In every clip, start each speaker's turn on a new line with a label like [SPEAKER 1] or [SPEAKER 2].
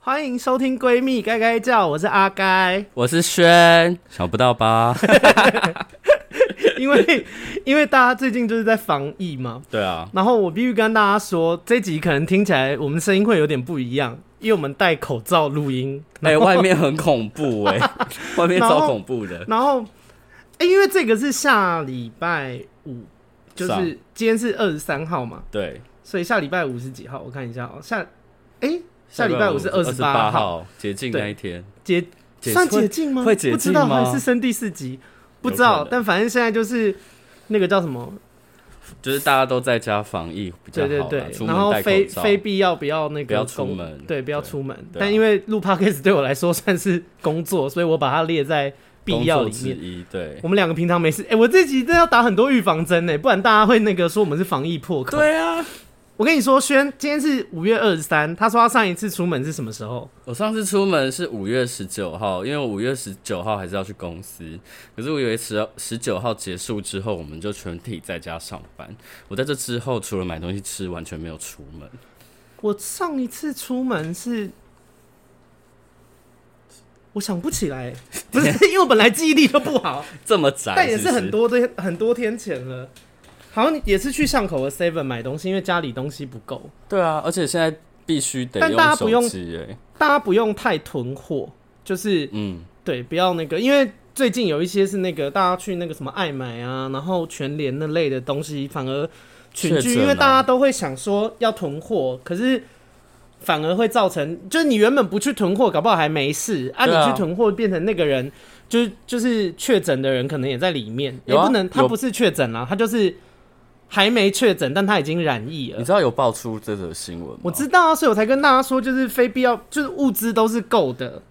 [SPEAKER 1] 欢迎收听《闺蜜该该叫》，我是阿 该。
[SPEAKER 2] 我是轩，想不到吧？
[SPEAKER 1] 因为因为大家最近就是在防疫嘛，
[SPEAKER 2] 对啊，
[SPEAKER 1] 然后我必须跟大家说，这集可能听起来我们声音会有点不一样，因为我们戴口罩录音。
[SPEAKER 2] 哎、外面很恐怖 哎、外面
[SPEAKER 1] 然后
[SPEAKER 2] 超恐怖的。
[SPEAKER 1] 然后，哎、因为这个是下礼拜五，就
[SPEAKER 2] 上
[SPEAKER 1] 是今天是二十三号嘛，
[SPEAKER 2] 对，
[SPEAKER 1] 所以下礼拜五是几号？我看一下哦、下，哎、下礼拜五是二十
[SPEAKER 2] 八
[SPEAKER 1] 八
[SPEAKER 2] 号解禁
[SPEAKER 1] 对
[SPEAKER 2] 那一天，
[SPEAKER 1] 解
[SPEAKER 2] 解
[SPEAKER 1] 算
[SPEAKER 2] 会
[SPEAKER 1] 解禁吗？
[SPEAKER 2] 会解
[SPEAKER 1] 不知
[SPEAKER 2] 禁
[SPEAKER 1] 道
[SPEAKER 2] 吗
[SPEAKER 1] 还是升第四级，不
[SPEAKER 2] 有
[SPEAKER 1] 知道
[SPEAKER 2] 可。能
[SPEAKER 1] 但反正现在就是那个叫什么，
[SPEAKER 2] 就是大家都在家防疫比较
[SPEAKER 1] 对
[SPEAKER 2] 好
[SPEAKER 1] 对
[SPEAKER 2] 啦，
[SPEAKER 1] 对
[SPEAKER 2] 出，
[SPEAKER 1] 然后
[SPEAKER 2] 门戴
[SPEAKER 1] 非
[SPEAKER 2] 口罩。
[SPEAKER 1] 非必要不要那个
[SPEAKER 2] 不要出
[SPEAKER 1] 公
[SPEAKER 2] 门
[SPEAKER 1] 对，不要出门。
[SPEAKER 2] 对啊
[SPEAKER 1] 但因为录 podcast 对我来说算是工作，所以我把它列在必要
[SPEAKER 2] 工
[SPEAKER 1] 里
[SPEAKER 2] 作之
[SPEAKER 1] 面。
[SPEAKER 2] 一，对
[SPEAKER 1] 我们两个平常没事，哎、我这集真的要打很多预防针呢，不然大家会那个说我们是防疫破口。
[SPEAKER 2] 对啊。
[SPEAKER 1] 我跟你说，轩今天是五月二十三，他说他上一次出门是什么时候？
[SPEAKER 2] 我上次出门是五月十九号，因为五月十九号还是要去公司，可是我以为十十九号结束之后，我们就全体在家上班。我在这之后，除了买东西吃，完全没有出门。
[SPEAKER 1] 我上一次出门是，我想不起来， 不是因为我本来记忆力就不好，
[SPEAKER 2] 这么宅，
[SPEAKER 1] 但也
[SPEAKER 2] 是
[SPEAKER 1] 是
[SPEAKER 2] 不
[SPEAKER 1] 很多天很多天前了。好像也是去巷口的 Seven 买东西，因为家里东西不够，
[SPEAKER 2] 对啊，而且现在必须得
[SPEAKER 1] 但大家
[SPEAKER 2] 用
[SPEAKER 1] 不用
[SPEAKER 2] 手机哎、
[SPEAKER 1] 大家不用太囤货，就是
[SPEAKER 2] 嗯，
[SPEAKER 1] 对，不要那个，因为最近有一些是那个大家去那个什么爱买啊，然后全联那类的东西，反而群
[SPEAKER 2] 确
[SPEAKER 1] 聚，
[SPEAKER 2] 诊啊
[SPEAKER 1] 因为大家都会想说要囤货，可是反而会造成，就是你原本不去囤货，搞不好还没事啊，
[SPEAKER 2] 对啊
[SPEAKER 1] 你去囤货变成那个人，就是就是确诊的人可能也在里面，也
[SPEAKER 2] 有啊
[SPEAKER 1] 不能他
[SPEAKER 2] 有
[SPEAKER 1] 不是确诊啦，他就是还没确诊，但他已经染疫了
[SPEAKER 2] 你。知道有爆出这则新闻吗？
[SPEAKER 1] 我知道啊，所以我才跟大家说，就是非必要，就是物资都是够的，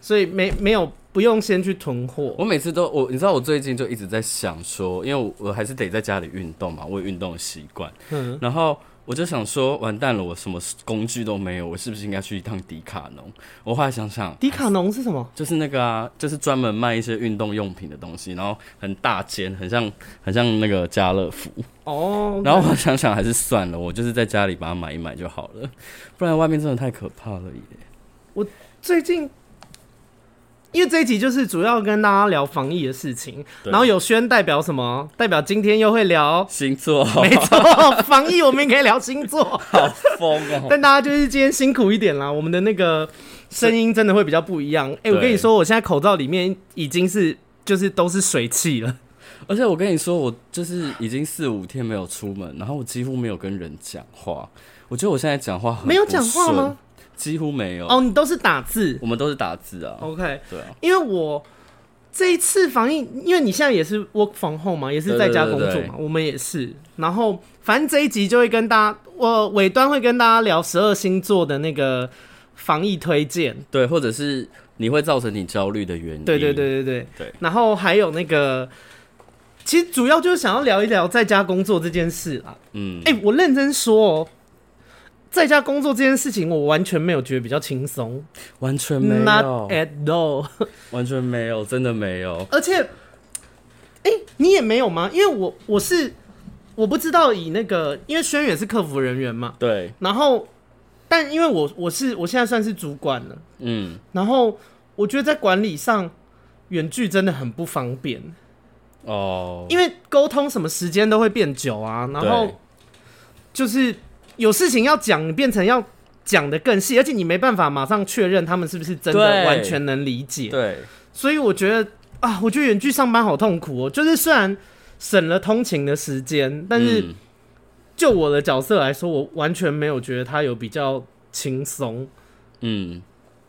[SPEAKER 1] 所以没没有不用先去囤货。
[SPEAKER 2] 我每次都我，你知道我最近就一直在想说，因为我我还是得在家里运动嘛，我有运动的习惯，
[SPEAKER 1] 嗯
[SPEAKER 2] 然后我就想说，完蛋了，我什么工具都没有，我是不是应该去一趟迪卡侬？我后来想想，
[SPEAKER 1] 迪卡侬是什么？
[SPEAKER 2] 就是那个啊，就是专门卖一些运动用品的东西，然后很大间，很像很像那个家乐福。
[SPEAKER 1] 哦，
[SPEAKER 2] 然后我想想还是算了，我就是在家里把它买一买就好了，不然外面真的太可怕了耶。
[SPEAKER 1] 最近。因为这一集就是主要跟大家聊防疫的事情，
[SPEAKER 2] 对
[SPEAKER 1] 然后有轩代表什么？代表今天又会聊，
[SPEAKER 2] 星座好
[SPEAKER 1] 没错，防疫我们也可以聊星 座，
[SPEAKER 2] 疯 哦！
[SPEAKER 1] 但大家就是今天辛苦一点啦，我们的那个声音真的会比较不一样。哎、我跟你
[SPEAKER 2] 对
[SPEAKER 1] 说，我现在口罩里面已经是就是都是水汽了。
[SPEAKER 2] 而且我跟你说，我就是已经四五天没有出门，然后我几乎没有跟人讲话。我觉得我现在讲话很
[SPEAKER 1] 没有讲话
[SPEAKER 2] 不顺
[SPEAKER 1] 吗？
[SPEAKER 2] 几乎没有。
[SPEAKER 1] 哦，你都是打字
[SPEAKER 2] 我们都是打字啊。
[SPEAKER 1] ，OK？
[SPEAKER 2] 对啊，
[SPEAKER 1] 因为我这一次防疫，因为你现在也是 work from home 嘛，也是在家工作嘛，
[SPEAKER 2] 对对对
[SPEAKER 1] 我们也是。然后反正这一集就会跟大家，我尾端会跟大家聊十二星座的那个防疫推荐，
[SPEAKER 2] 对，或者是你会造成你焦虑的原因。
[SPEAKER 1] 对对，对对对
[SPEAKER 2] 对
[SPEAKER 1] 然后还有那个。其实主要就是想要聊一聊在家工作这件事啦。
[SPEAKER 2] 嗯，
[SPEAKER 1] 哎、我认真说哦，在家工作这件事情，我完全没有觉得比较轻松
[SPEAKER 2] 完全没
[SPEAKER 1] ，not
[SPEAKER 2] 有，
[SPEAKER 1] at all。
[SPEAKER 2] 完全没有，真的没有。
[SPEAKER 1] 而且，哎、你也没有吗？因为我我是我不知道以那个，因为轩远是客服人员嘛，
[SPEAKER 2] 对，
[SPEAKER 1] 然后但因为我我是我现在算是主管了，
[SPEAKER 2] 嗯，
[SPEAKER 1] 然后我觉得在管理上远距真的很不方便，
[SPEAKER 2] 哦，
[SPEAKER 1] 因为沟通什么时间都会变久啊，然后
[SPEAKER 2] 对
[SPEAKER 1] 就是有事情要讲，你变成要。讲的更细，而且你没办法马上确认他们是不是真的
[SPEAKER 2] 对
[SPEAKER 1] 完全能理解。
[SPEAKER 2] 对，
[SPEAKER 1] 所以我觉得啊，我觉得远距上班好痛苦哦。就是虽然省了通勤的时间，但是
[SPEAKER 2] 嗯
[SPEAKER 1] 就我的角色来说，我完全没有觉得它有比较轻松。
[SPEAKER 2] 嗯，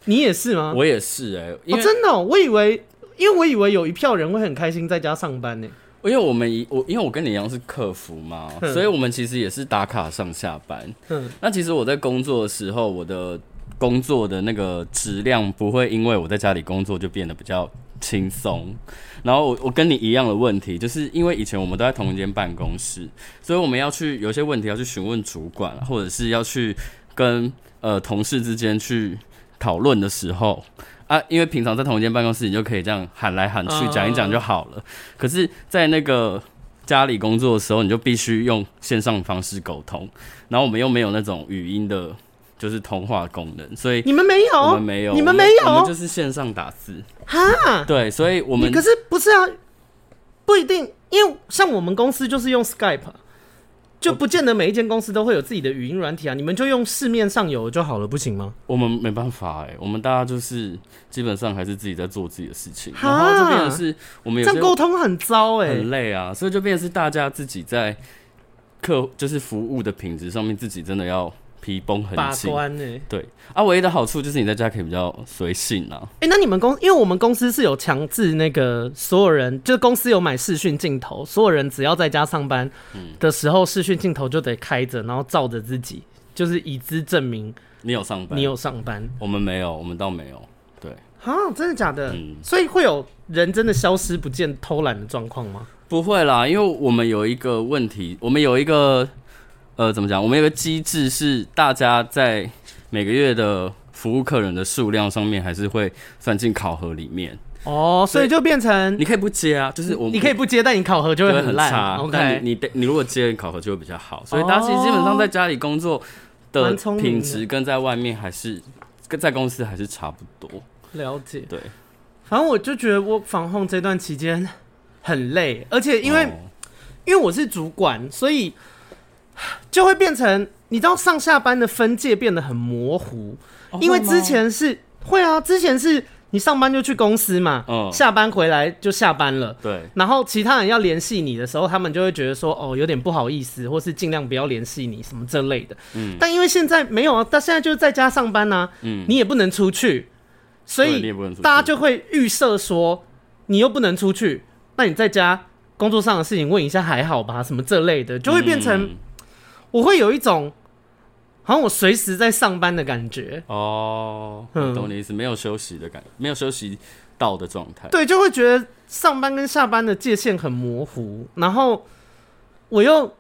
[SPEAKER 1] 你也是吗？
[SPEAKER 2] 我也是哎、因
[SPEAKER 1] 啊哦，
[SPEAKER 2] 为、
[SPEAKER 1] 真的、哦，我以为，因为我以为有一票人会很开心在家上班呢。
[SPEAKER 2] 因为我们一我因为我跟你一样是客服嘛，
[SPEAKER 1] 嗯
[SPEAKER 2] 所以我们其实也是打卡上下班。
[SPEAKER 1] 嗯，
[SPEAKER 2] 那其实我在工作的时候，我的工作的那个质量不会因为我在家里工作就变得比较轻松。然后我我跟你一样的问题，就是因为以前我们都在同一间办公室，所以我们要去有些问题要去询问主管，啊或者是要去跟呃同事之间去讨论的时候。啊，因为平常在同一间办公室，你就可以这样喊来喊去
[SPEAKER 1] 啊，
[SPEAKER 2] 讲一讲就好了。可是，在那个家里工作的时候，你就必须用线上方式沟通，然后我们又没有那种语音的就是通话功能，所以
[SPEAKER 1] 你们没有，
[SPEAKER 2] 我们没有，
[SPEAKER 1] 哦你
[SPEAKER 2] 我们
[SPEAKER 1] 没
[SPEAKER 2] 我们
[SPEAKER 1] 有
[SPEAKER 2] 就是线上打字。
[SPEAKER 1] 哈？
[SPEAKER 2] 对，所以我们
[SPEAKER 1] 可是不是啊？不一定，因为像我们公司就是用 Skype，啊就不见得每一间公司都会有自己的语音软体啊。你们就用市面上有的就好了，不行吗？
[SPEAKER 2] 我们没办法哎、我们大家就是基本上还是自己在做自己的事情，
[SPEAKER 1] 哈
[SPEAKER 2] 然后就变成是我们
[SPEAKER 1] 这样
[SPEAKER 2] 有些
[SPEAKER 1] 沟通很糟哎、
[SPEAKER 2] 很累啊，所以就变成是大家自己在客就是服务的品质上面自己真的要皮绷很
[SPEAKER 1] 把
[SPEAKER 2] 紧。
[SPEAKER 1] 关哎、
[SPEAKER 2] 对啊，唯一的好处就是你在家可以比较随性啊。
[SPEAKER 1] 哎、那你们公，因为我们公司是有强制那个所有人，就是公司有买视讯镜头，所有人只要在家上班
[SPEAKER 2] 嗯
[SPEAKER 1] 的时候，视讯镜头就得开着，然后照着自己，就是以资证明
[SPEAKER 2] 你有上班？
[SPEAKER 1] 你有上班。
[SPEAKER 2] 我们没有，我们倒没有。对，
[SPEAKER 1] 啊，真的假的？
[SPEAKER 2] 嗯
[SPEAKER 1] 所以会有人真的消失不见、偷懒的状况吗？
[SPEAKER 2] 不会啦，因为我们有一个问题，我们有一个呃，怎么讲？我们有个机制是大家在每个月的服务客人的数量上面，还是会算进考核里面。
[SPEAKER 1] 哦，所以就变成
[SPEAKER 2] 你可以不接啊，就是我
[SPEAKER 1] 你可以不接，但你考核就
[SPEAKER 2] 就
[SPEAKER 1] 会
[SPEAKER 2] 会
[SPEAKER 1] 很
[SPEAKER 2] 差
[SPEAKER 1] 烂。，
[SPEAKER 2] 啊但
[SPEAKER 1] OK，哦
[SPEAKER 2] 你你得你如果接考核就会比较好，所以大家其实基本上在家里工作的
[SPEAKER 1] 蛮聪明的
[SPEAKER 2] 品质跟在外面还是跟在公司还是差不多。
[SPEAKER 1] 了解。
[SPEAKER 2] 对，
[SPEAKER 1] 反正我就觉得我防控这段期间很累，而且因为、
[SPEAKER 2] 哦
[SPEAKER 1] 因为我是主管，所以就会变成你知道上下班的分界变得很模糊，
[SPEAKER 2] 哦
[SPEAKER 1] 因为之前是会啊，之前是你上班就去公司嘛，
[SPEAKER 2] 嗯
[SPEAKER 1] 下班回来就下班了。
[SPEAKER 2] 对
[SPEAKER 1] 然后其他人要联系你的时候，他们就会觉得说，哦，有点不好意思，或是尽量不要联系你什么这类的。嗯，但因为现在没有啊，但现在就是在家上班呐、
[SPEAKER 2] 嗯
[SPEAKER 1] 你也不能出去，所
[SPEAKER 2] 对你
[SPEAKER 1] 以
[SPEAKER 2] 也不能出去嗯
[SPEAKER 1] 大家就会预设说，你又不能出去，那你在家工作上的事情问一下还好吧，什么这类的，就会变成、
[SPEAKER 2] 嗯
[SPEAKER 1] 我会有一种好像我随时在上班的感觉，
[SPEAKER 2] 哦，
[SPEAKER 1] 嗯
[SPEAKER 2] 我懂你意思，没有休息的感觉，没有休息到的状态。
[SPEAKER 1] 对，就会觉得上班跟下班的界限很模糊，然后我又，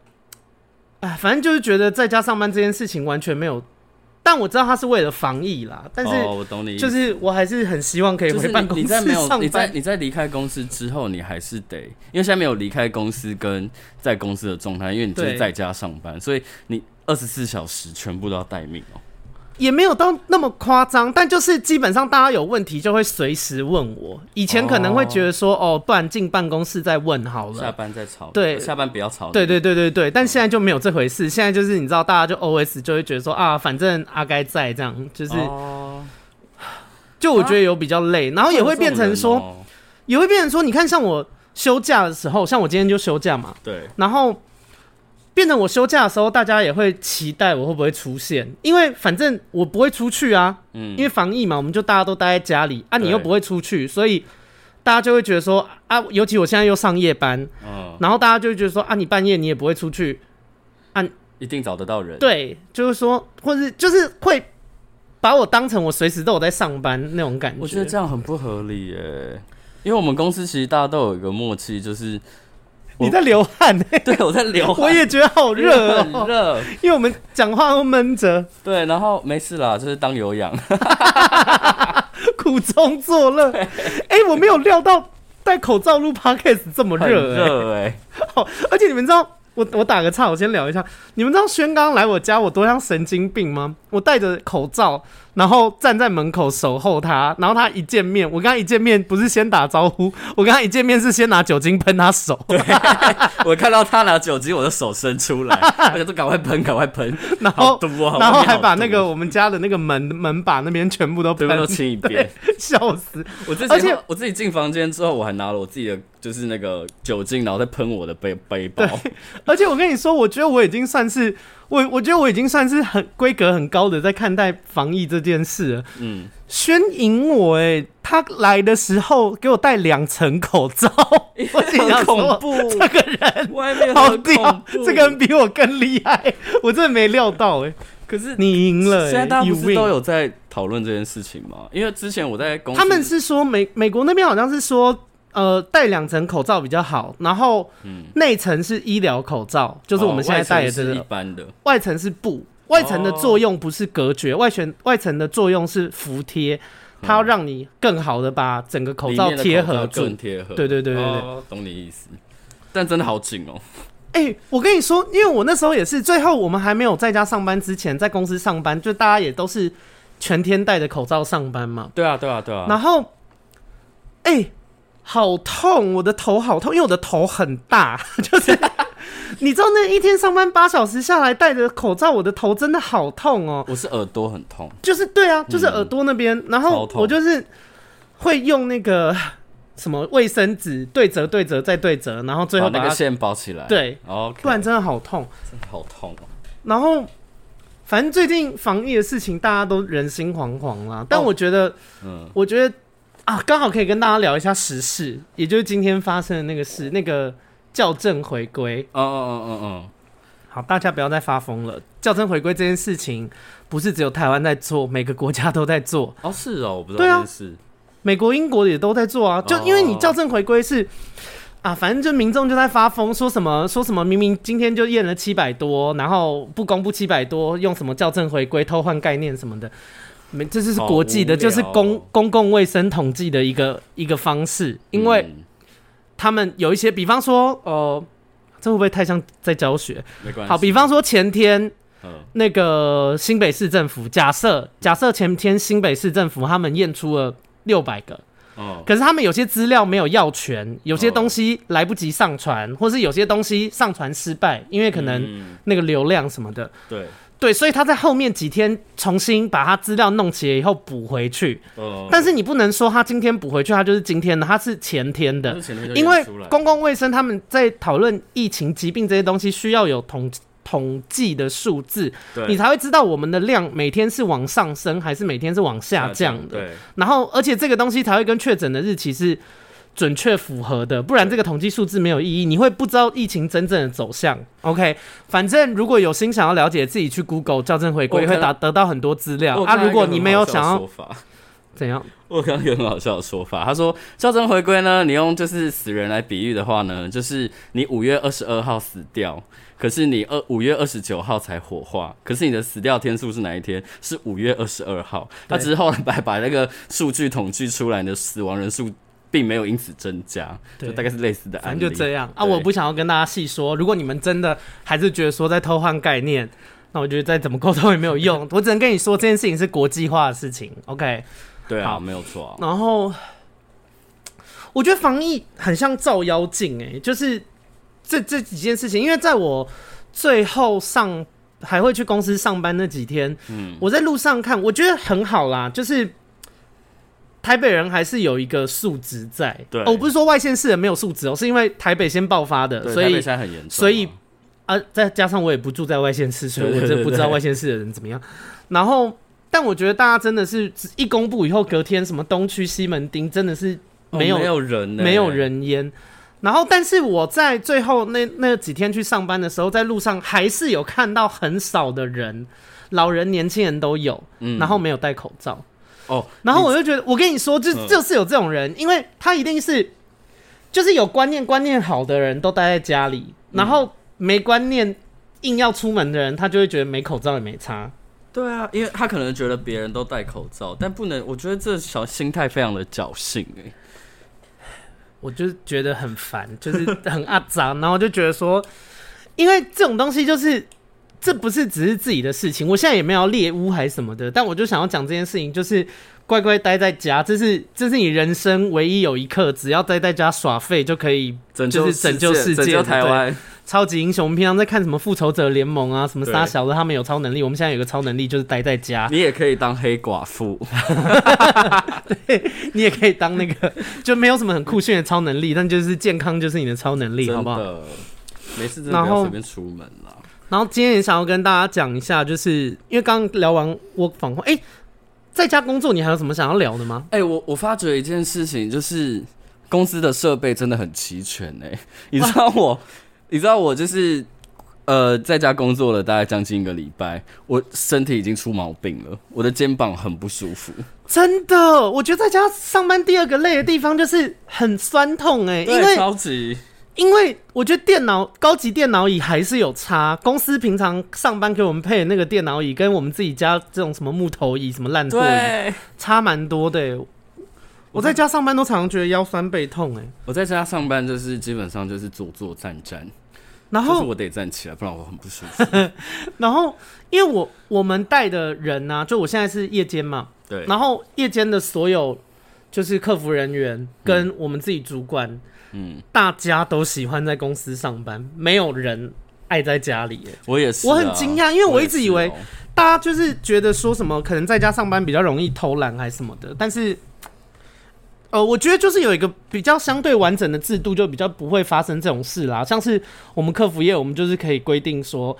[SPEAKER 1] 哎，反正就是觉得在家上班这件事情完全没有，但我知道他是为了防疫啦，但
[SPEAKER 2] 哦，
[SPEAKER 1] 是
[SPEAKER 2] 我懂你意思，
[SPEAKER 1] 就是我还是很希望可以
[SPEAKER 2] 就是
[SPEAKER 1] 回办
[SPEAKER 2] 你
[SPEAKER 1] 公
[SPEAKER 2] 你
[SPEAKER 1] 室
[SPEAKER 2] 在没有你
[SPEAKER 1] 上
[SPEAKER 2] 在
[SPEAKER 1] 班。
[SPEAKER 2] 你在离开公司之后，你还是得，因为现在没有离开公司跟在公司的状态，因为你就是
[SPEAKER 1] 对
[SPEAKER 2] 在家上班，所以你二十四小时全部都要待命哦、
[SPEAKER 1] 也没有到那么夸张，但就是基本上大家有问题就会随时问我。以前可能会觉得说，哦，不然进办公室再问好了。
[SPEAKER 2] 下班再吵，
[SPEAKER 1] 对
[SPEAKER 2] 下班不要吵。
[SPEAKER 1] 对对对对对，但现在就没有这回事。现在就是你知道，大家就 O S 就会觉得说啊，反正阿该在这样，就是、
[SPEAKER 2] 哦，
[SPEAKER 1] 就我觉得有比较累，然后也会变成说，
[SPEAKER 2] 哦
[SPEAKER 1] 也会变成说，你看像我休假的时候，像我今天就休假嘛，
[SPEAKER 2] 对，
[SPEAKER 1] 然后变成我休假的时候，大家也会期待我会不会出现，因为反正我不会出去啊，
[SPEAKER 2] 嗯
[SPEAKER 1] 因为防疫嘛，我们就大家都待在家里啊，你
[SPEAKER 2] 对
[SPEAKER 1] 又不会出去，所以大家就会觉得说啊，尤其我现在又上夜班，
[SPEAKER 2] 嗯，
[SPEAKER 1] 然后大家就会觉得说啊，你半夜你也不会出去，
[SPEAKER 2] 一定找得到人。，
[SPEAKER 1] 对，就是说，或是就是会把我当成我随时都有在上班那种感
[SPEAKER 2] 我觉得
[SPEAKER 1] 觉
[SPEAKER 2] 这样很不合理耶，因为我们公司其实大家都有一个默契，就是
[SPEAKER 1] 你在流汗、欸，
[SPEAKER 2] 对我在流汗，
[SPEAKER 1] 我也觉得好热哦、
[SPEAKER 2] 很热。
[SPEAKER 1] 因为我们讲话都闷着，
[SPEAKER 2] 对，然后没事啦，就是当有氧。
[SPEAKER 1] 苦中作乐。 哎、我没有料到戴口罩录 podcast 这么
[SPEAKER 2] 很
[SPEAKER 1] 热、欸，
[SPEAKER 2] 热哎、
[SPEAKER 1] 好，而且你们知道。我我打个岔，我先聊一下。你们知道轩刚来我家，我多像神经病吗？我戴着口罩，然后站在门口守候他，然后他一见面，我跟他一见面不是先打招呼，我跟他一见面是先拿酒精喷他 手，
[SPEAKER 2] 我看到他拿酒精，我的手伸 出来，我想说赶快喷，赶快喷，
[SPEAKER 1] 然
[SPEAKER 2] 好
[SPEAKER 1] 后
[SPEAKER 2] 毒哦、
[SPEAKER 1] 然后
[SPEAKER 2] 外面好
[SPEAKER 1] 还把
[SPEAKER 2] 毒
[SPEAKER 1] 那个我们家的那个门门把那边全部都
[SPEAKER 2] 对
[SPEAKER 1] 喷
[SPEAKER 2] 面都清一遍。
[SPEAKER 1] 笑死。
[SPEAKER 2] 我自己，
[SPEAKER 1] 而且
[SPEAKER 2] 我自己进房间之后，我还拿了我自己的就是那个酒精，然后再喷我的背背包。
[SPEAKER 1] 而且我跟你说，我觉得我已经算是我，我觉得我已经算是很规格很高的在看待防疫这件事了。
[SPEAKER 2] 嗯，
[SPEAKER 1] 宣赢我哎、他来的时候给我戴两层口 罩，我心想
[SPEAKER 2] 很恐
[SPEAKER 1] 说
[SPEAKER 2] 怖，
[SPEAKER 1] 这个人
[SPEAKER 2] 外面
[SPEAKER 1] 好
[SPEAKER 2] 很恐
[SPEAKER 1] 屌，
[SPEAKER 2] 怖。
[SPEAKER 1] 这个人比我更厉害，我真的没料到哎、
[SPEAKER 2] 可是
[SPEAKER 1] 你赢了、欸，
[SPEAKER 2] 现在大家不
[SPEAKER 1] you
[SPEAKER 2] 是
[SPEAKER 1] win
[SPEAKER 2] 都有在讨论这件事情吗？因为之前我在公司，
[SPEAKER 1] 他们是说美美国那边好像是说，呃，戴两层口罩比较好，然后内层是医疗口罩，就是我们现在戴的这
[SPEAKER 2] 嗯哦外层
[SPEAKER 1] 个，
[SPEAKER 2] 是一般的，
[SPEAKER 1] 外层是布，外层的作用不是隔
[SPEAKER 2] 哦
[SPEAKER 1] 绝，外层外层的作用是服贴，它要让你更好的把整个口罩
[SPEAKER 2] 嗯里面的
[SPEAKER 1] 贴合
[SPEAKER 2] 口罩
[SPEAKER 1] 住
[SPEAKER 2] 更。贴合。
[SPEAKER 1] 对对对对对
[SPEAKER 2] 哦懂你意思。但真的好紧哦、
[SPEAKER 1] 哎、我跟你说，因为我那时候也是，最后我们还没有在家上班之前，在公司上班，就大家也都是全天戴着口罩上班嘛。
[SPEAKER 2] 对啊，对啊，对啊。
[SPEAKER 1] 然后，哎、好痛，我的头好痛，因为我的头很大， 就是 你知道那一天上班八小时下来，戴着口罩，我的头真的好痛哦。
[SPEAKER 2] 我是耳朵很痛，
[SPEAKER 1] 就是对啊，就是耳朵那边，然
[SPEAKER 2] 嗯超
[SPEAKER 1] 后
[SPEAKER 2] 痛
[SPEAKER 1] 我就是会用那个 什么卫生纸对折、对折再对折，然后最后
[SPEAKER 2] 把
[SPEAKER 1] 把
[SPEAKER 2] 那个
[SPEAKER 1] 它，
[SPEAKER 2] 线包起来。
[SPEAKER 1] 对
[SPEAKER 2] ，OK，
[SPEAKER 1] 不然真的好痛。
[SPEAKER 2] 真的好痛哦。
[SPEAKER 1] 然后，反正最近防疫的事情，大家都人心惶惶啦。但
[SPEAKER 2] 哦
[SPEAKER 1] 我觉得，
[SPEAKER 2] 嗯，
[SPEAKER 1] 我觉得啊，刚好可以跟大家聊一下时事，也就是今天发生的那个事，那个校正回归。
[SPEAKER 2] 嗯嗯嗯嗯
[SPEAKER 1] 好，大家不要再发疯了。校正回归这件事情，不是只有台湾在做，每个国家都在做，
[SPEAKER 2] 嗯。哦，是哦，我不知道
[SPEAKER 1] 对
[SPEAKER 2] 这
[SPEAKER 1] 啊
[SPEAKER 2] 件事。
[SPEAKER 1] 美国、英国也都在做
[SPEAKER 2] 哦
[SPEAKER 1] 啊。就因为你校正回归是。啊，反正就民众就在发疯，说什么说什么，明明今天就验了七百多，然后不公布七百多，用什么校正回归、偷换概念什么的，没，这就是
[SPEAKER 2] 好
[SPEAKER 1] 国际的，
[SPEAKER 2] 无聊
[SPEAKER 1] 就是公
[SPEAKER 2] 哦
[SPEAKER 1] 公共卫生统计的一个一个方式，因为
[SPEAKER 2] 嗯
[SPEAKER 1] 他们有一些，比方说，呃，这会不会太像在教学？
[SPEAKER 2] 没关系。
[SPEAKER 1] 好，比方说前天
[SPEAKER 2] 嗯，
[SPEAKER 1] 那个新北市政府，假设假设前天新北市政府他们验出了六百个，
[SPEAKER 2] 哦，
[SPEAKER 1] 可是他们有些资料没有要全，有些
[SPEAKER 2] 哦
[SPEAKER 1] 东西来不及上传，或是有些东西上传失败，因为可能
[SPEAKER 2] 嗯
[SPEAKER 1] 那个流量什么的，
[SPEAKER 2] 对，
[SPEAKER 1] 对，所以他在后面几天重新把他资料弄起来以后补回去。
[SPEAKER 2] 呃，
[SPEAKER 1] 但是你不能说他今天补回去，他就是今天的，他是前天的
[SPEAKER 2] 但是。前面就
[SPEAKER 1] 因为
[SPEAKER 2] 演出来
[SPEAKER 1] 公共卫生他们在讨论疫情、疾病这些东西，需要有统统计的数字，
[SPEAKER 2] 对
[SPEAKER 1] 你才会知道我们的量每天是往上升还是每天是往下降的。
[SPEAKER 2] 对，
[SPEAKER 1] 然后，而且这个东西才会跟确诊的日期是准确符合的，不然这个统计数字没有意义，你会不知道疫情真正的走向。OK，反正如果有心想要了解，自己去 Google 校正回
[SPEAKER 2] 我
[SPEAKER 1] 归
[SPEAKER 2] 看
[SPEAKER 1] 会达得到很多资料
[SPEAKER 2] 哦我
[SPEAKER 1] 啊。
[SPEAKER 2] 看到
[SPEAKER 1] 如果
[SPEAKER 2] 一个
[SPEAKER 1] 你
[SPEAKER 2] 很
[SPEAKER 1] 没
[SPEAKER 2] 好
[SPEAKER 1] 有
[SPEAKER 2] 笑
[SPEAKER 1] 想
[SPEAKER 2] 的
[SPEAKER 1] 要
[SPEAKER 2] 说法，
[SPEAKER 1] 怎样，
[SPEAKER 2] 我刚刚有很好笑的说法，他说校正回归呢，你用就是死人来比喻的话呢，就是你五月二十二号死掉，可是你二五月二十九号才火化，可是你的死掉天数是哪一天？是五月二十二号。他
[SPEAKER 1] 对
[SPEAKER 2] 只是后来把把那个数据统计出来，你的死亡人数。并没有因此增加，
[SPEAKER 1] 对
[SPEAKER 2] 就大概是类似的案
[SPEAKER 1] 反
[SPEAKER 2] 例。
[SPEAKER 1] 正就这样啊。
[SPEAKER 2] 对
[SPEAKER 1] 我不想要跟大家细说，如果你们真的还是觉得说在偷换概念。那我觉得再怎么沟通也没有用，我只能跟你说这件事情是国际化的事情，OK？
[SPEAKER 2] 对啊，
[SPEAKER 1] 好
[SPEAKER 2] 没有错啊。
[SPEAKER 1] 然后我觉得防疫很像照妖镜，哎，就是这这几件事情，因为在我最后上还会去公司上班那几天，
[SPEAKER 2] 嗯
[SPEAKER 1] 我在路上看，我觉得很好啦，就是。台北人还是有一个素质在，
[SPEAKER 2] 对
[SPEAKER 1] 哦，我不是说外县市人没有素质哦，是因为台北先爆发的，
[SPEAKER 2] 对
[SPEAKER 1] 所
[SPEAKER 2] 台北
[SPEAKER 1] 以
[SPEAKER 2] 现在很严重啊，
[SPEAKER 1] 所以啊，再加上我也不住在外县市，所以我真的不知道外县市的人怎么样。然后，但我觉得大家真的是一公布以后，隔天什么东区、西门町，真的是
[SPEAKER 2] 哦
[SPEAKER 1] 没有、
[SPEAKER 2] 没有人呢，
[SPEAKER 1] 没有人烟。然后，但是我在最后那那几天去上班的时候，在路上还是有看到很少的人，老人、年轻人都有，
[SPEAKER 2] 嗯
[SPEAKER 1] 然后没有戴口罩。
[SPEAKER 2] 哦，
[SPEAKER 1] 然后
[SPEAKER 2] 你
[SPEAKER 1] 我就觉得，我跟你说，就
[SPEAKER 2] 嗯
[SPEAKER 1] 就是有这种人，因为他一定是就是有观念、观念好的人都待在家里，然后没观念硬要出门的人，他就会觉得没口罩也没差。
[SPEAKER 2] 对啊，因为他可能觉得别人都戴口罩，但不能，我觉得这小心态非常的侥幸哎、
[SPEAKER 1] 我就觉得很烦，就是很阿杂，然后就觉得说，因为这种东西就是这不是只是自己的事情，我现在也没有要猎污还是什么的，但我就想要讲这件事情，就是乖乖待在家，这是这是你人生唯一有一刻，只要待在家耍废就可以
[SPEAKER 2] 拯
[SPEAKER 1] 就是拯救世
[SPEAKER 2] 拯
[SPEAKER 1] 界
[SPEAKER 2] 救台湾，
[SPEAKER 1] 超级英雄，我们平常在看什么复仇者联盟啊，什么
[SPEAKER 2] 对
[SPEAKER 1] 杀小的，他们有超能力。我们现在有个超能力就是待在家，
[SPEAKER 2] 啊你也可以当黑寡妇，
[SPEAKER 1] 你也可以当那个，就没有什么很酷炫的超能力，但就是健康就是你的超能力，好
[SPEAKER 2] 真
[SPEAKER 1] 不好？
[SPEAKER 2] 的。没事，真的
[SPEAKER 1] 然
[SPEAKER 2] 不要
[SPEAKER 1] 后
[SPEAKER 2] 随便出门啦。
[SPEAKER 1] 然后今天也想要跟大家讲一下，就是因为刚刚聊完 work from home，哎、在家工作你还有什么想要聊的吗？
[SPEAKER 2] 哎、我我发觉一件事情，就是公司的设备真的很齐全哎、 你知道我，你知道我就是呃在家工作了大概将近一个礼拜，我身体已经出毛病了，我的肩膀很不舒服。
[SPEAKER 1] 真的，我觉得在家上班第二个累的地方就是很酸痛哎、因
[SPEAKER 2] 对
[SPEAKER 1] 为
[SPEAKER 2] 超级
[SPEAKER 1] 因为我觉得电脑高级电脑椅还是有差，公司平常上班给我们配的那个电脑椅，跟我们自己家这种什么木头椅、什么烂座椅
[SPEAKER 2] 对。
[SPEAKER 1] 差蛮多的欸。我在家上班都常常觉得腰酸背痛，哎，
[SPEAKER 2] 我在家上班就是基本上就是坐坐站站，
[SPEAKER 1] 然
[SPEAKER 2] 就是
[SPEAKER 1] 后
[SPEAKER 2] 我得站起来，不然我很不舒 服。
[SPEAKER 1] 然后因为我我们带的人呢、就我现在是夜间嘛，
[SPEAKER 2] 对，
[SPEAKER 1] 然后夜间的所有就是客服人员跟我们自己主管，
[SPEAKER 2] 嗯，
[SPEAKER 1] 大家都喜欢在公司上班，没有人爱在家里耶。欸
[SPEAKER 2] 我也是啊、
[SPEAKER 1] 我很惊讶因为我一直以为
[SPEAKER 2] 我也是哦
[SPEAKER 1] 大家就是觉得说什么可能在家上班比较容易偷懒还是什么的，但是，呃，我觉得就是有一个比较相对完整的制度，就比较不会发生这种事啦。像是我们客服业，我们就是可以规定说，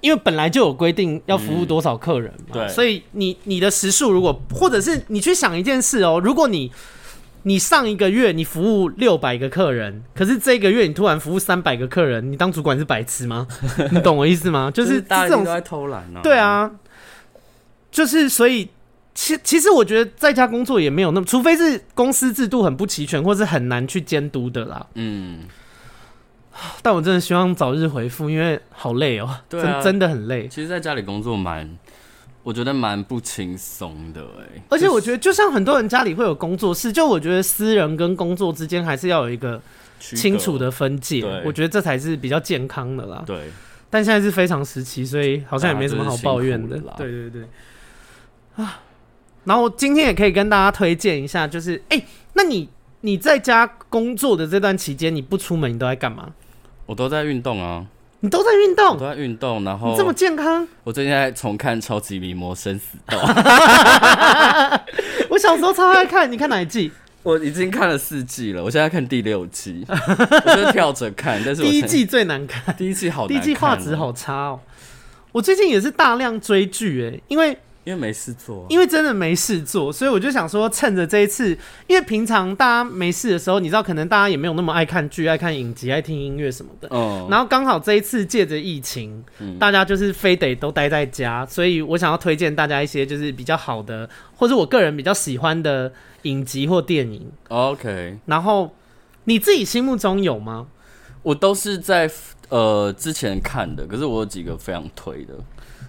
[SPEAKER 1] 因为本来就有规定要服务多少客人嘛，
[SPEAKER 2] 嗯对
[SPEAKER 1] 所以你你的时数如果或者是你去想一件事哦，如果你你上一个月你服务六百个客人，可是这个月你突然服务三百个客人，你当主管是白痴吗？你懂我意思吗？ 就是这
[SPEAKER 2] 大家一定
[SPEAKER 1] 种
[SPEAKER 2] 都在偷懒啊。
[SPEAKER 1] 对，啊，就是所以，其其实我觉得在家工作也没有那么，除非是公司制度很不齐全，或是很难去监督的啦。
[SPEAKER 2] 嗯，
[SPEAKER 1] 但我真的希望早日回复，因为好累哦、
[SPEAKER 2] 对啊
[SPEAKER 1] 真真的很累。
[SPEAKER 2] 其实在家里工作蛮，我觉得蛮不轻松的哎、
[SPEAKER 1] 而且我觉得，就像很多人家里会有工作室，就我觉得私人跟工作之间还是要有一个
[SPEAKER 2] 就是
[SPEAKER 1] 清楚
[SPEAKER 2] 区
[SPEAKER 1] 的啊分界
[SPEAKER 2] 对，
[SPEAKER 1] 我觉得这才是比较健康的啦
[SPEAKER 2] 隔。对，
[SPEAKER 1] 但现在是非常时期，所以好像也没什么好抱怨的
[SPEAKER 2] 大。家
[SPEAKER 1] 对
[SPEAKER 2] 真
[SPEAKER 1] 对对，啊，然后今天也可以跟大家推荐一下，就是哎、那你你在家工作的这段期间，你不出门，你都在干嘛？
[SPEAKER 2] 我都在运动啊，
[SPEAKER 1] 你都在运
[SPEAKER 2] 我
[SPEAKER 1] 动，
[SPEAKER 2] 都在运动，然后
[SPEAKER 1] 哦你这么健康。
[SPEAKER 2] 我最近在重看《超级名模生死斗》，
[SPEAKER 1] 我小时候超爱看，你看哪一季？
[SPEAKER 2] 我已经看了四季了，我现在看第六 季，我就是跳着看，但是我
[SPEAKER 1] 第一
[SPEAKER 2] 现在
[SPEAKER 1] 季最难看。
[SPEAKER 2] 第一季好难
[SPEAKER 1] 第一季
[SPEAKER 2] 看
[SPEAKER 1] 画
[SPEAKER 2] 哦
[SPEAKER 1] 质，好差哦。我最近也是大量追剧，哎，因为
[SPEAKER 2] 因为没事做啊，
[SPEAKER 1] 因为真的没事做，所以我就想说，趁着这一次，因为平常大家没事的时候，你知道，可能大家也没有那么爱看剧、爱看影集、爱听音乐什么的。
[SPEAKER 2] 嗯，
[SPEAKER 1] 然后刚好这一次借着疫情，大家就是非得都待在家，所以我想要推荐大家一些就是比较好的，或者我个人比较喜欢的影集或电影。
[SPEAKER 2] OK，
[SPEAKER 1] 然后你自己心目中有吗？
[SPEAKER 2] 我都是在呃之前看的，可是我有几个非常推的，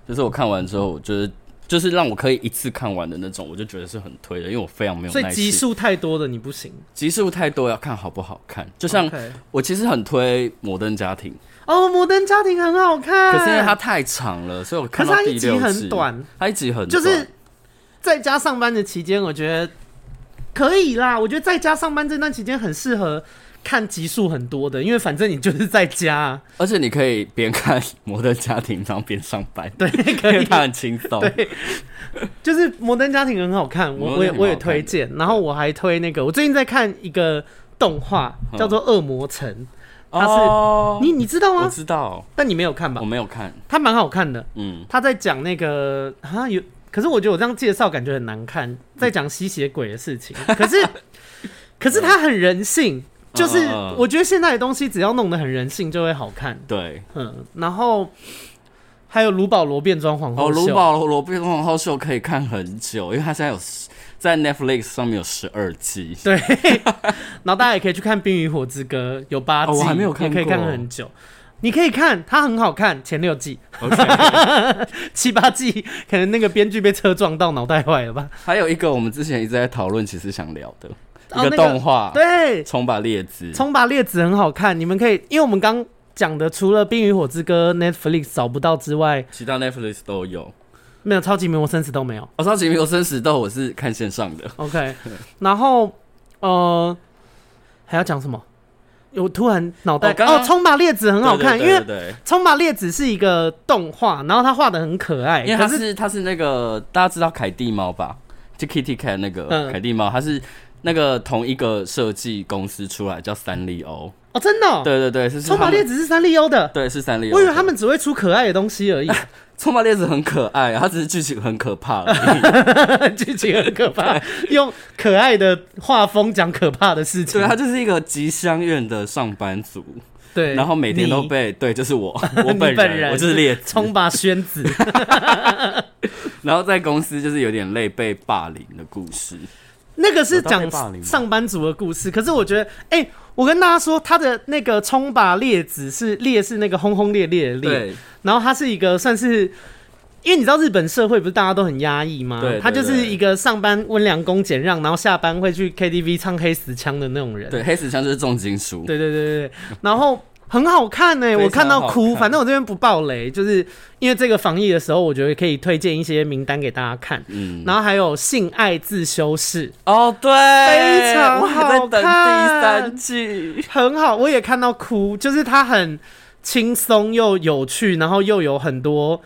[SPEAKER 2] 就是我看完之后，我觉得就是让我可以一次看完的那种，我就觉得是很推的，因为我非常没有
[SPEAKER 1] 所以
[SPEAKER 2] 耐
[SPEAKER 1] 集
[SPEAKER 2] 心。
[SPEAKER 1] 数太多的你不行。
[SPEAKER 2] 集数太多，要看好不好看。就像
[SPEAKER 1] OK
[SPEAKER 2] 我其实很推《摩登家庭》，
[SPEAKER 1] 哦，《摩登家庭》很好看，
[SPEAKER 2] 可是因为它太长了，所以我看到
[SPEAKER 1] 可是它
[SPEAKER 2] 第
[SPEAKER 1] 一集
[SPEAKER 2] 六
[SPEAKER 1] 很短，
[SPEAKER 2] 它一集很短
[SPEAKER 1] 就是在家上班的期间，我觉得可以啦。我觉得在家上班这段期间很适合看集数很多的，因为反正你就是在家 啊，
[SPEAKER 2] 而且你可以边看《摩登家庭》然后边上班，
[SPEAKER 1] 对，
[SPEAKER 2] 因
[SPEAKER 1] 可
[SPEAKER 2] 为
[SPEAKER 1] 以。
[SPEAKER 2] 它很轻松。
[SPEAKER 1] 对，就是《摩登家庭》很好看，我我也
[SPEAKER 2] 摩登家庭蛮好看的
[SPEAKER 1] 我也推荐。然后我还推那个，我最近在看一个动画，
[SPEAKER 2] 嗯
[SPEAKER 1] 叫做《恶魔城》，它是
[SPEAKER 2] 哦
[SPEAKER 1] 你你知道
[SPEAKER 2] 我
[SPEAKER 1] 吗？
[SPEAKER 2] 知道，
[SPEAKER 1] 但你没有看吧
[SPEAKER 2] 我？没有看，
[SPEAKER 1] 它蛮好看的，
[SPEAKER 2] 嗯，
[SPEAKER 1] 它在讲那个啊有，可是我觉得我这样介绍感觉很难
[SPEAKER 2] 嗯
[SPEAKER 1] 看，在讲吸血鬼的事情。可是， 可是它很人性，就是
[SPEAKER 2] 嗯嗯嗯
[SPEAKER 1] 我觉得现在的东西只要弄得很人性就会好看。
[SPEAKER 2] 对。
[SPEAKER 1] 嗯，然后还有卢保罗变装皇
[SPEAKER 2] 哦，
[SPEAKER 1] 后
[SPEAKER 2] 卢
[SPEAKER 1] 秀，
[SPEAKER 2] 保罗变皇后秀可以看很久，因为它现在有十在 Netflix 上面有十二季。
[SPEAKER 1] 对，然后大家也可以去看《冰与火之歌》，有八季，
[SPEAKER 2] 哦我还没有看
[SPEAKER 1] 也可以看
[SPEAKER 2] 过
[SPEAKER 1] 很久。你可以看，它很好看，前六季、
[SPEAKER 2] OK，
[SPEAKER 1] 七八季， 可能那个编剧被车撞到脑袋坏了吧？
[SPEAKER 2] 还有一个我们之前一直在讨论，其实想聊的、
[SPEAKER 1] 哦
[SPEAKER 2] 一
[SPEAKER 1] 那个
[SPEAKER 2] 个动画，
[SPEAKER 1] 对，
[SPEAKER 2] 冲吧列兹，
[SPEAKER 1] 《冲吧列子》很好看，你们可以，因为我们刚讲的，除了《冰与火之歌》Netflix 找不到之外，
[SPEAKER 2] 其他 Netflix 都有。
[SPEAKER 1] 没有《超级名模生死》都没有。
[SPEAKER 2] 我上集没有生死斗，我是看线上的。
[SPEAKER 1] OK，然后呃，还要讲什么？我突然脑袋
[SPEAKER 2] 哦刚刚
[SPEAKER 1] 哦，冲吧列子》很好看，
[SPEAKER 2] 对
[SPEAKER 1] 因
[SPEAKER 2] 对
[SPEAKER 1] 为
[SPEAKER 2] 对对
[SPEAKER 1] 《冲吧列子》是一个动画，然后它画的很可爱，
[SPEAKER 2] 对因
[SPEAKER 1] 哎
[SPEAKER 2] 为
[SPEAKER 1] 可
[SPEAKER 2] 它
[SPEAKER 1] 是
[SPEAKER 2] 是它是那个大家知道凯蒂猫吧，就 Kitty Cat 那个、
[SPEAKER 1] 嗯
[SPEAKER 2] 凯蒂猫，它是那个同一个设计公司出来叫三丽鸥。
[SPEAKER 1] 哦，真的、哦，
[SPEAKER 2] 对对对，是
[SPEAKER 1] 冲吧列
[SPEAKER 2] 子，
[SPEAKER 1] 子》是三丽鸥的，
[SPEAKER 2] 对是三丽鸥。
[SPEAKER 1] 我以为他们只会出可爱的东西而已，
[SPEAKER 2] 冲吧列子很可爱啊，它只是剧情很可怕 而已。
[SPEAKER 1] 剧情很可 怕，用可爱的画风讲可怕的事情
[SPEAKER 2] 对，，啊它就是一个吉祥院的上班族，
[SPEAKER 1] 对，
[SPEAKER 2] 然后每天都
[SPEAKER 1] 你
[SPEAKER 2] 被对，就 是我，我
[SPEAKER 1] 你
[SPEAKER 2] 本人，
[SPEAKER 1] 本人
[SPEAKER 2] 我就是列子，
[SPEAKER 1] 冲吧宣子。
[SPEAKER 2] 然后在公司就是有点累被霸凌的故事。
[SPEAKER 1] 那个是
[SPEAKER 2] 有哦到被霸凌
[SPEAKER 1] 讲
[SPEAKER 2] 吗
[SPEAKER 1] 上班族的故事，可是我觉得，哎、我跟大家说，他的那个冲吧烈子是烈是那个轰轰烈烈的烈，
[SPEAKER 2] 对，
[SPEAKER 1] 然后他是一个算是，因为你知道日本社会不是大家都很压抑吗？
[SPEAKER 2] 对对
[SPEAKER 1] 他就是一个上班温良恭俭让，然后下班会去 KTV 唱黑死腔的那种人。
[SPEAKER 2] 对，黑死枪就是重金属。
[SPEAKER 1] 对对对对对，然后很好看呢、
[SPEAKER 2] 非常
[SPEAKER 1] 我看到
[SPEAKER 2] 好
[SPEAKER 1] 哭。
[SPEAKER 2] 看
[SPEAKER 1] 反正我这边不爆雷，就是因为这个防疫的时候，我觉得可以推荐一些名单给大家看。
[SPEAKER 2] 嗯，
[SPEAKER 1] 然后还有性爱自修室，
[SPEAKER 2] 哦对，
[SPEAKER 1] 非常
[SPEAKER 2] 我还在等第
[SPEAKER 1] 好
[SPEAKER 2] 三
[SPEAKER 1] 看
[SPEAKER 2] 季，
[SPEAKER 1] 很好，我也看到哭，就是它很轻松又有趣，然后又有很多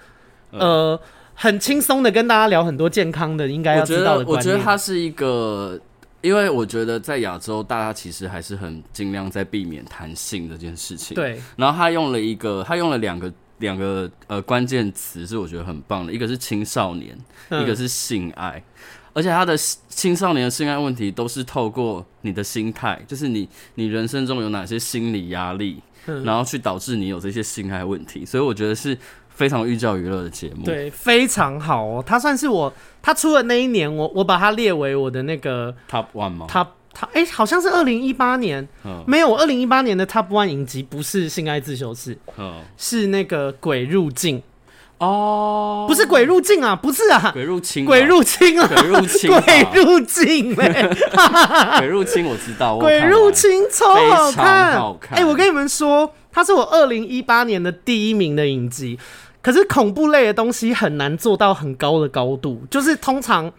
[SPEAKER 2] 嗯
[SPEAKER 1] 呃很轻松的跟大家聊很多健康的应该
[SPEAKER 2] 我
[SPEAKER 1] 要
[SPEAKER 2] 觉
[SPEAKER 1] 知道
[SPEAKER 2] 得
[SPEAKER 1] 的
[SPEAKER 2] 我
[SPEAKER 1] 观
[SPEAKER 2] 觉得
[SPEAKER 1] 念。
[SPEAKER 2] 它是一个。因为我觉得在亚洲，大家其实还是很尽量在避免谈性这件事情。
[SPEAKER 1] 对，
[SPEAKER 2] 然后他用了一个，他用了两个两个呃关键词，是我觉得很棒的，一个是青少年，
[SPEAKER 1] 嗯
[SPEAKER 2] 一个是性爱，而且他的青少年的性爱问题都是透过你的心态，就是你你人生中有哪些心理压力，
[SPEAKER 1] 嗯
[SPEAKER 2] 然后去导致你有这些性爱问题，所以我觉得是非常寓教于乐的节目。，
[SPEAKER 1] 对，非常好哦。它算是我，它出的那一年，我我把它列为我的那个
[SPEAKER 2] Top One 吗？
[SPEAKER 1] top。它哎、好像是二零一八年，
[SPEAKER 2] 哦嗯
[SPEAKER 1] 没有，二零一八年的 Top One 影集不是《性爱自修室》，
[SPEAKER 2] 嗯
[SPEAKER 1] 是那个《鬼入境》，
[SPEAKER 2] 哦，
[SPEAKER 1] 不是《鬼入境》啊，不是啊，
[SPEAKER 2] 鬼入侵
[SPEAKER 1] 《
[SPEAKER 2] 啊，
[SPEAKER 1] 鬼入侵》啊，
[SPEAKER 2] 鬼入侵啊，
[SPEAKER 1] 鬼入境哎、
[SPEAKER 2] 鬼入侵，我知道，我
[SPEAKER 1] 鬼
[SPEAKER 2] 有看
[SPEAKER 1] 入
[SPEAKER 2] 完
[SPEAKER 1] 侵超好
[SPEAKER 2] 非
[SPEAKER 1] 看，
[SPEAKER 2] 常好看
[SPEAKER 1] 哎、我跟你们说，它是我二零一八年的第一名的影集。可是恐怖类的东西很难做到很高的高度，就是通常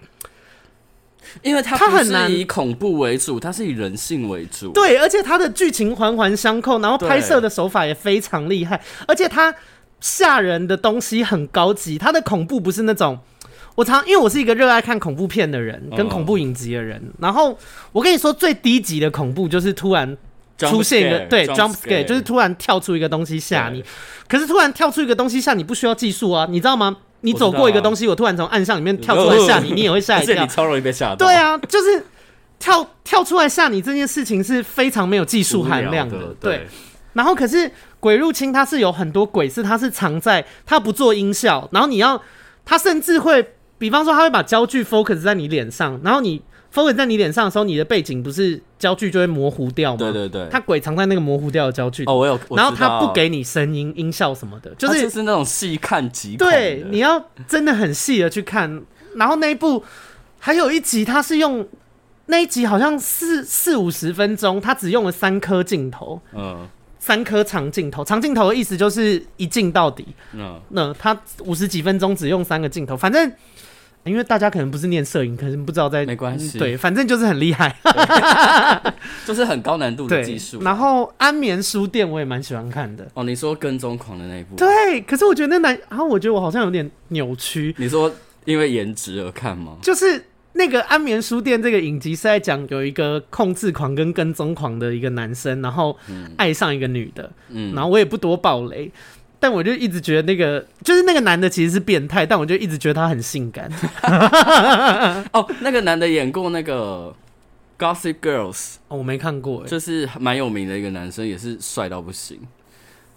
[SPEAKER 2] 因为它
[SPEAKER 1] 它
[SPEAKER 2] 不
[SPEAKER 1] 很
[SPEAKER 2] 是
[SPEAKER 1] 难
[SPEAKER 2] 以恐怖为主，它是以人性为主。，
[SPEAKER 1] 对，而且它的剧情环环相扣，然后
[SPEAKER 2] 对
[SPEAKER 1] 拍摄的手法也非常厉害，而且它吓人的东西很高级，它的恐怖不是那种。我常因为我是一个热爱看恐怖片的人，跟
[SPEAKER 2] 嗯
[SPEAKER 1] 恐怖影集的人，然后我跟你说最低级的恐怖就是突然出现一个对 jump scare，就是突然跳出一个东西吓你
[SPEAKER 2] 对。
[SPEAKER 1] 可是突然跳出一个东西吓你不需要技术啊，你哦知道吗？你
[SPEAKER 2] 我知道
[SPEAKER 1] 走
[SPEAKER 2] 啊
[SPEAKER 1] 过一个东西，我突然从暗巷里面跳出来吓 你，
[SPEAKER 2] 呃
[SPEAKER 1] 你也会吓
[SPEAKER 2] 而
[SPEAKER 1] 一
[SPEAKER 2] 且
[SPEAKER 1] 跳
[SPEAKER 2] 你。超容易被吓到。
[SPEAKER 1] 对，啊，就是跳跳出来吓你这件事情是非常没有技术含量
[SPEAKER 2] 的，
[SPEAKER 1] 对，，然后可是《鬼入侵》它是有很多鬼是它是藏在它不做音效，然后你要它甚至会，比方说它会把焦距 focus 在你脸上，然后你 focus 在你脸上的时候，你的背景不是焦距就会模糊掉吗？
[SPEAKER 2] 对对对。
[SPEAKER 1] 它鬼藏在那个模糊掉的焦距里，
[SPEAKER 2] 哦，我有，我
[SPEAKER 1] 然后
[SPEAKER 2] 知
[SPEAKER 1] 它不
[SPEAKER 2] 道，
[SPEAKER 1] 给你声音、音效什么的，就
[SPEAKER 2] 它
[SPEAKER 1] 是
[SPEAKER 2] 就是那种细看即恐的
[SPEAKER 1] 对，你要真的很细的去看。然后那一部还有一集，它是用那一集好像四四五十分钟，它只用了三颗镜头，
[SPEAKER 2] 嗯
[SPEAKER 1] 三颗长镜头。长镜头的意思就是一镜到底。
[SPEAKER 2] 嗯，
[SPEAKER 1] 那它五十几分钟只用三个镜头，反正。因为大家可能不是念摄影，可能不知道在
[SPEAKER 2] 没关系
[SPEAKER 1] 对，反正就是很厉害。
[SPEAKER 2] 就是很高难度的技
[SPEAKER 1] 对
[SPEAKER 2] 术，。
[SPEAKER 1] 然后《安眠书店》我也蛮喜欢看的。
[SPEAKER 2] 哦，你说跟踪狂的那一部，，
[SPEAKER 1] 对，可是我觉得那男，然、后我觉得我好像有点扭曲，
[SPEAKER 2] 你说因为颜值而看吗？
[SPEAKER 1] 就是那个《安眠书店》这个影集是在讲有一个控制狂跟跟踪狂的一个男生，然后爱上一个女的，
[SPEAKER 2] 嗯
[SPEAKER 1] 然后我也不多爆雷。但我就一直觉得那个就是那个男的其实是变态，但我就一直觉得他很性感。
[SPEAKER 2] 哦，那个男的演过那个《Gossip Girls
[SPEAKER 1] 哦、我没看过》，欸
[SPEAKER 2] 就是蛮有名的一个男生，也是帅到不行。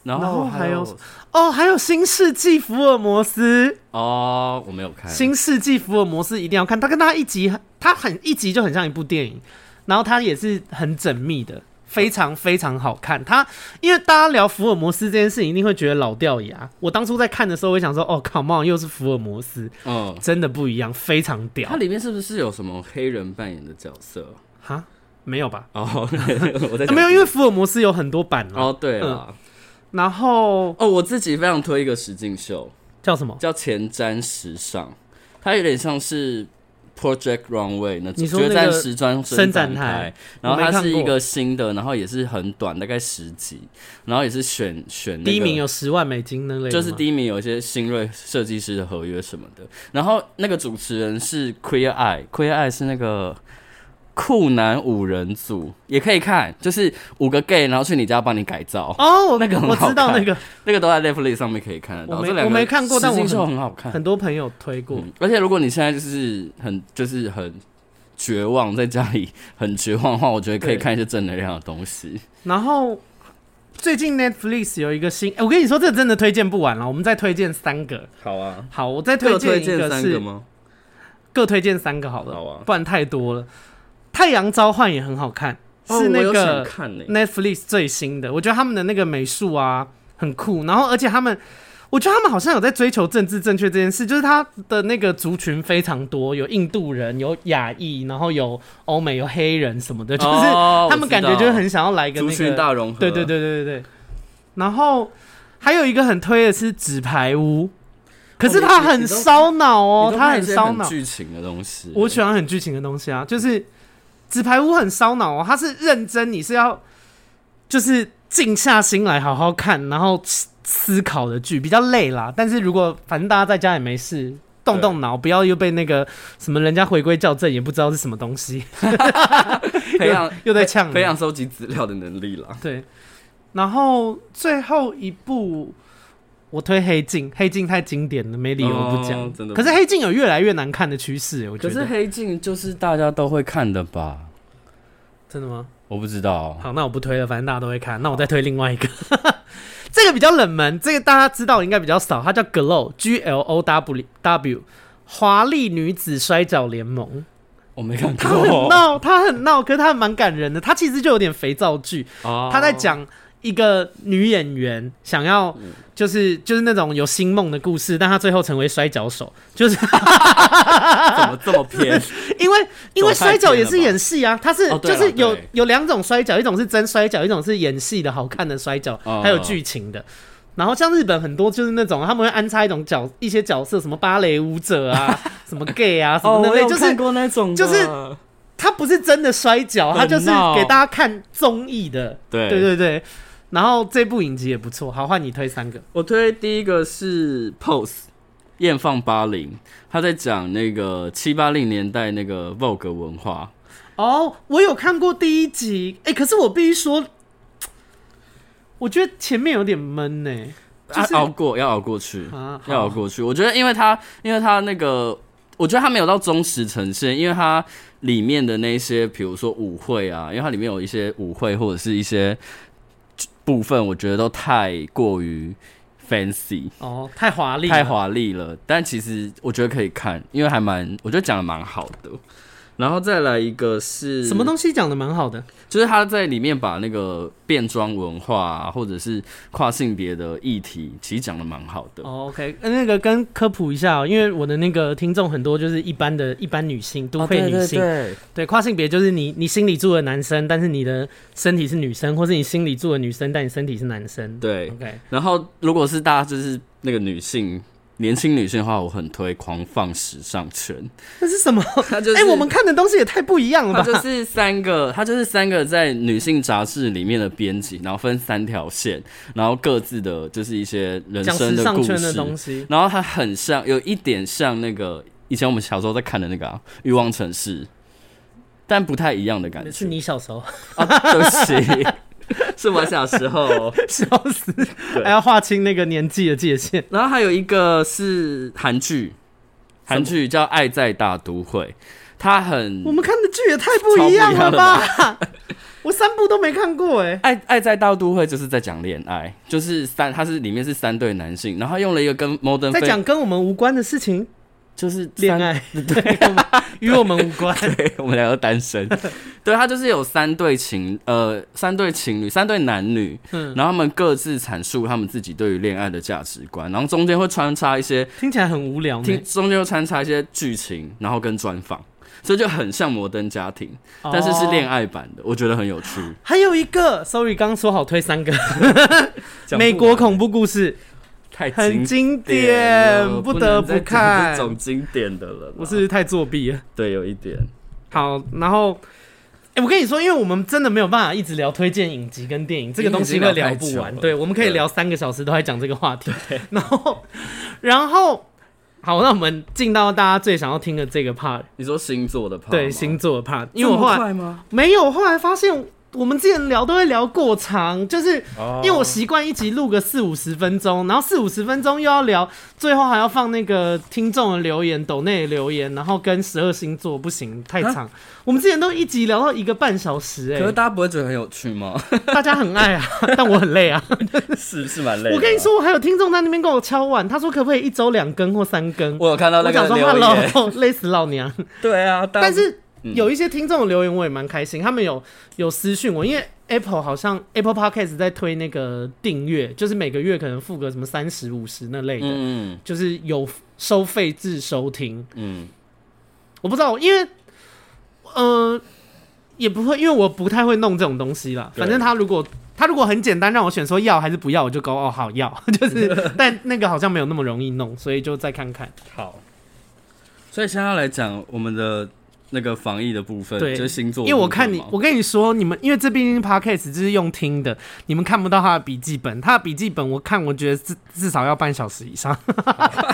[SPEAKER 2] 然
[SPEAKER 1] 然
[SPEAKER 2] 后
[SPEAKER 1] 后还
[SPEAKER 2] 还
[SPEAKER 1] 有哦，还有《新世纪福尔摩斯》，
[SPEAKER 2] 哦，我没有看。
[SPEAKER 1] 《新世纪福尔摩斯》一定要看，它跟它一集，它很一集就很像一部电影，然后它也是很缜密的，非常非常好看。它因为大家聊福尔摩斯这件事情，一定会觉得老掉牙。我当初在看的时候，我也想说，哦，Come on，又是福尔摩斯，
[SPEAKER 2] 嗯，
[SPEAKER 1] 真的不一样，非常
[SPEAKER 2] 它
[SPEAKER 1] 屌
[SPEAKER 2] 里面是不是有什么黑人扮演的角色？
[SPEAKER 1] 哈，没有吧？
[SPEAKER 2] 哦， 我在
[SPEAKER 1] 啊没有，因
[SPEAKER 2] 为
[SPEAKER 1] 为福尔摩斯有很多版哦。
[SPEAKER 2] 哦，对了，
[SPEAKER 1] 然后
[SPEAKER 2] 哦，我自己非常推一个实境秀，
[SPEAKER 1] 叫什么？
[SPEAKER 2] 叫前瞻时尚，它有点像是 Project Runway 那种，
[SPEAKER 1] 你说
[SPEAKER 2] 决
[SPEAKER 1] 那
[SPEAKER 2] 战
[SPEAKER 1] 个
[SPEAKER 2] 时装
[SPEAKER 1] 伸展
[SPEAKER 2] 台
[SPEAKER 1] 台，
[SPEAKER 2] 然后
[SPEAKER 1] 我没
[SPEAKER 2] 它
[SPEAKER 1] 看
[SPEAKER 2] 是一
[SPEAKER 1] 过
[SPEAKER 2] 个新的，然后也是很短，大概十集，然后也是选选那个
[SPEAKER 1] 第一名有十万美金那类的吗，
[SPEAKER 2] 就是第一名有一些新锐设计师的合约什么的，然后那个主持人是 Queer Eye，Queer Eye 是那个酷男五人组，也可以看，就是五个 gay 然后去你家帮你改造，
[SPEAKER 1] 哦，我
[SPEAKER 2] 那 个很
[SPEAKER 1] 我
[SPEAKER 2] 好
[SPEAKER 1] 知道
[SPEAKER 2] 看
[SPEAKER 1] 那个，
[SPEAKER 2] 那个都在 Netflix 上面可以看得到。
[SPEAKER 1] 我没
[SPEAKER 2] 这两个
[SPEAKER 1] 我没看过但我
[SPEAKER 2] 实境秀
[SPEAKER 1] 很
[SPEAKER 2] 很好看，
[SPEAKER 1] 很多朋友推过。
[SPEAKER 2] 嗯而且如果你现在就是很就是很绝望，在家里很绝望的话，我觉得可以
[SPEAKER 1] 对
[SPEAKER 2] 看一些正能量的东西。
[SPEAKER 1] 然后最近 Netflix 有一个新，欸我跟你说，这真的推荐不完了，我们再推荐三个。
[SPEAKER 2] 好啊，
[SPEAKER 1] 好，我再
[SPEAKER 2] 各
[SPEAKER 1] 推
[SPEAKER 2] 哦推
[SPEAKER 1] 荐一
[SPEAKER 2] 荐三
[SPEAKER 1] 是
[SPEAKER 2] 个吗？
[SPEAKER 1] 各推荐三个好了，
[SPEAKER 2] 好啊
[SPEAKER 1] 不然太多了。太阳召唤也很好看，
[SPEAKER 2] 哦
[SPEAKER 1] 是
[SPEAKER 2] 我
[SPEAKER 1] 那
[SPEAKER 2] 有想
[SPEAKER 1] 个
[SPEAKER 2] 看呢，
[SPEAKER 1] Netflix 最新的，我觉得他们的那个美术啊很酷，然后而且他们。我觉得他们好像有在追求政治正确这件事，就是他的那个族群非常多，有印度人，有亚裔，然后有欧美，有黑人什么的，就是
[SPEAKER 2] 哦
[SPEAKER 1] 他们
[SPEAKER 2] 我知
[SPEAKER 1] 感觉
[SPEAKER 2] 道
[SPEAKER 1] 就是很想要来一个、那
[SPEAKER 2] 族
[SPEAKER 1] 个、
[SPEAKER 2] 群大融合，
[SPEAKER 1] 对对对对对对，然后还有一个很推的是纸牌屋，可是它
[SPEAKER 2] 哦你
[SPEAKER 1] 很
[SPEAKER 2] 你都
[SPEAKER 1] 烧脑哦
[SPEAKER 2] 你，都
[SPEAKER 1] 它
[SPEAKER 2] 看
[SPEAKER 1] 很
[SPEAKER 2] 一些
[SPEAKER 1] 烧脑。
[SPEAKER 2] 剧情的东西。
[SPEAKER 1] 我喜欢很剧情的东西啊，就是纸牌屋很烧脑哦，它是认真，你是要就是静下心来好好看，然后思思考的剧，比较累啦。但是如果反正大家在家也没事。动动脑，不要又被那个什么人家回归校正，也不知道是什么东西。
[SPEAKER 2] 培养
[SPEAKER 1] 又在呛你
[SPEAKER 2] 培养收集资料的能力啦。
[SPEAKER 1] 对，然后最后一部我推黑镜《黑镜》，《太经典了，没理由不讲、
[SPEAKER 2] 哦真的
[SPEAKER 1] 可是《黑镜》有越来越难看的趋势，欸我觉
[SPEAKER 2] 可是
[SPEAKER 1] 得。
[SPEAKER 2] 黑镜就是大家都会看的吧？
[SPEAKER 1] 真的吗？
[SPEAKER 2] 我不知道，
[SPEAKER 1] 好，那我不推了，反正大家都会看。那我再推另外一个， 这个比较冷门，这个大家知道应该比较少，它叫 Glow，G L O W W，华丽女子摔跤联盟。
[SPEAKER 2] 我没看
[SPEAKER 1] 它 很
[SPEAKER 2] 过。
[SPEAKER 1] 闹，它很闹，可是它还蛮感人的。它其实就有点肥皂剧，
[SPEAKER 2] 哦
[SPEAKER 1] 他在讲一个女演员想要就是就是那种有星梦的故事，但她最后成为摔跤手，就是
[SPEAKER 2] 怎么这么偏？
[SPEAKER 1] 因为因为
[SPEAKER 2] 走太
[SPEAKER 1] 摔跤
[SPEAKER 2] 偏
[SPEAKER 1] 也
[SPEAKER 2] 了
[SPEAKER 1] 是
[SPEAKER 2] 吧
[SPEAKER 1] 演戏啊，她是
[SPEAKER 2] 哦对
[SPEAKER 1] 就
[SPEAKER 2] 啦
[SPEAKER 1] 是有
[SPEAKER 2] 对
[SPEAKER 1] 有两种摔跤，一种是真摔跤，一种是演戏的好看的摔跤，
[SPEAKER 2] 哦
[SPEAKER 1] 还有剧情的。然后像日本很多就是那种他们会安插一种角一些角色，什么芭蕾舞者 啊，什么 gay
[SPEAKER 2] 哦
[SPEAKER 1] 啊，什么那类，就是
[SPEAKER 2] 过那种的
[SPEAKER 1] 就是他不是真的摔跤，
[SPEAKER 2] 很
[SPEAKER 1] 他就是
[SPEAKER 2] 闹
[SPEAKER 1] 给大家看综艺的。
[SPEAKER 2] 对
[SPEAKER 1] 对对对。然后这部影集也不错，好，换你推三个。
[SPEAKER 2] 我推第一个是 Pose。艳放八零，他在讲那个七八零年代那个 Vogue 文化，
[SPEAKER 1] 哦，我有看过第一集，哎、可是我必须说，我觉得前面有点闷呢、就是
[SPEAKER 2] 啊熬过要熬过去，
[SPEAKER 1] 啊，
[SPEAKER 2] 要熬过去。我觉得，因为他，因为他那个，我觉得他没有到忠实呈现，因为他里面的那些，比如说舞会啊，因为它里面有一些舞会或者是一些部分，我觉得都太过于 fancy，
[SPEAKER 1] 哦，太华丽了，
[SPEAKER 2] 太华丽了。但其实我觉得可以看，因为还蛮，我觉得讲的蛮好的。然后再来一个是
[SPEAKER 1] 什么东西讲的蛮好的，
[SPEAKER 2] 就是他在里面把那个变装文化、啊、或者是跨性别的议题，其实讲的蛮好的。
[SPEAKER 1] 哦，OK，呃那个跟科普一下、哦，因为我的那个听众很多就是一般的一般女性，都会女性，
[SPEAKER 2] 哦对对对
[SPEAKER 1] 对，跨性别就是你你心里住的男生，但是你的身体是女生，或是你心里住的女生，但你身体是男生。
[SPEAKER 2] 对
[SPEAKER 1] OK，
[SPEAKER 2] 然后，如果是大家就是那个女性、年轻女性的话，我很推《狂放时尚圈》，
[SPEAKER 1] 这是什么？
[SPEAKER 2] 它就是
[SPEAKER 1] 哎、我们看的东西也太不一样了
[SPEAKER 2] 它
[SPEAKER 1] 吧？
[SPEAKER 2] 就是三个，它就是三个在女性杂志里面的编辑，然后分三条线，然后各自的就是一些人
[SPEAKER 1] 讲
[SPEAKER 2] 生
[SPEAKER 1] 时
[SPEAKER 2] 的
[SPEAKER 1] 尚
[SPEAKER 2] 故
[SPEAKER 1] 圈
[SPEAKER 2] 事，
[SPEAKER 1] 的东西。
[SPEAKER 2] 然后它很像，有一点像那个以前我们小时候在看的那个、啊《欲望城市》，但不太一样的感
[SPEAKER 1] 是
[SPEAKER 2] 觉。
[SPEAKER 1] 你小时候，
[SPEAKER 2] 啊，对不起。 是我小时候，
[SPEAKER 1] 笑死，还要划清那个年纪的界限。
[SPEAKER 2] 然后还有一个是韩剧，韩剧叫《爱在大都会》，它很
[SPEAKER 1] 我们看的剧也太嗯不一样了
[SPEAKER 2] 超
[SPEAKER 1] 吧？我三部都没看过哎、
[SPEAKER 2] 爱爱在大都会就是在讲恋爱，就是三，它是里面是三对男性，然后用了一个跟 Modern
[SPEAKER 1] 在
[SPEAKER 2] Fam-
[SPEAKER 1] 讲跟我们无关的事情，
[SPEAKER 2] 就是
[SPEAKER 1] 恋
[SPEAKER 2] 三，
[SPEAKER 1] 爱，对，与我们无关。
[SPEAKER 2] 对我们两个都单 身，对，它就是有三对情，呃，三对情侣，三对男女，
[SPEAKER 1] 嗯
[SPEAKER 2] 然后他们各自阐述他们自己对于恋爱的价值观，然后中间会穿插一些
[SPEAKER 1] 听起来很无聊欸呢
[SPEAKER 2] 听，。中间会穿插一些剧情，然后跟专访。所以就很像《摩登家庭》，但是是恋
[SPEAKER 1] 哦。
[SPEAKER 2] 爱版的，我觉得很有趣。
[SPEAKER 1] 还有一个，sorry，刚刚说好推三个
[SPEAKER 2] 讲不完
[SPEAKER 1] 美国恐怖故事，
[SPEAKER 2] 太
[SPEAKER 1] 很经
[SPEAKER 2] 典了，
[SPEAKER 1] 典，不得
[SPEAKER 2] 不能再
[SPEAKER 1] 不
[SPEAKER 2] 讲
[SPEAKER 1] 看
[SPEAKER 2] 这。种经典的了啦。
[SPEAKER 1] 我是不是太作弊了？
[SPEAKER 2] 对有一点，
[SPEAKER 1] 好，然后，哎、我跟你说，因为我们真的没有办法一直聊推荐影集跟电影，这个东西会聊不
[SPEAKER 2] 因为已经聊太
[SPEAKER 1] 完。
[SPEAKER 2] 久了
[SPEAKER 1] 对，我们可以聊三个小时都在讲这个话题。 然后，然后，好，那我们进到大家最想要听的这个 part，
[SPEAKER 2] 你说星座的怕
[SPEAKER 1] 对
[SPEAKER 2] 吗
[SPEAKER 1] 星座的 part，因为我后来
[SPEAKER 2] 这么快吗？
[SPEAKER 1] 没有，后来发现我们之前聊都会聊过长，就是
[SPEAKER 2] 哦
[SPEAKER 1] 因为我习惯一集录个四五十分钟，然后四五十分钟又要聊，最后还要放那个听众的留言、抖内的留言，然后跟十二星座不行，太长。我们之前都一集聊到一个半小时、
[SPEAKER 2] 啊
[SPEAKER 1] 欸
[SPEAKER 2] 可是大家不会觉得很有趣吗？
[SPEAKER 1] 哎，大家很爱啊，但我很累啊。
[SPEAKER 2] 是是蛮累的。
[SPEAKER 1] 我跟你，说，我还有听众在那边跟我敲碗，他说可不可以一周两更或三更？
[SPEAKER 2] 我有看到那
[SPEAKER 1] 我
[SPEAKER 2] 个
[SPEAKER 1] 想说
[SPEAKER 2] 留言，
[SPEAKER 1] ，Hello，累死老娘。
[SPEAKER 2] 对啊，大家
[SPEAKER 1] 但是有一些听众的留言我也蛮开心，他们有有私讯我，因为 Apple 好像 Apple Podcast 在推那个订阅，就是每个月可能付个什么三十五十那类的，
[SPEAKER 2] 嗯
[SPEAKER 1] 就是有收费制收听。
[SPEAKER 2] 嗯，
[SPEAKER 1] 我不知道，因为呃，也不会，因为我不太会弄这种东西啦。
[SPEAKER 2] 对
[SPEAKER 1] 反正他如果他如果很简单让我选说要还是不要，我就勾哦好要， 就是但那个好像没有那么容易弄，所以就再看看。
[SPEAKER 2] 好，所以现在要来讲我们的那个防疫的部分，
[SPEAKER 1] 对
[SPEAKER 2] 就是星座的部分嘛。
[SPEAKER 1] 因为我看你，我跟你说，你们因为这毕竟是 podcast 就是用听的，你们看不到他的笔记本。他的笔记本我看，我觉得至至少要半小时以上。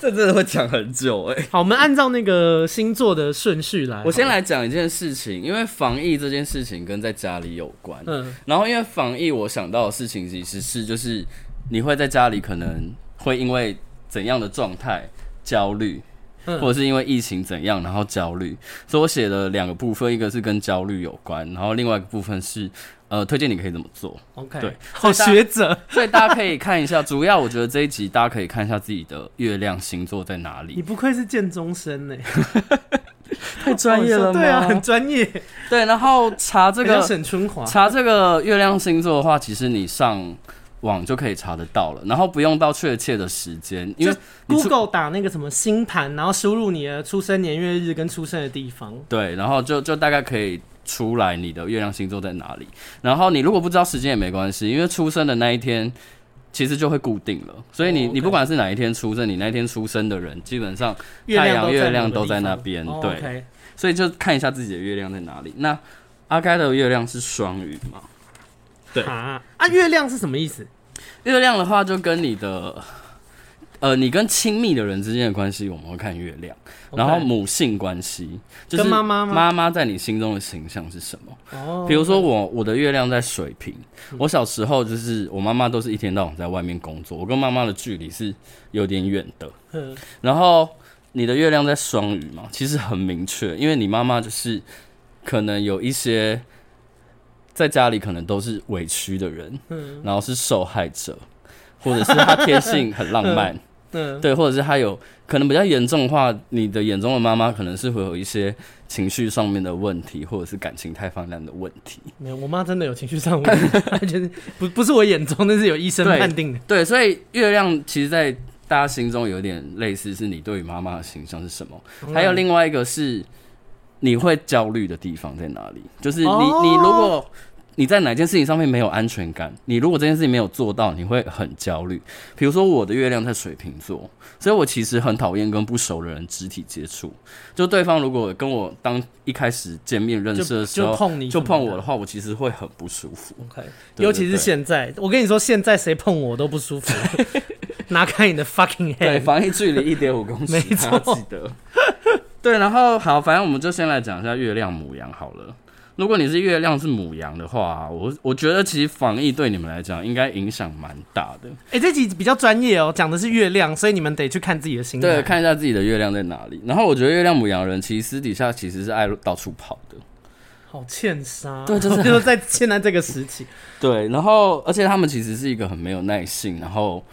[SPEAKER 2] 这真的会讲很久哎、
[SPEAKER 1] 好，我们按照那个星座的顺序来。
[SPEAKER 2] 我先，来讲一件事情，因为防疫这件事情跟在家里有关。
[SPEAKER 1] 嗯，
[SPEAKER 2] 然后因为防疫，我想到的事情其实是就是你会在家里可能会因为怎样的状态焦虑。
[SPEAKER 1] 嗯
[SPEAKER 2] 或者是因为疫情怎样，然后焦虑，所以我写了两个部分，一个是跟焦虑有关，然后另外一个部分是，呃，推荐你可以怎么做。
[SPEAKER 1] ，OK，
[SPEAKER 2] 对
[SPEAKER 1] 好学者，
[SPEAKER 2] 所以大家可以看一下，主要我觉得这一集大家可以看一下自己的月亮星座在哪
[SPEAKER 1] 你
[SPEAKER 2] 里。
[SPEAKER 1] 不愧是建中生 呢、
[SPEAKER 2] 太
[SPEAKER 1] 对啊，很专业。
[SPEAKER 2] 对，然后查这
[SPEAKER 1] 这个
[SPEAKER 2] 个
[SPEAKER 1] 沈春华，
[SPEAKER 2] 查这个月亮星座的话，其实你上网就可以查得到了，然后不用到确切的时间，因为你出
[SPEAKER 1] Google 打那个什么星盘，然后输入你的出生年月日跟出生的地方。
[SPEAKER 2] 对，然后就就大概可以出来你的月亮星座在哪里。然后你如果不知道时间也没关系，因为出生的那一天其实就会固定了，所以你、
[SPEAKER 1] 哦，OK
[SPEAKER 2] 你不管是哪一天出生，你那一天出生的人基本上太阳
[SPEAKER 1] 月
[SPEAKER 2] 月
[SPEAKER 1] 亮
[SPEAKER 2] 亮
[SPEAKER 1] 都
[SPEAKER 2] 都
[SPEAKER 1] 在
[SPEAKER 2] 在
[SPEAKER 1] 那
[SPEAKER 2] 那
[SPEAKER 1] 个
[SPEAKER 2] 边，
[SPEAKER 1] 地方
[SPEAKER 2] 对。
[SPEAKER 1] 哦，OK
[SPEAKER 2] 所以就看一下自己的月亮在哪里。那阿该的月亮是双鱼嘛？对
[SPEAKER 1] 啊啊，月亮是什么意思？
[SPEAKER 2] 月亮的话，就跟你的，呃，你跟亲密的人之间的关系，我们会看月亮。然后
[SPEAKER 1] OK
[SPEAKER 2] 母性关系，就是
[SPEAKER 1] 跟妈妈吗
[SPEAKER 2] 妈妈在你心中的形象是什么？
[SPEAKER 1] 哦
[SPEAKER 2] 比如说我，我的月亮在水瓶。我小时候就是我妈妈都是一天到晚在外面工作，我跟妈妈的距离是有点远的。
[SPEAKER 1] 嗯
[SPEAKER 2] 然后你的月亮在双鱼嘛，其实很明确，因为你妈妈就是可能有一些在家里可能都是委屈的人，
[SPEAKER 1] 嗯
[SPEAKER 2] 然后是受害者，或者是她天性很浪漫，
[SPEAKER 1] 嗯，
[SPEAKER 2] 对，或者是她有可能比较严重的话，你的眼中的妈妈可能是会有一些情绪上面的问题，或者是感情太泛滥的问题。
[SPEAKER 1] 没有，我妈真的有情绪上问题，她就是不不是我眼中，那是有医生
[SPEAKER 2] 对
[SPEAKER 1] 判定的。
[SPEAKER 2] 对，所以月亮其实，在大家心中有点类似，是你对于妈妈的形象是什么？ 还有另外一个是，你会焦虑的地方在哪里？就是你，
[SPEAKER 1] 哦
[SPEAKER 2] 你如果你在哪件事情上面没有安全感，你如果这件事情没有做到，你会很焦虑。比如说我的月亮在水瓶座，所以我其实很讨厌跟不熟的人肢体接触。就对方如果跟我当一开始见面认识
[SPEAKER 1] 嗯就
[SPEAKER 2] 的时
[SPEAKER 1] 就
[SPEAKER 2] 候
[SPEAKER 1] 碰你，
[SPEAKER 2] 就碰我的。话，我其实会很不舒服。
[SPEAKER 1] OK，
[SPEAKER 2] 对
[SPEAKER 1] 尤其是
[SPEAKER 2] 对
[SPEAKER 1] 现在，我跟你说，现在谁碰我都不舒服。 拿开你的 fucking
[SPEAKER 2] 对，
[SPEAKER 1] head，
[SPEAKER 2] 防疫距离一点五公尺，
[SPEAKER 1] 没
[SPEAKER 2] 大家
[SPEAKER 1] 错
[SPEAKER 2] 记得。 对，然后好，反正我们就先来讲一下月亮母羊好了。如果你是月亮是母羊的话，我我觉得其实防疫对你们来讲应该影响蛮大的。
[SPEAKER 1] 哎，这集比较专业哦，讲的是月亮，所以你们得去看自己的星
[SPEAKER 2] 对，
[SPEAKER 1] 盘。
[SPEAKER 2] 看一下自己的月亮在哪里。然后我觉得月亮母羊人其实私底下其实是爱到处跑的。
[SPEAKER 1] 好欠杀，
[SPEAKER 2] 对就 是
[SPEAKER 1] 就是在现在这个时期，
[SPEAKER 2] 对，然后而且他们其实是一个很没有耐性，然后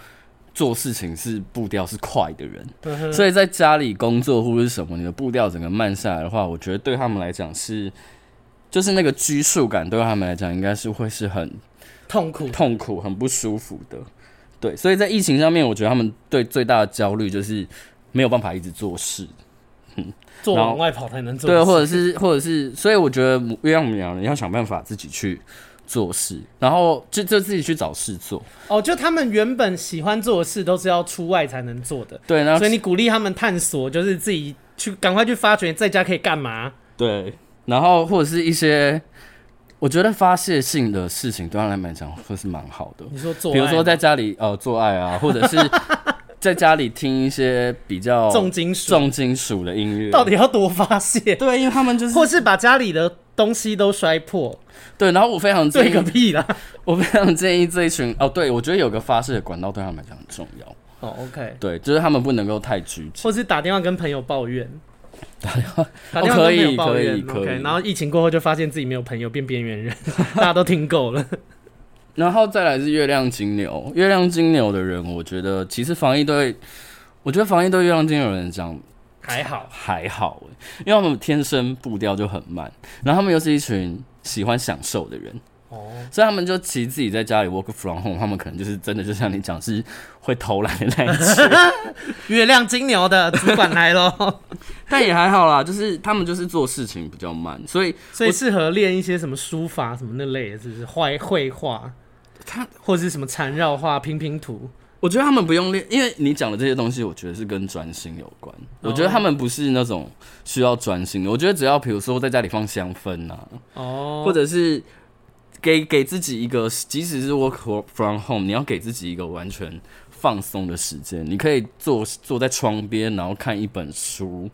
[SPEAKER 2] 做事情是步调是快的人。所以在家里工作或者是什么，你的步调整个慢下来的话，我觉得对他们来讲是，就是那个拘束感对他们来讲应该是会是很
[SPEAKER 1] 痛苦。
[SPEAKER 2] 痛苦、很不舒服的。对，所以在疫情上面，我觉得他们对最大的焦虑就是没有办法一直做事，
[SPEAKER 1] 做
[SPEAKER 2] 然后
[SPEAKER 1] 往外跑才能做事。
[SPEAKER 2] 对，或者是或者是，所以我觉得母月亮母羊人要想办法自己去做事，然后就就自己去找事做。
[SPEAKER 1] 哦，就他们原本喜欢做的事都是要出外才能做的，
[SPEAKER 2] 对，然后
[SPEAKER 1] 所以你鼓励他们探索，就是自己去赶快去发掘在家可以干嘛。
[SPEAKER 2] 对，然后或者是一些我觉得发泄性的事情，对他们来讲会是蛮好的。
[SPEAKER 1] 你说做爱
[SPEAKER 2] 比
[SPEAKER 1] 吗，
[SPEAKER 2] 如说在家里呃做爱啊， 或者是在家里听一些比较
[SPEAKER 1] 重金属，
[SPEAKER 2] 重金属的音乐。
[SPEAKER 1] 到底要多发泄，
[SPEAKER 2] 对，因为他们就是
[SPEAKER 1] 或是把家里的东西都摔破，
[SPEAKER 2] 对，然后我非常
[SPEAKER 1] 对
[SPEAKER 2] 建
[SPEAKER 1] 个
[SPEAKER 2] 议，
[SPEAKER 1] 屁啦！
[SPEAKER 2] 我非常建议这一群哦，对我觉得有个发泄的管道对他们来讲很重要。
[SPEAKER 1] 哦，OK，
[SPEAKER 2] 对，就是他们不能够太拘谨。
[SPEAKER 1] 或是打电话跟朋友抱怨。打
[SPEAKER 2] 哦
[SPEAKER 1] 电话
[SPEAKER 2] 可
[SPEAKER 1] 跟朋
[SPEAKER 2] 以
[SPEAKER 1] 友抱
[SPEAKER 2] 可
[SPEAKER 1] 怨
[SPEAKER 2] 以可
[SPEAKER 1] o k
[SPEAKER 2] 以
[SPEAKER 1] 然后疫情过后就发现自己没有朋友，变边缘人， 大家都听够了。
[SPEAKER 2] 然后再来是月亮金牛，月亮金牛的人，我觉得其实防疫对，我觉得防疫对月亮金牛的人讲
[SPEAKER 1] 还好，
[SPEAKER 2] 还好欸，因为他们天生步调就很慢，然后他们又是一群喜欢享受的人，
[SPEAKER 1] 哦，
[SPEAKER 2] 所以他们就其实自己在家里 work from home，他们可能就是真的就像你讲是会偷懒的那一种，
[SPEAKER 1] 月亮金牛的主管来咯，
[SPEAKER 2] 但也还好啦，就是他们就是做事情比较慢，所以
[SPEAKER 1] 所以适合练一些什么书法什么那类的，是不是？画绘画
[SPEAKER 2] 他
[SPEAKER 1] 或者是什么缠绕画、拼拼图，
[SPEAKER 2] 我觉得他们不用练，因为你讲的这些东西，我觉得是跟专心有关。
[SPEAKER 1] 哦
[SPEAKER 2] 我觉得他们不是那种需要专心的，我觉得只要比如说在家里放香氛啊，
[SPEAKER 1] 哦，
[SPEAKER 2] 或者是给给自己一个，即使是 work from home，你要给自己一个完全放松的时间。你可以坐坐在窗边，然后看一本书，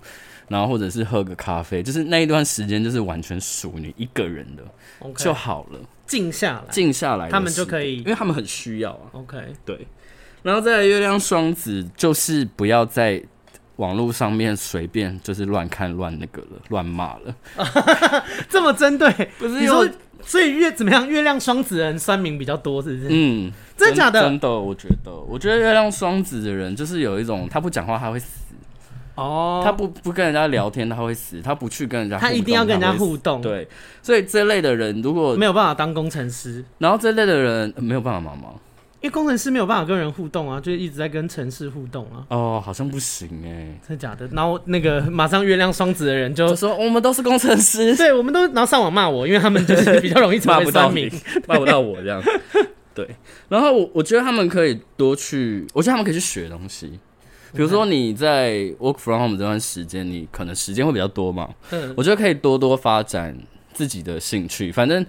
[SPEAKER 2] 然后或者是喝个咖啡，就是那一段时间就是完全属你一个人的
[SPEAKER 1] OK
[SPEAKER 2] 就好了，
[SPEAKER 1] 静下来
[SPEAKER 2] 静下来的时间，
[SPEAKER 1] 他们就可以
[SPEAKER 2] 因为他们很需要啊。
[SPEAKER 1] ，OK，
[SPEAKER 2] 对，然后再来月亮双子，就是不要在网络上面随便就是乱看乱那个了，乱骂了。
[SPEAKER 1] 这么针对，不
[SPEAKER 2] 是
[SPEAKER 1] 你
[SPEAKER 2] 有
[SPEAKER 1] 说，所以月怎么样？月亮双子人酸民比较多，是不是？
[SPEAKER 2] 嗯，
[SPEAKER 1] 真的假的
[SPEAKER 2] 真的，我觉得，我觉得月亮双子的人就是有一种他不讲话他会死，
[SPEAKER 1] 哦
[SPEAKER 2] 他不不跟人家聊天他会死，他不去跟人家
[SPEAKER 1] 他
[SPEAKER 2] 互动
[SPEAKER 1] 一定要跟人家
[SPEAKER 2] 他会死
[SPEAKER 1] 互动，，
[SPEAKER 2] 对，所以这类的人如果
[SPEAKER 1] 没有办法当工程师，
[SPEAKER 2] 然后这类的人、呃没有办法忙忙
[SPEAKER 1] 因为工程师没有办法跟人互动啊，就是一直在跟城市互动啊。
[SPEAKER 2] 哦，好像不行哎、
[SPEAKER 1] 真的假的？然后那个
[SPEAKER 2] 嗯
[SPEAKER 1] 马上月亮双子的人就
[SPEAKER 2] 我说我们都是工程师，
[SPEAKER 1] 对，我们都然后上网骂我，因为他们就是比较容易成
[SPEAKER 2] 骂
[SPEAKER 1] 为
[SPEAKER 2] 不到
[SPEAKER 1] 酸
[SPEAKER 2] 你
[SPEAKER 1] 民。，
[SPEAKER 2] 骂不到我这样。 对，然后我我觉得他们可以多去，我觉得他们可以去学东西。比如说你在 work from home 这段时间，你可能时间会比较多嘛，
[SPEAKER 1] 嗯，
[SPEAKER 2] 我觉得可以多多发展自己的兴趣。反正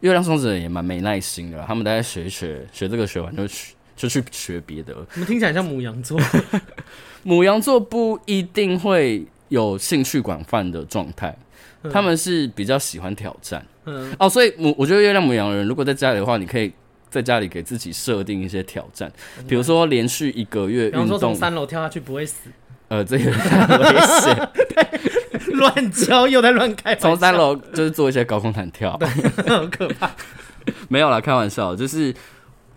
[SPEAKER 2] 月亮双子人也蛮没耐心的啦，他们大概学一学，学这个学完就去就去学别的了。
[SPEAKER 1] 我们听起来像母羊座，
[SPEAKER 2] 母羊座不一定会有兴趣广泛的状态，他们是比较喜欢挑战。
[SPEAKER 1] 嗯，
[SPEAKER 2] 哦，所以母我觉得月亮母羊的人，如果在家里的话，你可以在家里给自己设定一些挑战，比如说连续一个月
[SPEAKER 1] 比方
[SPEAKER 2] 运
[SPEAKER 1] 说从
[SPEAKER 2] 动，
[SPEAKER 1] 三楼跳下去不会死，
[SPEAKER 2] 呃，这有点危险。
[SPEAKER 1] 乱教又在乱开玩笑，
[SPEAKER 2] 从三楼就是做一些高空弹跳，
[SPEAKER 1] 很可怕。
[SPEAKER 2] 没有啦，开玩笑，就是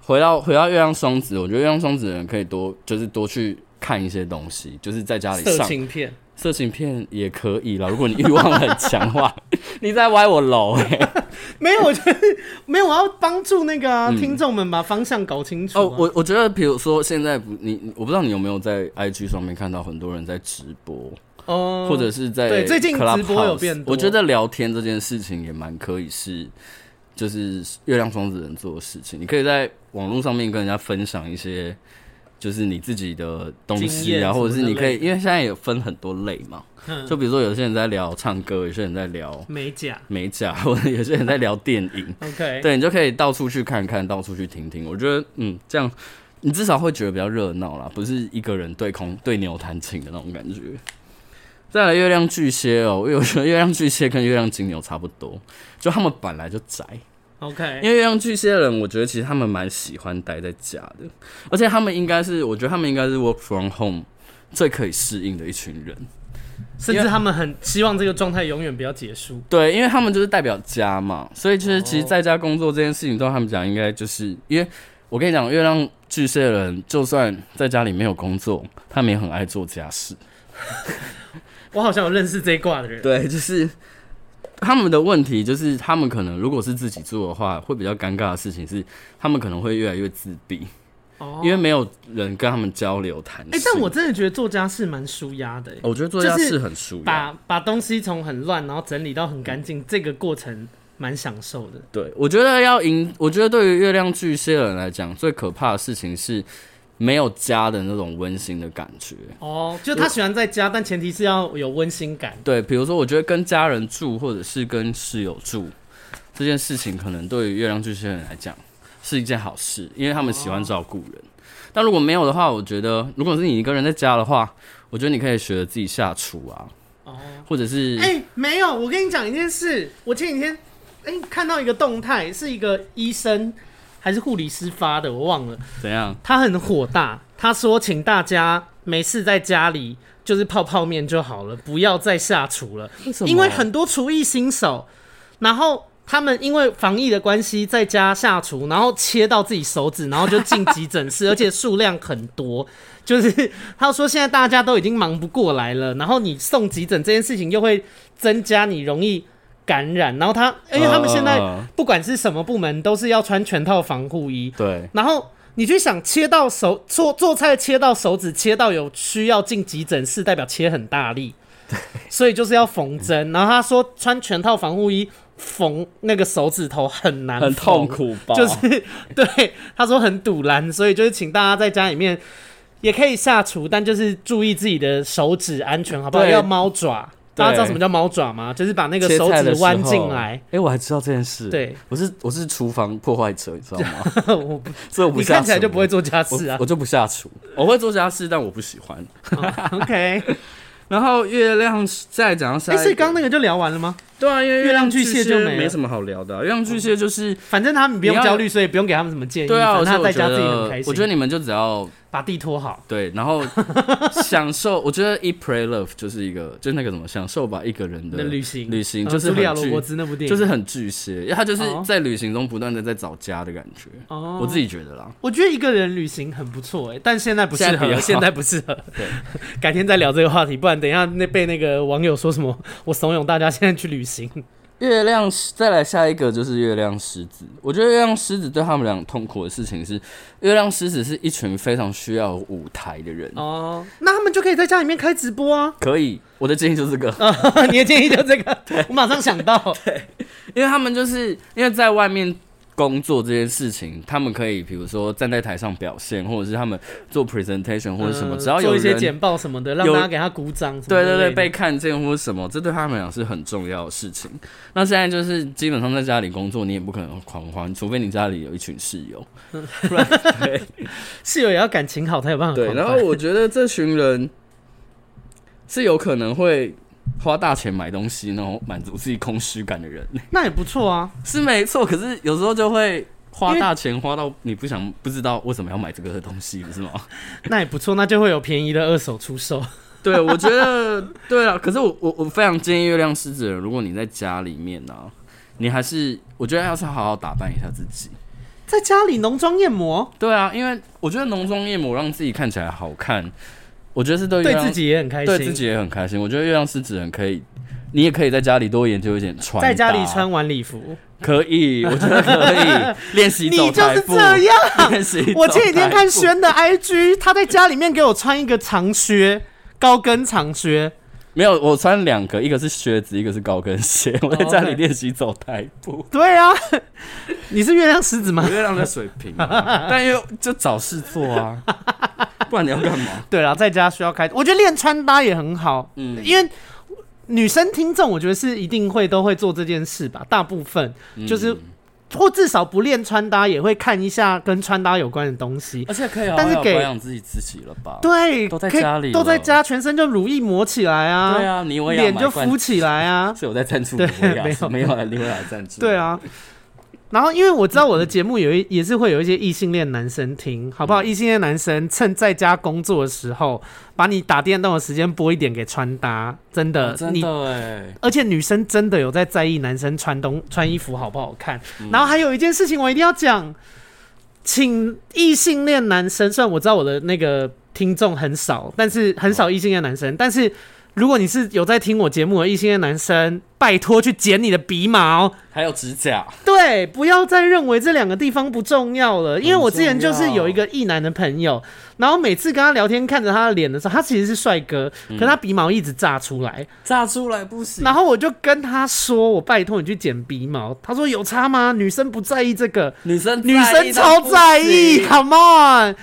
[SPEAKER 2] 回到回到月亮双子，我觉得月亮双子的人可以多就是多去看一些东西，就是在家里
[SPEAKER 1] 色
[SPEAKER 2] 上
[SPEAKER 1] 情片，
[SPEAKER 2] 色情片也可以啦。如果你欲望很强的话， 你在歪我楼、欸。
[SPEAKER 1] 没有，我觉得没有，我要帮助那个啊、听众们把方向搞清楚、啊。
[SPEAKER 2] 嗯哦，我我觉得，比如说现在不，你你我不知道你有没有在 IG 上面看到很多人在直播，
[SPEAKER 1] 哦
[SPEAKER 2] 或者是在
[SPEAKER 1] 对最近
[SPEAKER 2] Clubhouse
[SPEAKER 1] 直播有变多
[SPEAKER 2] 我觉得聊天这件事情也蛮可以是，就是月亮双子人做的事情。你可以在网络上面跟人家分享一些，就是你自己的东
[SPEAKER 1] 经
[SPEAKER 2] 西
[SPEAKER 1] 验
[SPEAKER 2] 啊，
[SPEAKER 1] 什么
[SPEAKER 2] 或者是你可以，
[SPEAKER 1] 之类
[SPEAKER 2] 因为现在有分很多类嘛，
[SPEAKER 1] 嗯
[SPEAKER 2] 就比如说有些人在聊唱歌，有些人在聊
[SPEAKER 1] 美甲
[SPEAKER 2] 美甲，或者有些人在聊电影。
[SPEAKER 1] ，OK，
[SPEAKER 2] 嗯对你就可以到处去看看，到处去听听。我觉得，嗯，这样你至少会觉得比较热闹啦，不是一个人对空对牛弹琴的那种感觉。再来月亮巨蟹哦，我有觉得月亮巨蟹跟月亮金牛差不多，就他们本来就宅，
[SPEAKER 1] ，OK，
[SPEAKER 2] 因为月亮巨蟹的人，我觉得其实他们蛮喜欢待在家的，而且他们应该是，我觉得他们应该是 work from home 最可以适应的一群人。
[SPEAKER 1] 甚至他们很希望这个状态永远不要结束。
[SPEAKER 2] 对，因为他们就是代表家嘛，所以就是其实
[SPEAKER 1] 哦
[SPEAKER 2] 在家工作这件事情，对他们讲，应该就是因为我跟你讲，月亮巨蟹的人就算在家里没有工作，他们也很爱做家事。
[SPEAKER 1] 我好像有认识这一挂的人，
[SPEAKER 2] 对，就是他们的问题，就是他们可能如果是自己做的话，会比较尴尬的事情是，他们可能会越来越自闭，
[SPEAKER 1] 哦
[SPEAKER 2] 因为没有人跟他们交流谈心。
[SPEAKER 1] 哎、但我真的觉得做家事蛮舒压的、欸
[SPEAKER 2] 我觉得做家
[SPEAKER 1] 就是
[SPEAKER 2] 事很哦舒压。
[SPEAKER 1] 把把东西从很乱，然后整理到很干净，这个过程蛮享受的。
[SPEAKER 2] 对，我觉得要赢，我觉得对于月亮巨蟹的人来讲，最可怕的事情是没有家的那种温馨的感觉。
[SPEAKER 1] 哦，就他喜欢在家，但前提是要有温馨感。
[SPEAKER 2] 对，比如说，我觉得跟家人住或者是跟室友住这件事情，可能对于月亮巨蟹的人来讲是一件好事，因为他们喜欢照顾人。但如果没有的话，我觉得如果是你一个人在家的话，我觉得你可以学着自己下厨啊，
[SPEAKER 1] 哦，
[SPEAKER 2] 或者是、
[SPEAKER 1] 哎、没有，我跟你讲一件事，我前几天哎、看到一个动态，是一个医生还是护理师发的，我忘了，
[SPEAKER 2] 怎样。
[SPEAKER 1] 他很火大，他说请大家没事在家里就是泡泡面就好了，不要再下厨了。
[SPEAKER 2] 为什么
[SPEAKER 1] 因为很多厨艺新手，然后他们因为防疫的关系，在家下厨，然后切到自己手指，然后就进急诊室，而且数量很多。 就是他说，现在大家都已经忙不过来了，然后你送急诊这件事情又会增加你容易感染，然后他，因为他们现在
[SPEAKER 2] 嗯嗯嗯
[SPEAKER 1] 不管是什么部门，都是要穿全套防护衣，
[SPEAKER 2] 对，
[SPEAKER 1] 然后你去想切到手做做菜切到手指切到有需要进急诊室，代表切很大力，所以就是要缝针。然后他说穿全套防护衣缝那个手指头很难，
[SPEAKER 2] 很痛。苦吧？
[SPEAKER 1] 就是 对他说很堵拦，所以就是请大家在家里面也可以下厨，但就是注意自己的手指安全，好不好？
[SPEAKER 2] 对
[SPEAKER 1] 要猫爪，大家知道什么叫猫爪吗？就是把那个手指弯进来。
[SPEAKER 2] 哎、我还知道这件事。
[SPEAKER 1] 对，
[SPEAKER 2] 我是我是厨房破坏者，你知道 吗？
[SPEAKER 1] 我不
[SPEAKER 2] 所以 我不
[SPEAKER 1] 你
[SPEAKER 2] 下
[SPEAKER 1] 看起来
[SPEAKER 2] 厨
[SPEAKER 1] 就不会做家事
[SPEAKER 2] 我
[SPEAKER 1] 啊。
[SPEAKER 2] 我就不下厨，我会做家事，但我不喜欢。
[SPEAKER 1] OK，
[SPEAKER 2] 然后月亮再讲到下
[SPEAKER 1] 哎，
[SPEAKER 2] 一个，
[SPEAKER 1] 所以刚刚那个就聊完了吗？
[SPEAKER 2] 对啊，因为
[SPEAKER 1] 月亮巨蟹就没了
[SPEAKER 2] 没什么好聊的啊、月亮巨蟹就是
[SPEAKER 1] 反正他们不
[SPEAKER 2] 你
[SPEAKER 1] 用
[SPEAKER 2] 要
[SPEAKER 1] 焦虑，所以不用给他们什么建议。
[SPEAKER 2] 对啊，
[SPEAKER 1] 反正
[SPEAKER 2] 所以
[SPEAKER 1] 他
[SPEAKER 2] 我
[SPEAKER 1] 在
[SPEAKER 2] 觉
[SPEAKER 1] 家自己
[SPEAKER 2] 得
[SPEAKER 1] 很开心。
[SPEAKER 2] 我觉得你们就只要
[SPEAKER 1] 把地拖好，
[SPEAKER 2] 对，然后享受。我觉得《一 Pray Love》就是一个，就是那个什么，享受吧一个人的
[SPEAKER 1] 那旅行
[SPEAKER 2] 旅行
[SPEAKER 1] 呃
[SPEAKER 2] 就是
[SPEAKER 1] 茱莉亚·
[SPEAKER 2] 很
[SPEAKER 1] 罗伯
[SPEAKER 2] 巨，
[SPEAKER 1] 兹那部电影，
[SPEAKER 2] 就是很巨蟹，因为他就是
[SPEAKER 1] 哦
[SPEAKER 2] 在旅行中不断的在找家的感觉。
[SPEAKER 1] 哦
[SPEAKER 2] 我自己觉得啦，
[SPEAKER 1] 我觉得一个人旅行很不错哎、但现在不适
[SPEAKER 2] 现在不
[SPEAKER 1] 合，
[SPEAKER 2] 要
[SPEAKER 1] 现在不适合。
[SPEAKER 2] 对，
[SPEAKER 1] 改天再聊这个话题，不然等一下那被那个网友说什么，我怂恿大家现在去旅行。
[SPEAKER 2] 月亮再来下一个就是月亮狮子，我觉得月亮狮子对他们俩痛苦的事情是，月亮狮子是一群非常需要舞台的人。
[SPEAKER 1] 哦，那他们就可以在家里面开直播啊。
[SPEAKER 2] 可以，我的建议就是这个，
[SPEAKER 1] 你的建议就这个，我马上想到。
[SPEAKER 2] 因为他们就是因为在外面工作这件事情，他们可以比如说站在台上表现，或者是他们做 presentation 或者什么，
[SPEAKER 1] 嗯
[SPEAKER 2] 只要有
[SPEAKER 1] 做一些
[SPEAKER 2] 人
[SPEAKER 1] 简报什么的，让
[SPEAKER 2] 有
[SPEAKER 1] 大家给他鼓掌什么
[SPEAKER 2] 对
[SPEAKER 1] 之类
[SPEAKER 2] 对
[SPEAKER 1] 的。
[SPEAKER 2] 对被看见或者什么，这对他们俩是很重要的事情。那现在就是基本上在家里工作，你也不可能狂欢，除非你家里有一群室友。
[SPEAKER 1] 室友也要感情好才有办法狂
[SPEAKER 2] 对，
[SPEAKER 1] 欢。
[SPEAKER 2] 然后我觉得这群人 是有可能会。花大钱买东西，然后满足自己空虚感的人
[SPEAKER 1] 那也不错啊。
[SPEAKER 2] 是没错，可是有时候就会花
[SPEAKER 1] 因为
[SPEAKER 2] 大钱花到你不想不知道为什么要买这个东西，不是吗？
[SPEAKER 1] 那也不错，那就会有便宜的二手出售。
[SPEAKER 2] 对，我觉得对啊。可是我我我非常建议月亮狮子的人，如果你在家里面呢、啊，你还是我觉得要是好好打扮一下自己。
[SPEAKER 1] 在家里浓妆艳抹，
[SPEAKER 2] 对啊，因为我觉得浓妆艳抹让自己看起来好看，我觉得是对月
[SPEAKER 1] 对
[SPEAKER 2] 亮
[SPEAKER 1] 自己也很开心。
[SPEAKER 2] 对自己也很开心。我觉得月亮狮子人可以，你也可以在家里多研究一点穿搭，
[SPEAKER 1] 在家里穿晚礼服，
[SPEAKER 2] 可以，我觉得可 以练习
[SPEAKER 1] 你
[SPEAKER 2] 走
[SPEAKER 1] 就
[SPEAKER 2] 台
[SPEAKER 1] 是
[SPEAKER 2] 步。
[SPEAKER 1] 这样。
[SPEAKER 2] 练习
[SPEAKER 1] 我
[SPEAKER 2] 走
[SPEAKER 1] 前几天
[SPEAKER 2] 台
[SPEAKER 1] 看
[SPEAKER 2] 步
[SPEAKER 1] 轩的 IG，他在家里面给我穿一个长靴，高跟长靴。
[SPEAKER 2] 没有，我穿两个，一个是靴子，一个是高跟鞋。我在家
[SPEAKER 1] 哦
[SPEAKER 2] 里练习走台步。
[SPEAKER 1] 对啊， 你是月亮狮子吗
[SPEAKER 2] 我？月亮的水平、 啊，但又就找事做啊，不然你要干嘛？
[SPEAKER 1] 对啦，在家需要开，我觉得练穿搭也很好，
[SPEAKER 2] 嗯
[SPEAKER 1] 因为。女生听众，我觉得是一定会都会做这件事吧，大部分
[SPEAKER 2] 嗯
[SPEAKER 1] 就是或至少不练穿搭，也会看一下跟穿搭有关的东西。
[SPEAKER 2] 而且可以
[SPEAKER 1] 但是给
[SPEAKER 2] 保养自己自己了吧？
[SPEAKER 1] 对，
[SPEAKER 2] 都在
[SPEAKER 1] 可以
[SPEAKER 2] 家里
[SPEAKER 1] 都在
[SPEAKER 2] 了
[SPEAKER 1] 家，全身就如意抹起来啊，
[SPEAKER 2] 对啊，你我也要
[SPEAKER 1] 脸
[SPEAKER 2] 买
[SPEAKER 1] 就
[SPEAKER 2] 罐
[SPEAKER 1] 浮起来啊，
[SPEAKER 2] 是我在赞助
[SPEAKER 1] 对
[SPEAKER 2] 维亚，
[SPEAKER 1] 没有
[SPEAKER 2] 是没有啊，另外来赞 助。
[SPEAKER 1] 对，啊。然后，因为我知道我的节目有一也是会有一些异性恋男生听，好不
[SPEAKER 2] 嗯
[SPEAKER 1] 好？异性恋男生趁在家工作的时候，把你打电动的时间拨一点给穿搭，真的，
[SPEAKER 2] 哦真
[SPEAKER 1] 你
[SPEAKER 2] 的哎，
[SPEAKER 1] 而且女生真的有在在意男生穿东穿衣服好不好看。然后还有一件事情我一定要讲，请异性恋男生，虽然我知道我的那个听众很少，但是很少异性恋男生，但是如果你是有在听我节目的异性恋男生，拜托去剪你的鼻毛，
[SPEAKER 2] 还有指甲，
[SPEAKER 1] 对，不要再认为这两个地方不重要了，因为我之前就是有一个异男的朋友，然后每次跟他聊天，看着他的脸的时候，他其实是帅哥，可他鼻毛一直炸出来，
[SPEAKER 2] 炸出来不行。
[SPEAKER 1] 然后我就跟他说：“我拜托你去剪鼻毛。”他说：“有差吗？女生不在意这个，
[SPEAKER 2] 女生
[SPEAKER 1] 女生超在意，Come on。”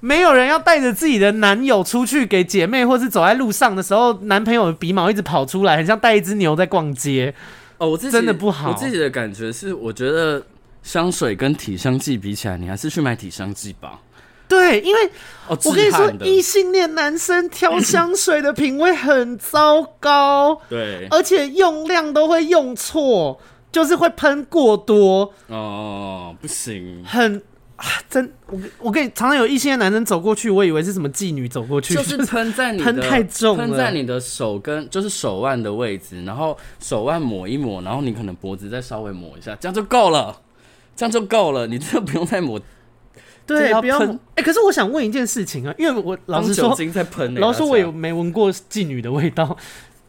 [SPEAKER 1] 没有人要带着自己的男友出去给姐妹，或是走在路上的时候，男朋友的鼻毛一直跑出来，很像带一只牛在逛街。
[SPEAKER 2] 哦，我自己
[SPEAKER 1] 真的不好
[SPEAKER 2] 我自己的感觉是，我觉得香水跟体香剂比起来，你还是去买体香剂吧。
[SPEAKER 1] 对，因为
[SPEAKER 2] 哦，
[SPEAKER 1] 我跟你说
[SPEAKER 2] 止汗，的
[SPEAKER 1] 异性恋男生挑香水的品味很糟糕，
[SPEAKER 2] 对
[SPEAKER 1] 而且用量都会用错，就是会喷过多，
[SPEAKER 2] 哦，不行，
[SPEAKER 1] 很啊真。我我跟你常常有异性恋男生走过去，我以为是什么妓女走过去，
[SPEAKER 2] 就是喷在你的
[SPEAKER 1] 喷太重了
[SPEAKER 2] 喷在你的手跟就是手腕的位置，然后手腕抹一抹，然后你可能脖子再稍微抹一下，这样就够了，这样就够了，你真的不用再抹，就是
[SPEAKER 1] 对，
[SPEAKER 2] 要
[SPEAKER 1] 不要抹。
[SPEAKER 2] 喷
[SPEAKER 1] 哎、可是我想问一件事情啊，因为我老
[SPEAKER 2] 当
[SPEAKER 1] 实
[SPEAKER 2] 酒
[SPEAKER 1] 说，
[SPEAKER 2] 精在喷、欸。
[SPEAKER 1] 老实说，
[SPEAKER 2] 大
[SPEAKER 1] 我
[SPEAKER 2] 家
[SPEAKER 1] 也没闻过妓女的味道。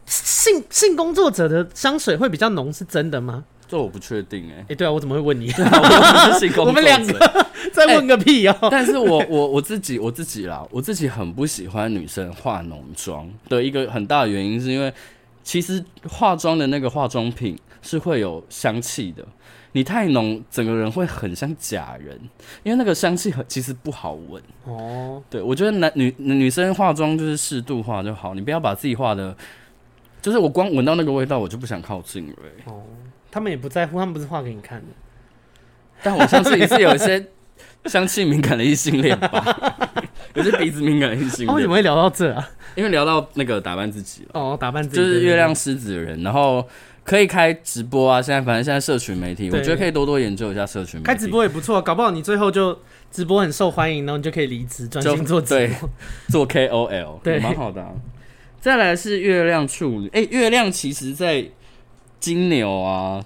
[SPEAKER 1] 性性工作者的香水会比较浓，是真的吗？
[SPEAKER 2] 这我不确 定哎、
[SPEAKER 1] 哎、对啊，我怎么会问你？
[SPEAKER 2] 我 不是性工作者
[SPEAKER 1] 我们两个再问个屁哦、
[SPEAKER 2] 但是我我我自己我自己啦，我自己很不喜欢女生化浓妆的一个很大的原因，是因为其实化妆的那个化妆品是会有香气的，你太浓，整个人会很像假人，因为那个香气很其实不好闻。
[SPEAKER 1] 哦，
[SPEAKER 2] 对我觉得男女女生化妆就是适度化就好，你不要把自己化的，就是我光闻到那个味道我就不想靠近了欸、
[SPEAKER 1] 他们也不在乎，他们不是画给你看的。
[SPEAKER 2] 但我相信你是有一些 香气敏感的异性恋吧， 有些鼻子敏感的异性
[SPEAKER 1] 哦，
[SPEAKER 2] 恋
[SPEAKER 1] 怎么。会聊到这啊？
[SPEAKER 2] 因为聊到那个打扮自己了，
[SPEAKER 1] 哦，打扮自己
[SPEAKER 2] 就是
[SPEAKER 1] 对
[SPEAKER 2] 月亮狮子的人，然后可以开直播啊。现在反正现在社群媒体，我
[SPEAKER 1] 对
[SPEAKER 2] 觉得可以多多研究一下社群媒体。
[SPEAKER 1] 开直播也不错，搞不好你最后就直播很受欢迎，然后你就可以离职专
[SPEAKER 2] 就
[SPEAKER 1] 心做直
[SPEAKER 2] 对
[SPEAKER 1] 播。
[SPEAKER 2] 做 KOL，
[SPEAKER 1] 对
[SPEAKER 2] 蛮好的啊、再来是月亮处女，哎、月亮其实在金牛啊、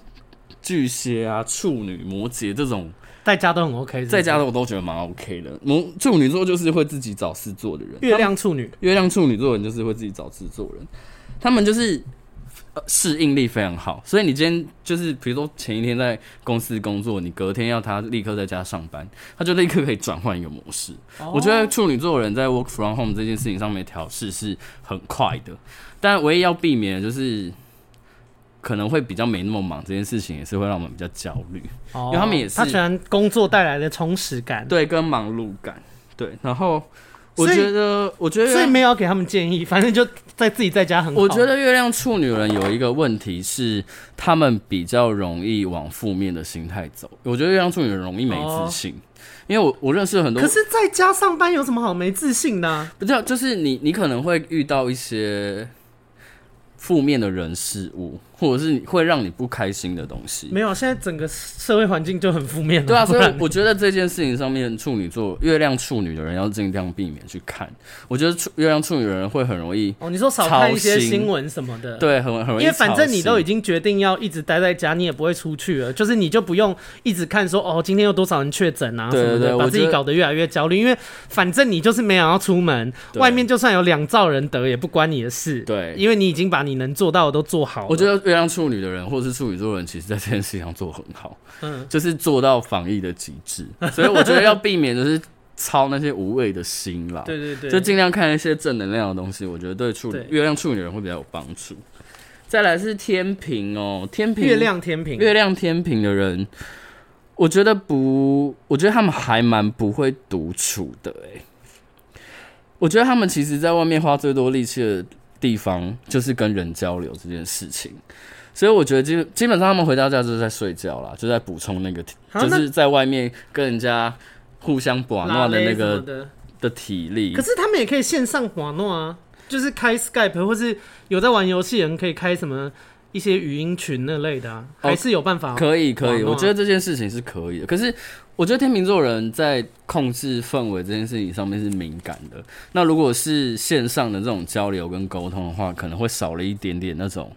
[SPEAKER 2] 巨蟹啊、处女、摩羯这种
[SPEAKER 1] 在家都很 OK，是不是
[SPEAKER 2] 在家的我都觉得蛮 OK 的。摩处女座就是会自己找事做的人，
[SPEAKER 1] 月亮处女
[SPEAKER 2] 月亮处女座人就是会自己找事做人，他们就是呃适应力非常好，所以你今天就是比如说前一天在公司工作，你隔天要他立刻在家上班，他就立刻可以转换一个模式。
[SPEAKER 1] 哦
[SPEAKER 2] 我觉得处女座人在 work from home 这件事情上面调试是很快的，但唯一要避免的就是。可能会比较没那么忙，这件事情也是会让我们比较焦虑，
[SPEAKER 1] 哦
[SPEAKER 2] 因为他们也是
[SPEAKER 1] 他喜欢工作带来的充实感，
[SPEAKER 2] 对，跟忙碌感，对。然后我
[SPEAKER 1] 所以
[SPEAKER 2] 觉得，我觉得
[SPEAKER 1] 所以没有给他们建议，反正就在自己在家很好。
[SPEAKER 2] 我觉得月亮处女人有一个问题是，他们比较容易往负面的心态走。我觉得月亮处女人容易没自信，因为我我认识很多
[SPEAKER 1] 哦可，是在家上班有什么好没自信的啊、
[SPEAKER 2] 不知道就是你你可能会遇到一些负面的人事物，或者是会让你不开心的东西。
[SPEAKER 1] 没有，现在整个社会环境就很负面了。
[SPEAKER 2] 对啊，
[SPEAKER 1] 不
[SPEAKER 2] 所以
[SPEAKER 1] 然
[SPEAKER 2] 我我觉得这件事情上面，处女座月亮处女的人要尽量避免去看。我觉得处月亮处女的人会很容易，
[SPEAKER 1] 哦，你说少看一些
[SPEAKER 2] 操心
[SPEAKER 1] 新闻什么的，，
[SPEAKER 2] 对，很很容易操
[SPEAKER 1] 因
[SPEAKER 2] 心，
[SPEAKER 1] 为反正你都已经决定要一直待在家，你也不会出去了，就是你就不用一直看说哦，今天有多少人确诊啊什
[SPEAKER 2] 对
[SPEAKER 1] 么的，
[SPEAKER 2] 对对
[SPEAKER 1] 把
[SPEAKER 2] 我
[SPEAKER 1] 自
[SPEAKER 2] 觉
[SPEAKER 1] 己
[SPEAKER 2] 得
[SPEAKER 1] 搞得越来越焦虑，因为反正你就是没想要出门，
[SPEAKER 2] 对
[SPEAKER 1] 外面就算有两兆人得也不关你的事，
[SPEAKER 2] 对
[SPEAKER 1] 因为你已经把你能做到的都做好了。
[SPEAKER 2] 我觉得月亮处女的人，或者是处女座的人，其实在这件事情上做得很好，
[SPEAKER 1] 嗯
[SPEAKER 2] 嗯，就是做到防疫的极致。所以我觉得要避免就是操那些无谓的心啦，
[SPEAKER 1] 对对对，
[SPEAKER 2] 就尽量看一些正能量的东西。我觉得对处女
[SPEAKER 1] 对
[SPEAKER 2] 月亮处女人会比较有帮助。再来是天平哦，天平
[SPEAKER 1] 月亮天平，
[SPEAKER 2] 月亮天平的人，我觉得不，我觉得他们还蛮不会独处的诶、我觉得他们其实在外面花最多力气的地方，就是跟人交流这件事情。所以我觉得基基本上他们回到家就是在睡觉啦，就在补充那个，
[SPEAKER 1] 啊
[SPEAKER 2] 就
[SPEAKER 1] 那
[SPEAKER 2] 是在外面跟人家互相玩
[SPEAKER 1] 拉
[SPEAKER 2] 闹的
[SPEAKER 1] 勒
[SPEAKER 2] 那
[SPEAKER 1] 什么
[SPEAKER 2] 个
[SPEAKER 1] 的。
[SPEAKER 2] 的体力
[SPEAKER 1] 可。是他们也可以线上滑弄啊，就是开 Skype 或是有在玩游戏的人可以开什么一些语音群那类的啊，
[SPEAKER 2] 哦
[SPEAKER 1] 还是有办法啊。
[SPEAKER 2] 可以可
[SPEAKER 1] 玩
[SPEAKER 2] 以，
[SPEAKER 1] 闹啊
[SPEAKER 2] 我觉得这件事情是可以的。可是我觉得天秤座人在控制氛围这件事情上面是敏感的。那如果是线上的这种交流跟沟通的话，可能会少了一点点那种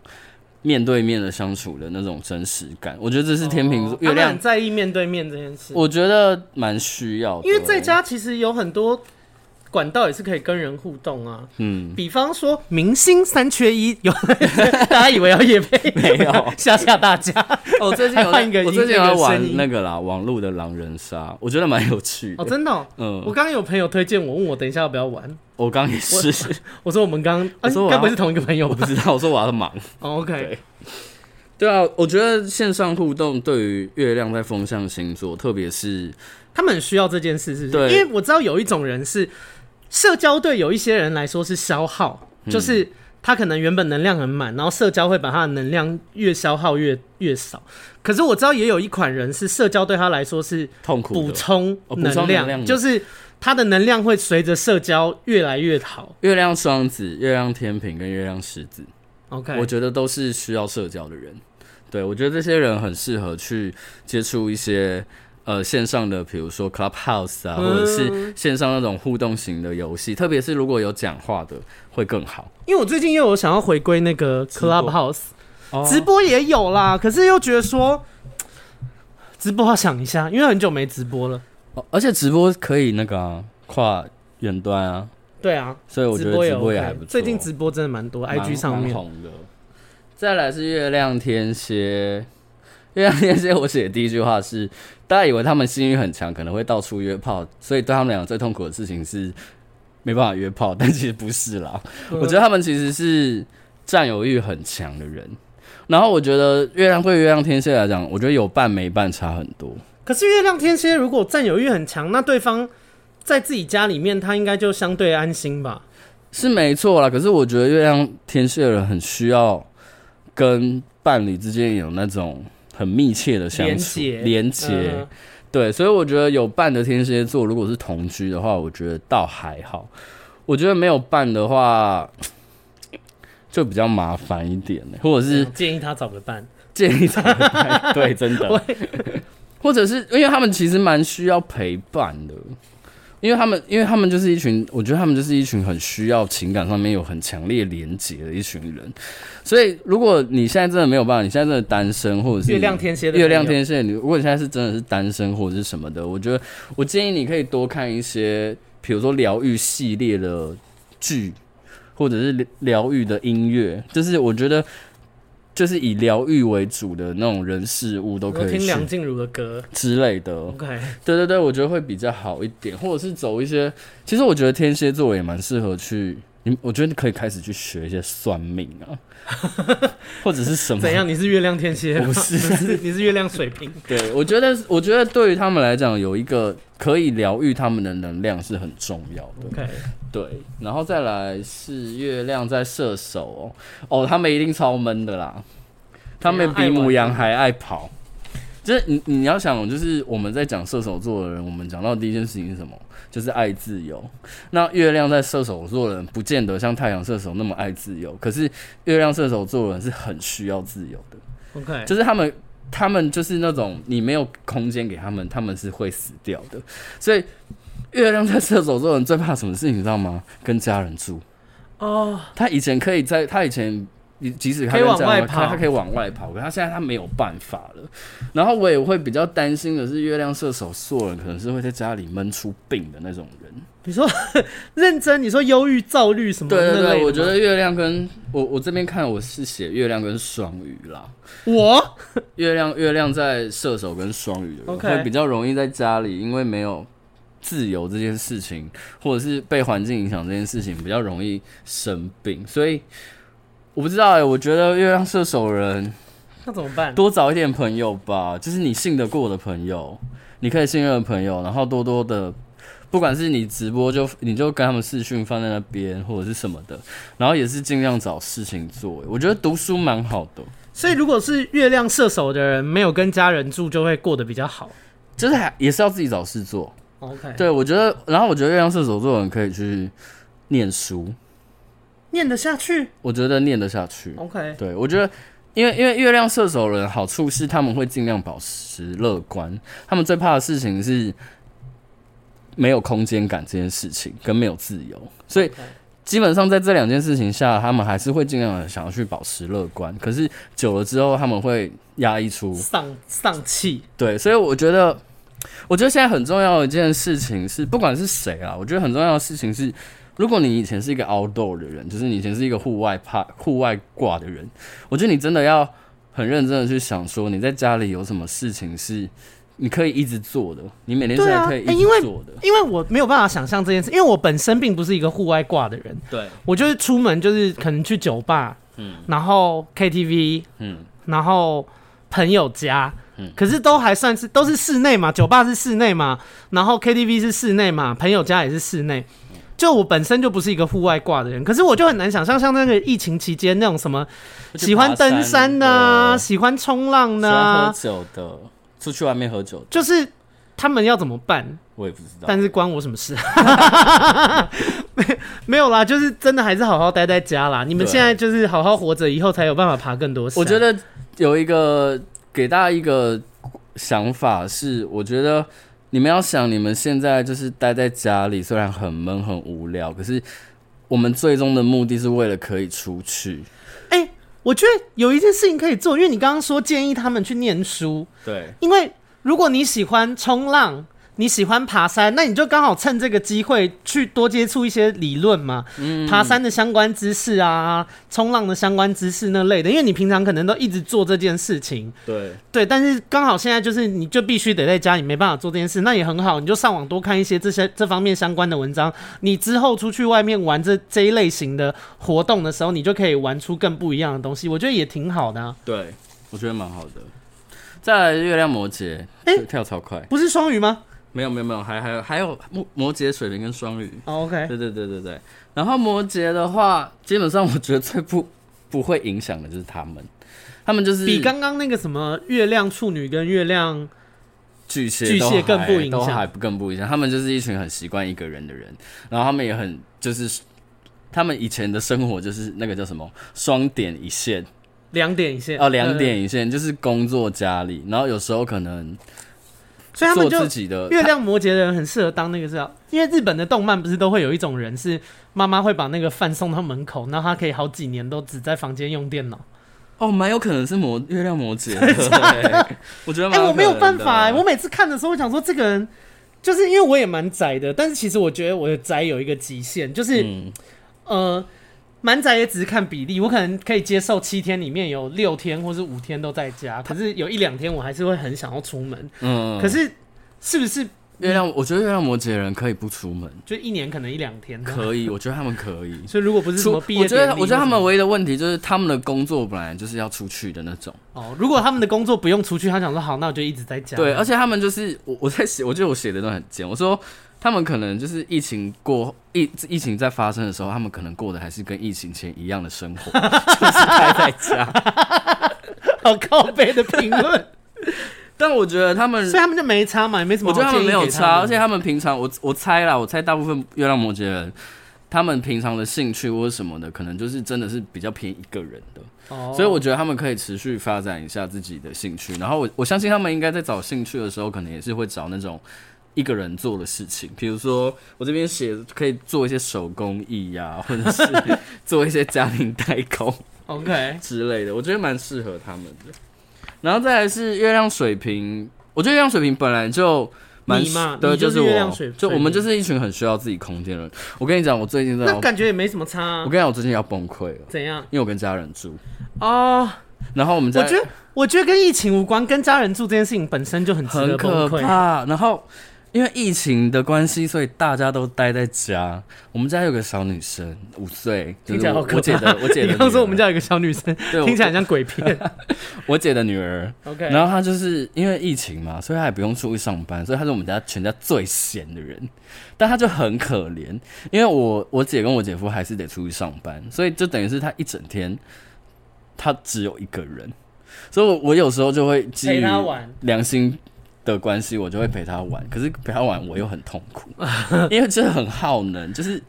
[SPEAKER 2] 面对面的相处的那种真实感。我觉得这是天秤座、
[SPEAKER 1] 哦他
[SPEAKER 2] 月
[SPEAKER 1] 们
[SPEAKER 2] 亮
[SPEAKER 1] 很，在意面对面这件事，
[SPEAKER 2] 我觉得蛮需要的，
[SPEAKER 1] 因为在，家其实有很多管道也是可以跟人互动 啊。
[SPEAKER 2] 嗯，
[SPEAKER 1] 比方说，明星三缺一，有 大家以为要夜配，
[SPEAKER 2] 没有
[SPEAKER 1] 吓吓大家。
[SPEAKER 2] 哦，最近 有
[SPEAKER 1] 换一个
[SPEAKER 2] 我最近
[SPEAKER 1] 音乐
[SPEAKER 2] 有
[SPEAKER 1] 的声音
[SPEAKER 2] 玩那个啦，网络的狼人杀，我觉得蛮有趣的。
[SPEAKER 1] 哦，真的哦、
[SPEAKER 2] 嗯
[SPEAKER 1] 我，刚刚有朋友推荐我，问我等一下要不要玩，
[SPEAKER 2] 我刚也是，
[SPEAKER 1] 我说我们刚，
[SPEAKER 2] 我
[SPEAKER 1] 哎
[SPEAKER 2] 说我要
[SPEAKER 1] 该不会是同一个朋友
[SPEAKER 2] 我不
[SPEAKER 1] 吧？
[SPEAKER 2] 知道，我说我要忙。
[SPEAKER 1] 哦，OK，
[SPEAKER 2] 对对啊，我觉得线上互动对于月亮在风象星座，特别是
[SPEAKER 1] 他们很需要这件事，是不是？
[SPEAKER 2] 对
[SPEAKER 1] 因为我知道有一种人是社交，对有一些人来说是消耗，
[SPEAKER 2] 嗯
[SPEAKER 1] 就是他可能原本能量很满，然后社交会把他的能量越消耗越越少。可是我知道也有一款人是社交对他来说是
[SPEAKER 2] 痛苦
[SPEAKER 1] 补
[SPEAKER 2] 的。
[SPEAKER 1] 充
[SPEAKER 2] 哦补充
[SPEAKER 1] 能
[SPEAKER 2] 能
[SPEAKER 1] 量，
[SPEAKER 2] 量的
[SPEAKER 1] 就是他的能量会随着社交越来越好。
[SPEAKER 2] 月亮双子、月亮天平跟月亮狮子，
[SPEAKER 1] OK，
[SPEAKER 2] 我觉得都是需要社交的人。对，我觉得这些人很适合去接触一些呃线上的，比如说 Clubhouse 啊，
[SPEAKER 1] 嗯
[SPEAKER 2] 或者是线上那种互动型的游戏，特别是如果有讲话的会更好。
[SPEAKER 1] 因为我最近又有想要回归那个
[SPEAKER 2] 播
[SPEAKER 1] Clubhouse，直播也有啦，可是又觉得说直播要想一下，因为很久没直播了。
[SPEAKER 2] 哦而且直播可以那个啊、跨远端啊，
[SPEAKER 1] 对啊，
[SPEAKER 2] 所以我觉得直播也
[SPEAKER 1] OK
[SPEAKER 2] 还不错。
[SPEAKER 1] 最近直播真的蛮多
[SPEAKER 2] 蛮
[SPEAKER 1] ，IG 上
[SPEAKER 2] 蛮
[SPEAKER 1] 面
[SPEAKER 2] 红的。再来是月亮天蝎，月亮天蝎，我写的第一句话是：大家以为他们性欲很强，可能会到处约炮，所以对他们两个最痛苦的事情是没办法约炮，但其实不是啦。我觉得他们其实是占有欲很强的人。然后我觉得月亮对月亮天蝎来讲，我觉得有伴没伴差很多。
[SPEAKER 1] 可是月亮天蝎如果占有欲很强，那对方在自己家里面，他应该就相对安心吧？
[SPEAKER 2] 是没错啦，可是我觉得月亮天蝎的人很需要跟伴侣之间有那种很密切的相处
[SPEAKER 1] 连结
[SPEAKER 2] 连结
[SPEAKER 1] 嗯
[SPEAKER 2] 对，所以我觉得有伴的天蝎座，如果是同居的话，我觉得倒还好。我觉得没有伴的话，就比较麻烦一点呢、或者是
[SPEAKER 1] 嗯建议他找个伴。
[SPEAKER 2] 建议找个 伴对，真的，或者是因为他们其实蛮需要陪伴的，因为他们，因为他们就是一群，我觉得他们就是一群很需要情感上面有很强烈连结的一群人，所以如果你现在真的没有办法，你现在真的单身，或者是
[SPEAKER 1] 月亮天蝎的朋友
[SPEAKER 2] 月亮天蝎，你如果你现在是真的是单身或者是什么的，我觉得我建议你可以多看一些，比如说疗愈系列的剧，或者是疗疗愈的音乐，就是我觉得就是以疗愈为主的那种人事物都
[SPEAKER 1] 我
[SPEAKER 2] 可以
[SPEAKER 1] 听
[SPEAKER 2] 去
[SPEAKER 1] 梁静茹的歌
[SPEAKER 2] 之类的。
[SPEAKER 1] ，OK，
[SPEAKER 2] 对对对，我觉得会比较好一点，或者是走一些，其实我觉得天蝎座也蛮适合去。你我觉得你可以开始去学一些算命 啊，或者是什 么
[SPEAKER 1] 怎样？你是月亮天 蝎吗？
[SPEAKER 2] 不是
[SPEAKER 1] 你是， 你是月亮水瓶。
[SPEAKER 2] 对，我觉得，我觉得对于他们来讲，有一个可以疗愈他们的能量是很重要的。
[SPEAKER 1] OK，
[SPEAKER 2] 对，然后再来是月亮在射手哦，哦，他们一定超闷的啦，他们比母羊还爱跑。就是你你要想，哦就是我们在讲射手座的人，我们讲到第一件事情是什么？就是爱自由。那月亮在射手座的人，不见得像太阳射手那么爱自由，可是月亮射手座的人是很需要自由的。
[SPEAKER 1] OK，
[SPEAKER 2] 就是他们，他们就是那种你没有空间给他们，他们是会死掉的。所以月亮在射手座的人最怕什么事情，你知道吗？跟家人住。
[SPEAKER 1] 哦，
[SPEAKER 2] 他以前可以在，他以前即使他
[SPEAKER 1] 可以
[SPEAKER 2] 跟
[SPEAKER 1] 往
[SPEAKER 2] 家
[SPEAKER 1] 外
[SPEAKER 2] 人他
[SPEAKER 1] 跑
[SPEAKER 2] 他可以往外跑，可他现在他没有办法了。然后我也会比较担心的是，月亮射手座的人可能是会在家里闷出病的那种人。
[SPEAKER 1] 你说 认真，你说忧郁、躁郁什么那
[SPEAKER 2] 对
[SPEAKER 1] 类的
[SPEAKER 2] 对
[SPEAKER 1] 吗？
[SPEAKER 2] 对，我觉得月亮跟我我这边看我是写月亮跟双鱼啦。
[SPEAKER 1] 我
[SPEAKER 2] 月亮月亮在射手跟双鱼的人
[SPEAKER 1] OK
[SPEAKER 2] 会比较容易在家里，因为没有自由这件事情，或者是被环境影响这件事情，比较容易生病。所以我不知道哎、我觉得月亮射手人
[SPEAKER 1] 那怎么办？
[SPEAKER 2] 多找一点朋友吧，就是你信得过的朋友，你可以信任的朋友，然后多多的。不管是你直播就你就跟他们视讯放在那边或者是什么的，然后也是尽量找事情做。我觉得读书蛮好的，
[SPEAKER 1] 所以如果是月亮射手的人，没有跟家人住，就会过得比较好。
[SPEAKER 2] 就是还也是要自己找事做。
[SPEAKER 1] OK，，
[SPEAKER 2] 对，我觉得，然后我觉得月亮射手座的人可以去念书，
[SPEAKER 1] 念得下去。
[SPEAKER 2] 我觉得念得下去。
[SPEAKER 1] OK，
[SPEAKER 2] 对，我觉得，因为因为月亮射手人好处是他们会尽量保持乐观，他们最怕的事情是没有空间感这件事情，跟没有自由，所以。基本上在这两件事情下，他们还是会尽量地想要去保持乐观。可是久了之后，他们会压抑出
[SPEAKER 1] 丧丧气。
[SPEAKER 2] 对，所以我觉得，我觉得现在很重要的一件事情是，不管是谁啊，我觉得很重要的事情是，如果你以前是一个 outdoor 的人，就是你以前是一个户外怕、户外挂的人，我觉得你真的要很认真的去想说，你在家里有什么事情是你可以一直做的，你每天现
[SPEAKER 1] 对啊
[SPEAKER 2] 在可以一
[SPEAKER 1] 哎因为
[SPEAKER 2] 直做的。
[SPEAKER 1] 因为我没有办法想象这件事，因为我本身并不是一个户外挂的人，
[SPEAKER 2] 对，
[SPEAKER 1] 我就是出门就是可能去酒吧，
[SPEAKER 2] 嗯
[SPEAKER 1] 然后 KTV，
[SPEAKER 2] 嗯，
[SPEAKER 1] 然后朋友家，
[SPEAKER 2] 嗯
[SPEAKER 1] 可是都还算是都是室内嘛，酒吧是室内嘛，然后 KTV 是室内嘛，朋友家也是室内。就我本身就不是一个户外挂的人，可是我就很难想象像那个疫情期间那种什么喜欢登山的啊、
[SPEAKER 2] 的，喜
[SPEAKER 1] 喜欢冲浪的
[SPEAKER 2] 欢喝
[SPEAKER 1] 啊，
[SPEAKER 2] 酒的，出去外面喝酒的，
[SPEAKER 1] 就是他们要怎么办？
[SPEAKER 2] 我也不知道。
[SPEAKER 1] 但是关我什么事？ 没没有啦，就是真的还是好好待在家啦。你们
[SPEAKER 2] 对
[SPEAKER 1] 现在就是好好活着，以后才有办法爬更多山。
[SPEAKER 2] 我觉得有一个给大家一个想法是，我觉得你们要想，你们现在就是待在家里，虽然很闷很无聊，可是我们最终的目的是为了可以出去。
[SPEAKER 1] 哎、我觉得有一件事情可以做，因为你刚刚说建议他们去念书，
[SPEAKER 2] 对
[SPEAKER 1] 因为如果你喜欢冲浪、你喜欢爬山，那你就刚好趁这个机会去多接触一些理论嘛，
[SPEAKER 2] 嗯
[SPEAKER 1] 爬山的相关知识啊，冲浪的相关知识那类的，因为你平常可能都一直做这件事情，
[SPEAKER 2] 对，
[SPEAKER 1] 对，但是刚好现在就是你就必须得在家里没办法做这件事，那也很好，你就上网多看一些这些这方面相关的文章。你之后出去外面玩这这一类型的活动的时候，你就可以玩出更不一样的东西，我觉得也挺好的、啊。
[SPEAKER 2] 对，我觉得蛮好的。再来月亮摩羯，
[SPEAKER 1] 诶
[SPEAKER 2] 这跳超快，
[SPEAKER 1] 不是双鱼吗、
[SPEAKER 2] 没有没有没有，还还有还有摩摩羯、水瓶跟双鱼，
[SPEAKER 1] o k
[SPEAKER 2] 对对对对对。然后摩羯的话，基本上我觉得最不不会影响的就是他们，他们就是
[SPEAKER 1] 比刚刚那个什么月亮处女跟月亮，
[SPEAKER 2] 巨蟹
[SPEAKER 1] 巨
[SPEAKER 2] 都
[SPEAKER 1] 蟹更
[SPEAKER 2] 还
[SPEAKER 1] 不影
[SPEAKER 2] 都
[SPEAKER 1] 响
[SPEAKER 2] 还不更不影响。他们就是一群很习惯一个人的人，然后他们也很就是他们以前的生活就是那个叫什么双点一线
[SPEAKER 1] 两点一线
[SPEAKER 2] 哦，两
[SPEAKER 1] 对对
[SPEAKER 2] 点一线就是工作家里，然后有时候可能
[SPEAKER 1] 所以他们
[SPEAKER 2] 做
[SPEAKER 1] 就
[SPEAKER 2] 自己的
[SPEAKER 1] 月亮摩羯的人很适合当那个是啊，因为日本的动漫不是都会有一种人是妈妈会把那个饭送到门口，然后他可以好几年都只在房间用电脑。
[SPEAKER 2] 哦，蛮有可能是摩月亮摩 羯，对我觉得
[SPEAKER 1] 哎、
[SPEAKER 2] 蛮有
[SPEAKER 1] 我没有
[SPEAKER 2] 可能
[SPEAKER 1] 办
[SPEAKER 2] 的嗯
[SPEAKER 1] 法、哎，我每次看的时候，我想说这个人，就是因为我也蛮宅的，但是其实我觉得我的宅有一个极限，就是、
[SPEAKER 2] 嗯
[SPEAKER 1] 呃，蛮宅也只是看比例，我可能可以接受七天里面有六天或是五天都在家，可是有一两天我还是会很想要出门，
[SPEAKER 2] 嗯，
[SPEAKER 1] 可是是不是
[SPEAKER 2] 月亮，我觉得月亮摩羯人可以不出门，
[SPEAKER 1] 就一年可能一两天呢？
[SPEAKER 2] 可以，我觉得他们可以。
[SPEAKER 1] 所以如果不是什么
[SPEAKER 2] 出，
[SPEAKER 1] 毕
[SPEAKER 2] 我
[SPEAKER 1] 业
[SPEAKER 2] 觉
[SPEAKER 1] 典礼或什
[SPEAKER 2] 得
[SPEAKER 1] 么，
[SPEAKER 2] 我觉得他们唯一的问题就是他们的工作本来就是要出去的那种。
[SPEAKER 1] 哦，如果他们的工作不用出去，他想说好，那我就一直在家。
[SPEAKER 2] 对，而且他们就是我我在写，我觉得我写的都很贱。我说他们可能就是疫情过疫疫情在发生的时候，他们可能过的还是跟疫情前一样的生活， 就是待在家。
[SPEAKER 1] 好靠背的评论，
[SPEAKER 2] 但我觉得他们
[SPEAKER 1] 所以他们就没差嘛，也没什么
[SPEAKER 2] 我
[SPEAKER 1] 好
[SPEAKER 2] 觉得
[SPEAKER 1] 建议
[SPEAKER 2] 他
[SPEAKER 1] 给
[SPEAKER 2] 们
[SPEAKER 1] 们。
[SPEAKER 2] 没有差，而且他们平常我我猜啦，我猜大部分月亮摩羯人，他们平常的兴趣或者什么的，可能就是真的是比较偏一个人的，
[SPEAKER 1] 哦，
[SPEAKER 2] 所以我觉得他们可以持续发展一下自己的兴趣。然后我我相信他们应该在找兴趣的时候，可能也是会找那种。一个人做的事情，比如说我这边写可以做一些手工艺呀、或者是做一些家庭代工
[SPEAKER 1] OK，
[SPEAKER 2] 之类的，我觉得蛮适合他们的。然后再来是月亮水瓶，我觉得月亮水瓶本来就蛮
[SPEAKER 1] 你嘛
[SPEAKER 2] 对，
[SPEAKER 1] 你就是是月亮
[SPEAKER 2] 我
[SPEAKER 1] 水，
[SPEAKER 2] 就我们
[SPEAKER 1] 水瓶
[SPEAKER 2] 就是一群很需要自己空间的人。我跟你讲，我最近真的
[SPEAKER 1] 那
[SPEAKER 2] 要，
[SPEAKER 1] 感觉也没什么差、啊
[SPEAKER 2] 我跟。你讲，我最近要崩溃了，
[SPEAKER 1] 怎样？
[SPEAKER 2] 因为我跟家人住，
[SPEAKER 1] 哦，
[SPEAKER 2] 然后我们
[SPEAKER 1] 我
[SPEAKER 2] 在
[SPEAKER 1] 觉得我觉得跟疫情无关，跟家人住这件事情本身就很值
[SPEAKER 2] 很
[SPEAKER 1] 得崩
[SPEAKER 2] 可
[SPEAKER 1] 溃。
[SPEAKER 2] 怕，然后。因为疫情的关系，所以大家都待在家。我们家有个小女生，五岁，
[SPEAKER 1] 听
[SPEAKER 2] 就是
[SPEAKER 1] 起来
[SPEAKER 2] 我
[SPEAKER 1] 好
[SPEAKER 2] 我
[SPEAKER 1] 可
[SPEAKER 2] 姐
[SPEAKER 1] 怕。
[SPEAKER 2] 的，我姐的。
[SPEAKER 1] 你刚说我们，家有一个小女生，
[SPEAKER 2] 对，我
[SPEAKER 1] 听起来很像鬼 片。
[SPEAKER 2] 我姐的女儿，
[SPEAKER 1] OK，
[SPEAKER 2] 然后他就是因为疫情嘛，所以他也不用出去上班，所以他是我们家全家最闲的人。但他就很可怜，因为我我姐跟我姐夫还是得出去上班，所以就等于是他一整天他只有一个人。所以我，我有时候就会基
[SPEAKER 1] 陪
[SPEAKER 2] 于
[SPEAKER 1] 他玩
[SPEAKER 2] 良心的关系，我就会陪他玩。可是陪他玩我又很痛 苦，因为真的很耗能，就是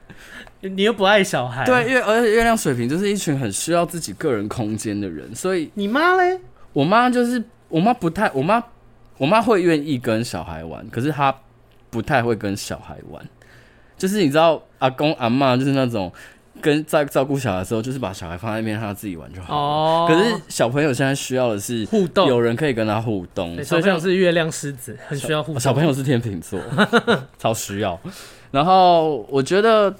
[SPEAKER 1] 你又不爱小孩，
[SPEAKER 2] 对，，因为而且月亮水瓶就是一群很需要自己个人空间的人，所以
[SPEAKER 1] 你妈嘞？
[SPEAKER 2] 我妈就是我妈不太，我妈我妈会愿意跟小孩玩，可是她不太会跟小孩玩。就是你知道，阿公阿嬷就是那种跟在照顾小孩的时候，就是把小孩放在那边，让他自己玩就好。
[SPEAKER 1] 哦，
[SPEAKER 2] 哦、可是小朋友现在需要的是
[SPEAKER 1] 互动
[SPEAKER 2] 有人可以跟他互动，
[SPEAKER 1] 对小
[SPEAKER 2] 所以
[SPEAKER 1] 朋
[SPEAKER 2] 像
[SPEAKER 1] 友是月亮狮子，很需要互动。
[SPEAKER 2] 哦小朋友是天秤座， 超需要。然后我觉得，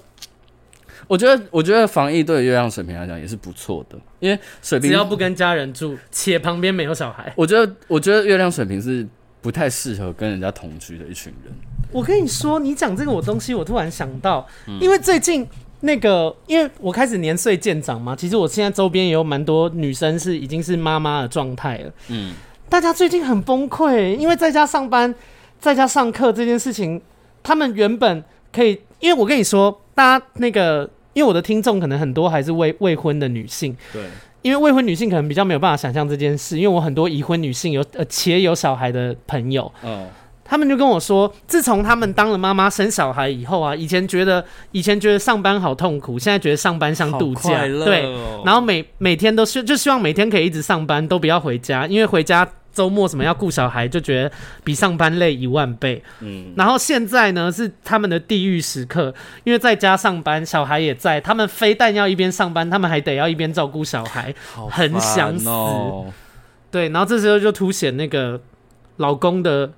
[SPEAKER 2] 我觉得，我觉得防疫对于月亮水瓶来讲也是不错的，因为水
[SPEAKER 1] 只
[SPEAKER 2] 瓶
[SPEAKER 1] 要不跟家人住，且旁边没有小孩，
[SPEAKER 2] 我觉得，我觉得月亮水瓶是不太适合跟人家同居的一群人。
[SPEAKER 1] 我跟你说，你讲这个我东西，我突然想到，因为最近那个，因为我开始年岁渐长嘛，其实我现在周边也有蛮多女生是已经是妈妈的状态了。
[SPEAKER 2] 嗯，
[SPEAKER 1] 大家最近很崩溃，因为在家上班、在家上课这件事情，他们原本可以，因为我跟你说，大家那个，因为我的听众可能很多还是未未婚的女性，
[SPEAKER 2] 对，
[SPEAKER 1] 因为未婚女性可能比较没有办法想象这件事，因为我很多已婚女性有呃且有小孩的朋友，
[SPEAKER 2] 哦，
[SPEAKER 1] 他们就跟我说，自从他们当了妈妈生小孩以后啊，以前觉得以前觉得上班好痛苦，现在觉得上班像度假，对。然
[SPEAKER 2] 后
[SPEAKER 1] 后每每天都是就希望每天可以一直上班，都不要回家，因为回家周末什么要顾小孩，就觉得比上班累一万倍。
[SPEAKER 2] 嗯，
[SPEAKER 1] 然后现在呢是他们的地狱时刻，因为在家上班，小孩也在，他们非但要一边上班，他们还得要一边照顾小孩，很想死
[SPEAKER 2] 哦。
[SPEAKER 1] 对，然后这时候就凸显那个老公的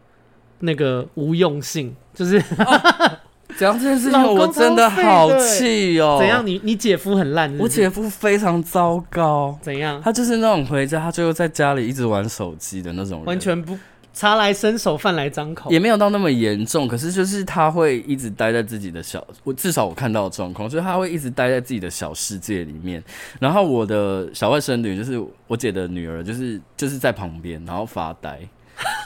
[SPEAKER 1] 那个无用性，就是
[SPEAKER 2] 讲这件事
[SPEAKER 1] 老
[SPEAKER 2] 情，
[SPEAKER 1] 公
[SPEAKER 2] 我真的
[SPEAKER 1] 超废
[SPEAKER 2] 好
[SPEAKER 1] 的
[SPEAKER 2] 气哦、
[SPEAKER 1] 怎样？你你姐夫很烂是不
[SPEAKER 2] 我
[SPEAKER 1] 是，
[SPEAKER 2] 姐夫非常糟糕，
[SPEAKER 1] 怎样，
[SPEAKER 2] 他就是那种回家他就在家里一直玩手机的那种人，
[SPEAKER 1] 完全不茶来伸手，饭来张口
[SPEAKER 2] 也。没有到那么严重，可是就是他会一直待在自己的小，我至少我看到的状况，就是他会一直待在自己的小世界里面。然后我的小外甥女就是我姐的女儿，就是就是在旁边，然后发 呆，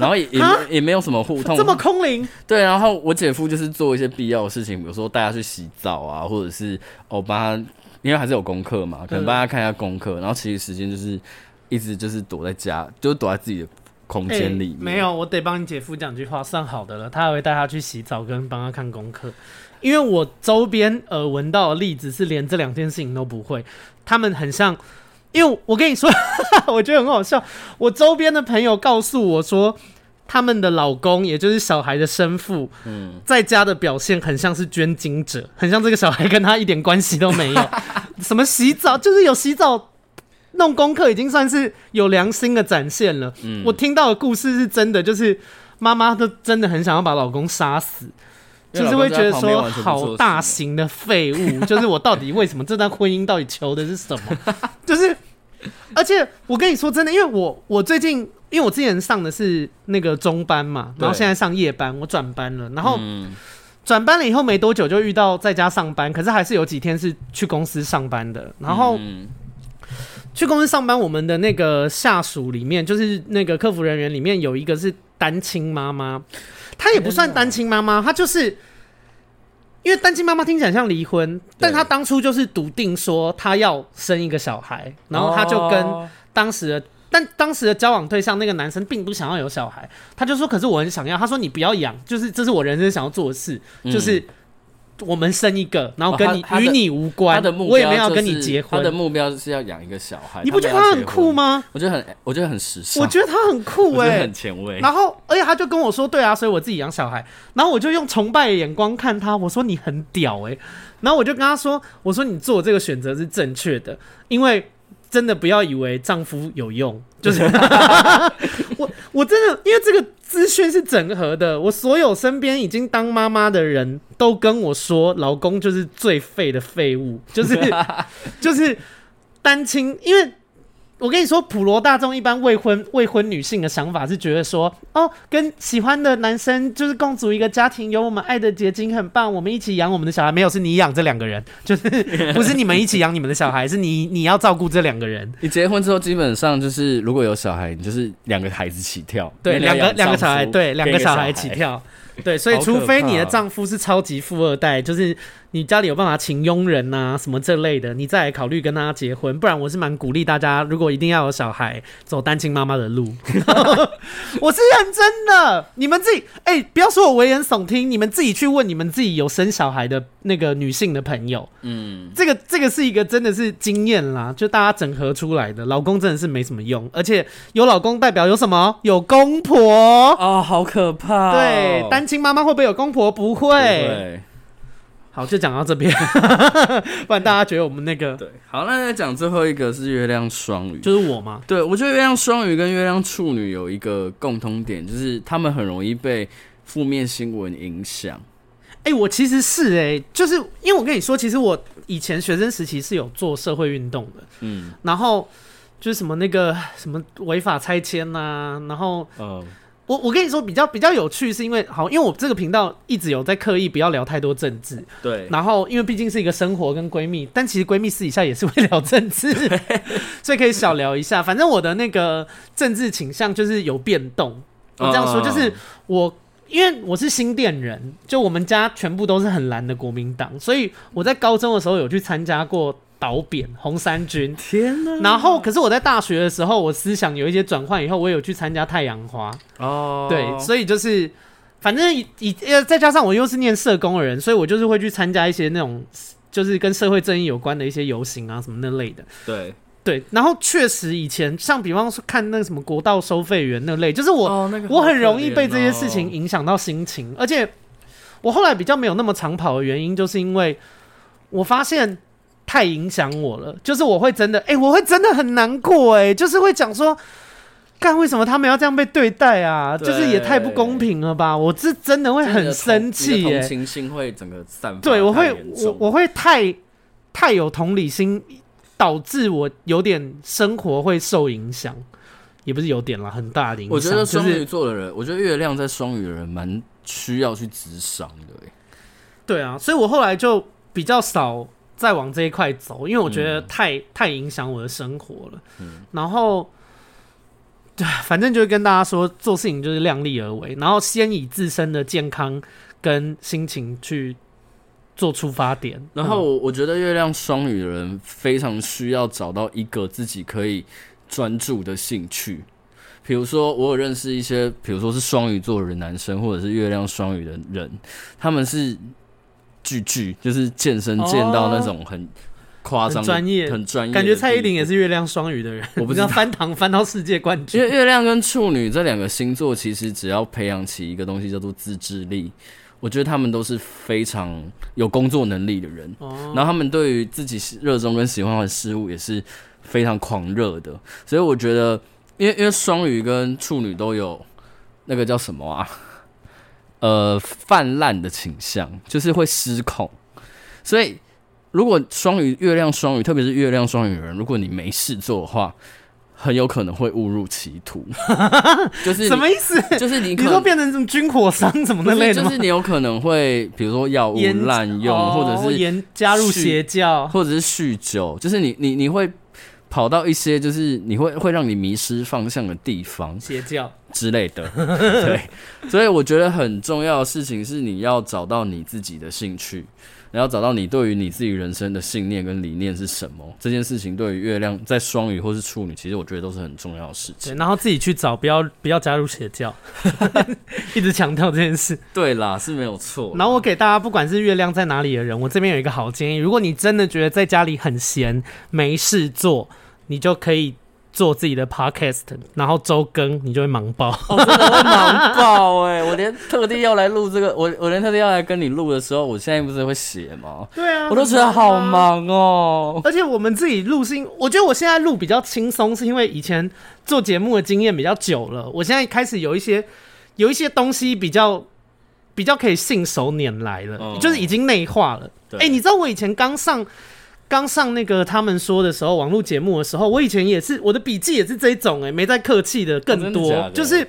[SPEAKER 2] 然后也也没
[SPEAKER 1] 啊
[SPEAKER 2] 也没有什么互动，
[SPEAKER 1] 这么空灵，
[SPEAKER 2] 对，然后我姐夫就是做一些必要的事情，比如说带她去洗澡啊，或者是哦帮她，因为还是有功课嘛，可能帮她看一下功课，然后其余时间就是一直就是躲在家，就是躲在自己的空
[SPEAKER 1] 哎
[SPEAKER 2] 间里面、
[SPEAKER 1] 没有，我得帮你姐夫讲句话，算好的了。他还会带他去洗澡，跟帮他看功课。因为我周边耳闻到的例子是，连这两件事情都不会。他们很像，因为我跟你说， 我觉得很好笑。我周边的朋友告诉我说，他们的老公，也就是小孩的生父，
[SPEAKER 2] 嗯，
[SPEAKER 1] 在家的表现很像是捐精者，很像这个小孩跟他一点关系都没有。 什么洗澡，就是有洗澡。弄功课已经算是有良心的展现了。
[SPEAKER 2] 嗯
[SPEAKER 1] 我听到的故事是真的，就是妈妈都真的很想要把老公杀死，
[SPEAKER 2] 因
[SPEAKER 1] 就
[SPEAKER 2] 为老
[SPEAKER 1] 是
[SPEAKER 2] 公
[SPEAKER 1] 会觉得
[SPEAKER 2] 啊在旁边
[SPEAKER 1] 说
[SPEAKER 2] 完全不做
[SPEAKER 1] 好
[SPEAKER 2] 事
[SPEAKER 1] 大型的废物，就是我到底为什么这段婚姻到底求的是什 么？就是，而且我跟你说真的，因为我我最近因为我之前上的是那个中班嘛，然后
[SPEAKER 2] 对
[SPEAKER 1] 现在上夜班，我转班了，然后
[SPEAKER 2] 嗯
[SPEAKER 1] 转班了以后没多久就遇到在家上班，可是还是有几天是去公司上班的。然后
[SPEAKER 2] 嗯
[SPEAKER 1] 去公司上班，我们的那个下属里面，就是那个客服人员里面有一个是单亲妈妈，她也不算单亲妈妈，她就是。因为单亲妈妈听起来像离婚，但她当初就是笃定说她要生一个小孩，然后她就跟
[SPEAKER 2] 哦
[SPEAKER 1] 当时的，但当时的交往对象那个男生并不想要有小孩，他就说：“可是我很想要。”他说：“你不要养，就是这是我人生想要做的事，
[SPEAKER 2] 嗯
[SPEAKER 1] 就是我们生一个，然后
[SPEAKER 2] 哦
[SPEAKER 1] 跟
[SPEAKER 2] 他
[SPEAKER 1] 你、
[SPEAKER 2] 他的
[SPEAKER 1] 与你无关，
[SPEAKER 2] 他的目标、
[SPEAKER 1] 我也没有要跟你结
[SPEAKER 2] 他的
[SPEAKER 1] 婚。
[SPEAKER 2] 目标就是要养一个小孩，
[SPEAKER 1] 你不觉得
[SPEAKER 2] 哎们
[SPEAKER 1] 他
[SPEAKER 2] 要
[SPEAKER 1] 很
[SPEAKER 2] 结婚
[SPEAKER 1] 酷？吗？
[SPEAKER 2] 我觉得很，我觉得很时尚，
[SPEAKER 1] 我觉得他很酷
[SPEAKER 2] 我
[SPEAKER 1] 哎、
[SPEAKER 2] 觉得很前卫。
[SPEAKER 1] 然后，而且他就跟我说：“对啊，所以我自己养小孩。”然后我就用崇拜的眼光看他，我说：“你很屌哎、然后我就跟他说：“我说你做这个选择是正确的，因为真的不要以为丈夫有用，就是 我我真的因为这个资讯是整合的，我所有身边已经当妈妈的人都跟我说，老公就是最废的废物，就是 就是单亲，因为。”我跟你说，普罗大众一般未婚未婚女性的想法是觉得说，哦，跟喜欢的男生就是共组一个家庭，有我们爱的结晶，很棒，我们一起养我们的小孩。没有，是你养这两个人， 就是不是你们一起养你们的小孩，是你你要照顾这两个人。
[SPEAKER 2] 你结婚之后，基本上就是如果有小孩，你就是两个孩子起跳，
[SPEAKER 1] 对，
[SPEAKER 2] 因为
[SPEAKER 1] 两
[SPEAKER 2] 你
[SPEAKER 1] 个
[SPEAKER 2] 要
[SPEAKER 1] 两个
[SPEAKER 2] 养
[SPEAKER 1] 小孩，
[SPEAKER 2] 丈夫
[SPEAKER 1] 对，两
[SPEAKER 2] 跟
[SPEAKER 1] 个
[SPEAKER 2] 一个
[SPEAKER 1] 小
[SPEAKER 2] 孩
[SPEAKER 1] 孩起。跳，对，所以
[SPEAKER 2] 好
[SPEAKER 1] 除
[SPEAKER 2] 可
[SPEAKER 1] 非你
[SPEAKER 2] 怕
[SPEAKER 1] 的
[SPEAKER 2] 哦
[SPEAKER 1] 丈夫是超级富二代，就是你家里有办法请佣人呐、什么这类的，你再来考虑跟他结婚。不然我是蛮鼓励大家，如果一定要有小孩，走单亲妈妈的路。 我是认真的，你们自己哎、不要说我危言耸听，你们自己去问你们自己有生小孩的那个女性的朋友，
[SPEAKER 2] 嗯，
[SPEAKER 1] 这个这个是一个真的是经验啦，就大家整合出来的。老公真的是没什么用，而且有老公代表有什么？有公婆。
[SPEAKER 2] 哦，好可怕、哦
[SPEAKER 1] 对，单亲妈妈会不会有公婆？不会。
[SPEAKER 2] 对
[SPEAKER 1] 好，就讲到这边， 不然大家觉得我们那个
[SPEAKER 2] 对。好，那再讲最后一个是月亮双鱼，
[SPEAKER 1] 就是我嘛。
[SPEAKER 2] 对，我觉得月亮双鱼跟月亮处女有一个共通点，就是他们很容易被负面新闻影响。
[SPEAKER 1] 哎、我其实是哎、就是因为我跟你说，其实我以前学生时期是有做社会运动的，
[SPEAKER 2] 嗯，
[SPEAKER 1] 然后就是什么那个什么违法拆迁呐、然后
[SPEAKER 2] 哦，
[SPEAKER 1] 我我跟你说比较比较有趣，是因为好，因为我这个频道一直有在刻意不要聊太多政治，
[SPEAKER 2] 对，
[SPEAKER 1] 然后因为毕竟是一个生活跟闺蜜，但其实闺蜜私底下也是会聊政治，所以可以小聊一下。反正我的那个政治倾向就是有变动，我这样说
[SPEAKER 2] 嗯
[SPEAKER 1] 就是我。因为我是新店人，就我们家全部都是很蓝的国民党，所以我在高中的时候有去参加过导扁红三军，
[SPEAKER 2] 天 哪！
[SPEAKER 1] 然后可是我在大学的时候，我思想有一些转换以后，我有去参加太阳花，
[SPEAKER 2] 哦，
[SPEAKER 1] 对，所以就是反正以以呃，再加上我又是念社工的人，所以我就是会去参加一些那种就是跟社会正义有关的一些游行啊什么那类的。
[SPEAKER 2] 对，
[SPEAKER 1] 对，然后确实以前像比方说看那个什么国道收费员那类，就是我、
[SPEAKER 2] 哦那个
[SPEAKER 1] 我
[SPEAKER 2] 好
[SPEAKER 1] 很
[SPEAKER 2] 可
[SPEAKER 1] 容易被
[SPEAKER 2] 怜
[SPEAKER 1] 这些事情
[SPEAKER 2] 哦
[SPEAKER 1] 影响到心情，而且我后来比较没有那么长跑的原因，就是因为我发现太影响我了，就是我会真的，哎、我会真的很难过、哎，就是会讲说。干为什么他们要这样被对待啊？
[SPEAKER 2] 对
[SPEAKER 1] 就是也太不公平了吧！我是真的会
[SPEAKER 2] 就是你的
[SPEAKER 1] 很
[SPEAKER 2] 同
[SPEAKER 1] 生气
[SPEAKER 2] 你的
[SPEAKER 1] 耶、
[SPEAKER 2] 同情心会整个散发，
[SPEAKER 1] 对我
[SPEAKER 2] 太
[SPEAKER 1] 会
[SPEAKER 2] 严
[SPEAKER 1] 我
[SPEAKER 2] 重
[SPEAKER 1] 我会太太有同理心，导致我有点生活会受影响，也不是有点啦，很大的影响。
[SPEAKER 2] 我觉得
[SPEAKER 1] 就
[SPEAKER 2] 双鱼
[SPEAKER 1] 是
[SPEAKER 2] 座的人，我觉得月亮在双鱼的人蛮需要去智商的欸、
[SPEAKER 1] 对啊，所以我后来就比较少再往这一块走，因为我觉得
[SPEAKER 2] 嗯
[SPEAKER 1] 太、太影响我的生活了。然后。对，反正就是跟大家说，做事情就是量力而为，然后先以自身的健康跟心情去做出发点。
[SPEAKER 2] 然后
[SPEAKER 1] 嗯
[SPEAKER 2] 我我觉得月亮双鱼的人非常需要找到一个自己可以专注的兴趣。比如说，我有认识一些，比如说是双鱼座的男生，或者是月亮双鱼的人，他们是巨巨，就是健身健到那种很夸张、
[SPEAKER 1] 很专业
[SPEAKER 2] 很专
[SPEAKER 1] 嗯
[SPEAKER 2] 业的地步。
[SPEAKER 1] 感觉蔡依林也是月亮双鱼的人，
[SPEAKER 2] 我不知
[SPEAKER 1] 知
[SPEAKER 2] 道
[SPEAKER 1] 道翻糖翻到世界冠
[SPEAKER 2] 因
[SPEAKER 1] 军
[SPEAKER 2] 为。月亮跟处女这两个星座，其实只要培养起一个东西叫做自制力，我觉得他们都是非常有工作能力的人。
[SPEAKER 1] 哦
[SPEAKER 2] 然后他们对于自己喜热衷跟喜欢的事物也是非常狂热的，所以我觉得，因为因为双鱼跟处女都有那个叫什么啊， 呃，泛滥的倾向，就是会失控。所以，如果双鱼、月亮双鱼，特别是月亮双鱼人，如果你没事做的话，很有可能会误入歧途， 就是你
[SPEAKER 1] 什么意思？
[SPEAKER 2] 就是你可
[SPEAKER 1] 你
[SPEAKER 2] 能
[SPEAKER 1] 说变成什么军火商什么
[SPEAKER 2] 不
[SPEAKER 1] 那类的
[SPEAKER 2] 是就
[SPEAKER 1] 吗
[SPEAKER 2] 是？你有可能会，比如说药物
[SPEAKER 1] 严
[SPEAKER 2] 滥用，
[SPEAKER 1] 哦
[SPEAKER 2] 或者是
[SPEAKER 1] 严加入邪教，
[SPEAKER 2] 或者是酗酒，就是你你你会跑到一些就是你会会让你迷失方向的地方
[SPEAKER 1] 邪教
[SPEAKER 2] 之类的， 对，所以我觉得很重要的事情是你要找到你自己的兴趣，你要找到你对于你自己人生的信念跟理念是什么，这件事情对于月亮在双鱼或是处女，其实我觉得都是很重要的事
[SPEAKER 1] 对，
[SPEAKER 2] 情。
[SPEAKER 1] 然后自己去找，不要不要加入邪教， 一直强调这件事。
[SPEAKER 2] 对啦，是没有错。
[SPEAKER 1] 然后我给大家，不管是月亮在哪里的人，我这边有一个好建议：如果你真的觉得在家里很闲，没事做，你就可以做自己的 podcast，然后周更，你就会忙爆。
[SPEAKER 2] 我真的会忙爆哎、我连特地要来录这个，我我连特地要来跟你录的时候，我现在不是会写吗？
[SPEAKER 1] 对啊
[SPEAKER 2] 我都觉得好。忙哦。
[SPEAKER 1] 而且我们自己录是因，我觉得我现在录比较轻松，是因为以前做节目的经验比较久了，我现在开始有一些有一些东西比较比较可以信手拈来了，
[SPEAKER 2] 哦
[SPEAKER 1] 就是已经内化了。
[SPEAKER 2] 对
[SPEAKER 1] 哎、你知道我以前刚上刚上那个他们说的时候，网络节目的时候，我以前也是我的笔记也是这种、哎，没在客气的更
[SPEAKER 2] 哦真
[SPEAKER 1] 多，
[SPEAKER 2] 的假的
[SPEAKER 1] 就是。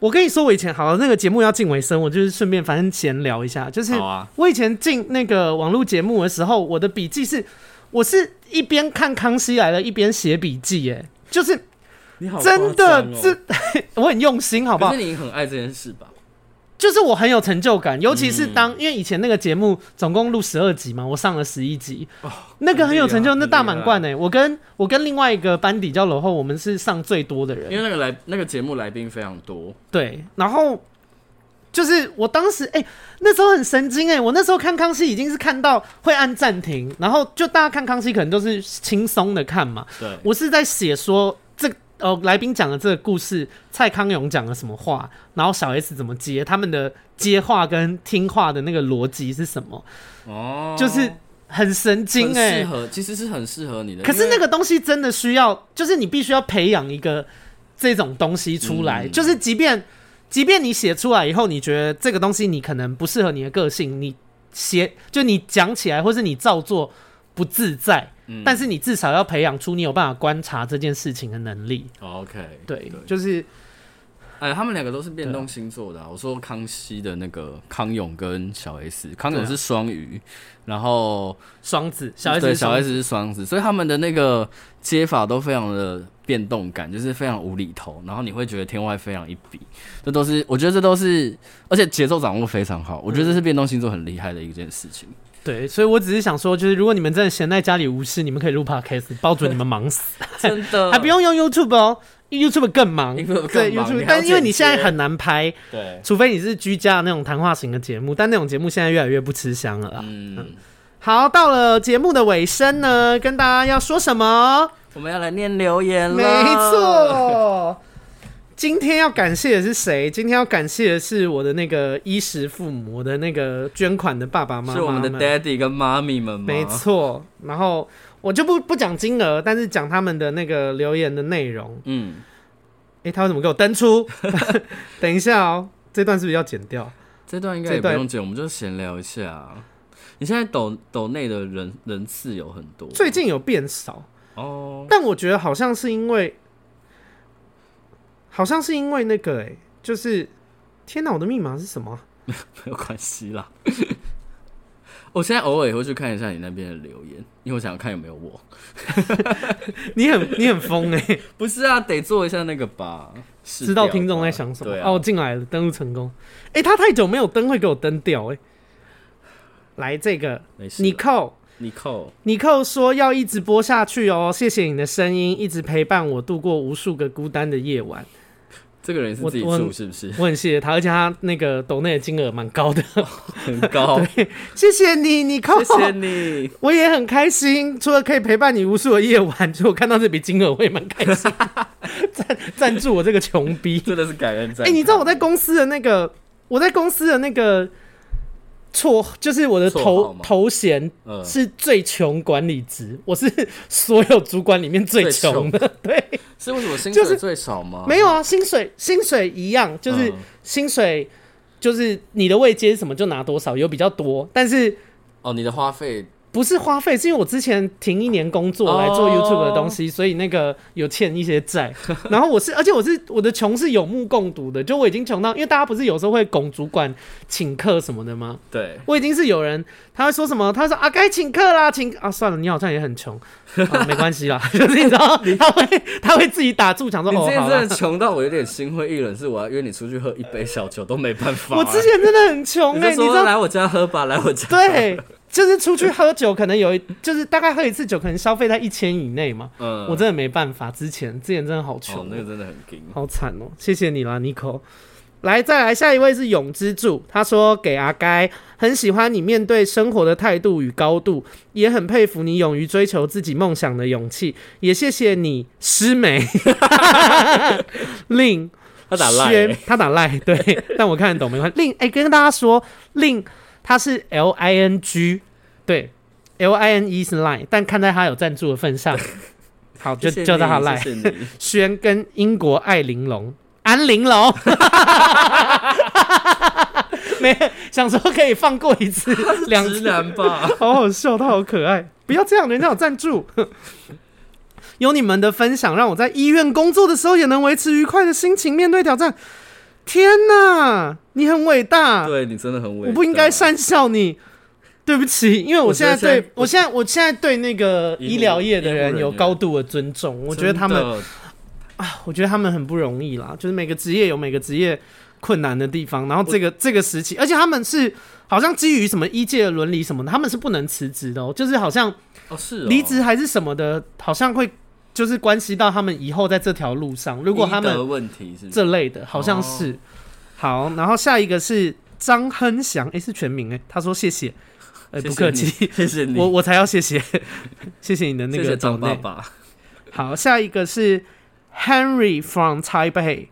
[SPEAKER 1] 我跟你说，我以前好那个节目要进尾声，我就是顺便反正闲聊一下，就是
[SPEAKER 2] 好啊，
[SPEAKER 1] 我以前进那个网络节目的时候，我的笔记是，我是一边看《康熙来了》一边写笔记，哎，就是
[SPEAKER 2] 你好哦
[SPEAKER 1] 真的，这、 我很用心，好不
[SPEAKER 2] 可
[SPEAKER 1] 好
[SPEAKER 2] 是？你很爱这件事吧？
[SPEAKER 1] 就是我很有成就感，尤其是
[SPEAKER 2] 嗯
[SPEAKER 1] 当、因为以前那个节目总共录十二集嘛，我上了十一集，那个很有成就，
[SPEAKER 2] 哦很厉害
[SPEAKER 1] 那大满贯哎，我跟我跟另外一个班底叫楼后，我们是上最多的人
[SPEAKER 2] 因，为那个来那个节目来宾非常多，
[SPEAKER 1] 对，然后就是我当时哎、那时候很神经哎、我那时候看康熙已经是看到会按暂停，然后就大家看康熙可能都是轻松的看嘛，
[SPEAKER 2] 对，
[SPEAKER 1] 我是在写说这呃来宾讲的这个故事，蔡康永讲了什么话，然后小 S 怎么接，他们的接话跟听话的那个逻辑是什么，
[SPEAKER 2] 哦，
[SPEAKER 1] 就是很神经
[SPEAKER 2] 很
[SPEAKER 1] 哎、
[SPEAKER 2] 适合，其实是很适合你的。
[SPEAKER 1] 可是
[SPEAKER 2] 因为
[SPEAKER 1] 那个东西真的需要，就是你必须要培养一个这种东西出来，
[SPEAKER 2] 嗯
[SPEAKER 1] 就是即便即便你写出来以后，你觉得这个东西你可能不适合你的个性，你写就你讲起来或是你照做不自在，
[SPEAKER 2] 嗯
[SPEAKER 1] 但是你至少要培养出你有办法观察这件事情的能力。
[SPEAKER 2] 哦 OK，
[SPEAKER 1] 对，就是
[SPEAKER 2] 哎，他们两个都是变动星座的啊、我说康熙的那个康永跟小 S，康永
[SPEAKER 1] 对啊
[SPEAKER 2] 是双鱼，然后
[SPEAKER 1] 双子小 S
[SPEAKER 2] 对
[SPEAKER 1] 是
[SPEAKER 2] 小
[SPEAKER 1] 双
[SPEAKER 2] S 是双子，所以他们的那个接法都非常的变动感，就是非常无厘头，然后你会觉得天外飞扬一笔，这都是我觉得这都是，而且节奏掌握非常好，我觉得这
[SPEAKER 1] 嗯
[SPEAKER 2] 是变动星座很厉害的一件 事情。
[SPEAKER 1] 对，所以我只是想说，就是如果你们真的闲在家里无事，你们可以录 podcast，包准你们忙死。啊
[SPEAKER 2] 真的
[SPEAKER 1] 还不用用 YouTube 哦，YouTube 更忙，
[SPEAKER 2] 呃 YouTube
[SPEAKER 1] 对
[SPEAKER 2] 更忙
[SPEAKER 1] YouTube，
[SPEAKER 2] 你还要
[SPEAKER 1] 但因为你
[SPEAKER 2] 剪
[SPEAKER 1] 现在
[SPEAKER 2] 接
[SPEAKER 1] 很难拍，
[SPEAKER 2] 对，
[SPEAKER 1] 除非你是居家那种谈话型的节目，但那种节目现在越来越不吃香了啦。
[SPEAKER 2] 嗯，
[SPEAKER 1] 好，到了节目的尾声呢，跟大家要说什么？
[SPEAKER 2] 我们要来念留言了，
[SPEAKER 1] 没，错。今天要感谢的是谁？今天要感谢的是我的那个衣食父母，我的那个捐款的爸爸妈妈
[SPEAKER 2] 是我们的
[SPEAKER 1] 们
[SPEAKER 2] Daddy 跟 Mommy 们吗？
[SPEAKER 1] 没，错。然后我就不不讲金额，但是讲他们的那个留言的内容。
[SPEAKER 2] 嗯，
[SPEAKER 1] 诶，他为什么给我登出？ 等一下哦，这段是不是要剪掉？
[SPEAKER 2] 这段应该
[SPEAKER 1] 这
[SPEAKER 2] 也不
[SPEAKER 1] 段
[SPEAKER 2] 用剪，我们就闲聊一下。你现在抖抖内的人人次有很多，
[SPEAKER 1] 最近有变少，
[SPEAKER 2] 哦，
[SPEAKER 1] 但我觉得好像是因为，好像是因为那个诶，就是天哪，我的密码是什么啊？
[SPEAKER 2] 没有关系啦。 我现在偶尔也会去看一下你那边的留言，因为我想看有没有我。
[SPEAKER 1] 你很 你很疯诶，
[SPEAKER 2] 不是啊，得做一下那个吧，试
[SPEAKER 1] 知道
[SPEAKER 2] 掉吧
[SPEAKER 1] 听众在想什么
[SPEAKER 2] 对。啊，
[SPEAKER 1] 哦，进来了，登录成功。诶，他太久没有登，会给我登掉诶。来这个，
[SPEAKER 2] 没事啦。
[SPEAKER 1] 你扣。
[SPEAKER 2] 你扣，
[SPEAKER 1] 尼寇说要一直播下去哦，谢谢你的声音，一直陪伴我度过无数个孤单的夜晚。
[SPEAKER 2] 这个人是
[SPEAKER 1] 我
[SPEAKER 2] 自己
[SPEAKER 1] 我
[SPEAKER 2] 住是不是？
[SPEAKER 1] 我很谢谢他，而且他那个抖内的金额蛮高的，
[SPEAKER 2] 很
[SPEAKER 1] 啊
[SPEAKER 2] 高， 谢
[SPEAKER 1] 谢谢你，尼寇，
[SPEAKER 2] 谢你。
[SPEAKER 1] 我也很开心，除了可以陪伴你无数的夜晚，就我看到这笔金额我也蛮开心 的，赞赞助我这个穷逼。
[SPEAKER 2] 真的是感恩在。
[SPEAKER 1] 哎、你知道我在公司的那个，我在公司的那个绰，就是我的
[SPEAKER 2] 绰号
[SPEAKER 1] 头
[SPEAKER 2] 吗
[SPEAKER 1] 头衔
[SPEAKER 2] 嗯，
[SPEAKER 1] 是最穷管理职，我是所有主管里面最
[SPEAKER 2] 最
[SPEAKER 1] 穷
[SPEAKER 2] 穷
[SPEAKER 1] 的， 对。
[SPEAKER 2] 是为什么薪
[SPEAKER 1] 就
[SPEAKER 2] 水
[SPEAKER 1] 是
[SPEAKER 2] 最少吗？
[SPEAKER 1] 没有啊，薪水薪水一样，就是
[SPEAKER 2] 嗯
[SPEAKER 1] 薪水就是你的位阶是什么就拿多少，有比较多，但是
[SPEAKER 2] 哦，你的花费
[SPEAKER 1] 不是花费，是因为我之前停一年工作
[SPEAKER 2] 哦
[SPEAKER 1] 来做 YouTube 的东西，所以那个有欠一些 债。然后我是，而且我是我的穷是有目共睹的，就我已经穷到，因为大家不是有时候会拱主管请客什么的吗？
[SPEAKER 2] 对，
[SPEAKER 1] 我已经是有人他会说什么，他会说啊该请客啦，请啊算了，你好像也很 穷、啊，没关系啦，就是你知道他会他会自己打住，想说
[SPEAKER 2] 你
[SPEAKER 1] 哦
[SPEAKER 2] 今天
[SPEAKER 1] 好啦
[SPEAKER 2] 真的穷到我有点心灰意冷，是我要约你出去喝一杯小酒都没办法、
[SPEAKER 1] 我之前真的很穷
[SPEAKER 2] 啊 你
[SPEAKER 1] 哎、
[SPEAKER 2] 就
[SPEAKER 1] 你知
[SPEAKER 2] 说
[SPEAKER 1] 道
[SPEAKER 2] 来我家喝吧，来我 家。，
[SPEAKER 1] 对，就是出去喝酒，可能有一就是大概喝一次酒，可能消费在一千以内嘛。
[SPEAKER 2] 嗯
[SPEAKER 1] 我真的没办法，之前之前真的好
[SPEAKER 2] 哦
[SPEAKER 1] 穷，，
[SPEAKER 2] 那个真的很硬。
[SPEAKER 1] 好惨哦、谢谢你啦，Nico。来，再来下一位是永之助，他说给阿该很喜欢你面对生活的态度与高度，也很佩服你勇于追求自己梦想的勇气，也谢谢你师美 令
[SPEAKER 2] 他打赖、
[SPEAKER 1] 轩
[SPEAKER 2] 欸，
[SPEAKER 1] 他打赖，对，但我看得懂没关系。令，哎、跟大家说，令他是 L I N G，对，L I N E 是 line，但看在他有赞助的份 上，好，就
[SPEAKER 2] 谢谢
[SPEAKER 1] 就让他
[SPEAKER 2] 你
[SPEAKER 1] 赖。
[SPEAKER 2] 谢谢你
[SPEAKER 1] 轩跟英国爱玲珑，安玲 珑， 没想说可以放过一次，两次
[SPEAKER 2] 直男吧？
[SPEAKER 1] 好好笑，他好可爱。不要这样，人家有赞助。 有你们的分享，让我在医院工作的时候也能维持愉快的心情面对挑战。天哪，你很伟大，
[SPEAKER 2] 对你真的很伟大。
[SPEAKER 1] 我不应该善笑你。对不起，因为我
[SPEAKER 2] 我
[SPEAKER 1] 现在
[SPEAKER 2] 觉得现在
[SPEAKER 1] 对我现在我现在对那个
[SPEAKER 2] 医护
[SPEAKER 1] 医疗业的
[SPEAKER 2] 医护人
[SPEAKER 1] 人
[SPEAKER 2] 员
[SPEAKER 1] 有高度的尊重，我觉得他们
[SPEAKER 2] 真的
[SPEAKER 1] 我觉得他们很不容易啦，就是每个职业有每个职业困难的地方，然后这个这个时期，而且他们是好像基于什么医界的伦理什么的，他们是不能辞职的哦，就是好像
[SPEAKER 2] 哦是哦
[SPEAKER 1] 离职还是什么的，好像会就是关系到他们以后在这条路上，如果他
[SPEAKER 2] 医德哦
[SPEAKER 1] 们
[SPEAKER 2] 问题是不是
[SPEAKER 1] 这类的，好像是、好，然后下一个是张亨祥，诶，是全名诶，他说谢谢，呃，不客，
[SPEAKER 2] 谢
[SPEAKER 1] 气，
[SPEAKER 2] 谢你谢谢你，
[SPEAKER 1] 我我才要谢谢，谢谢你的那
[SPEAKER 2] 谢
[SPEAKER 1] 个
[SPEAKER 2] 谢
[SPEAKER 1] 抖
[SPEAKER 2] 张
[SPEAKER 1] 内
[SPEAKER 2] 爸爸。
[SPEAKER 1] 好，下一个是 Henry from 台北，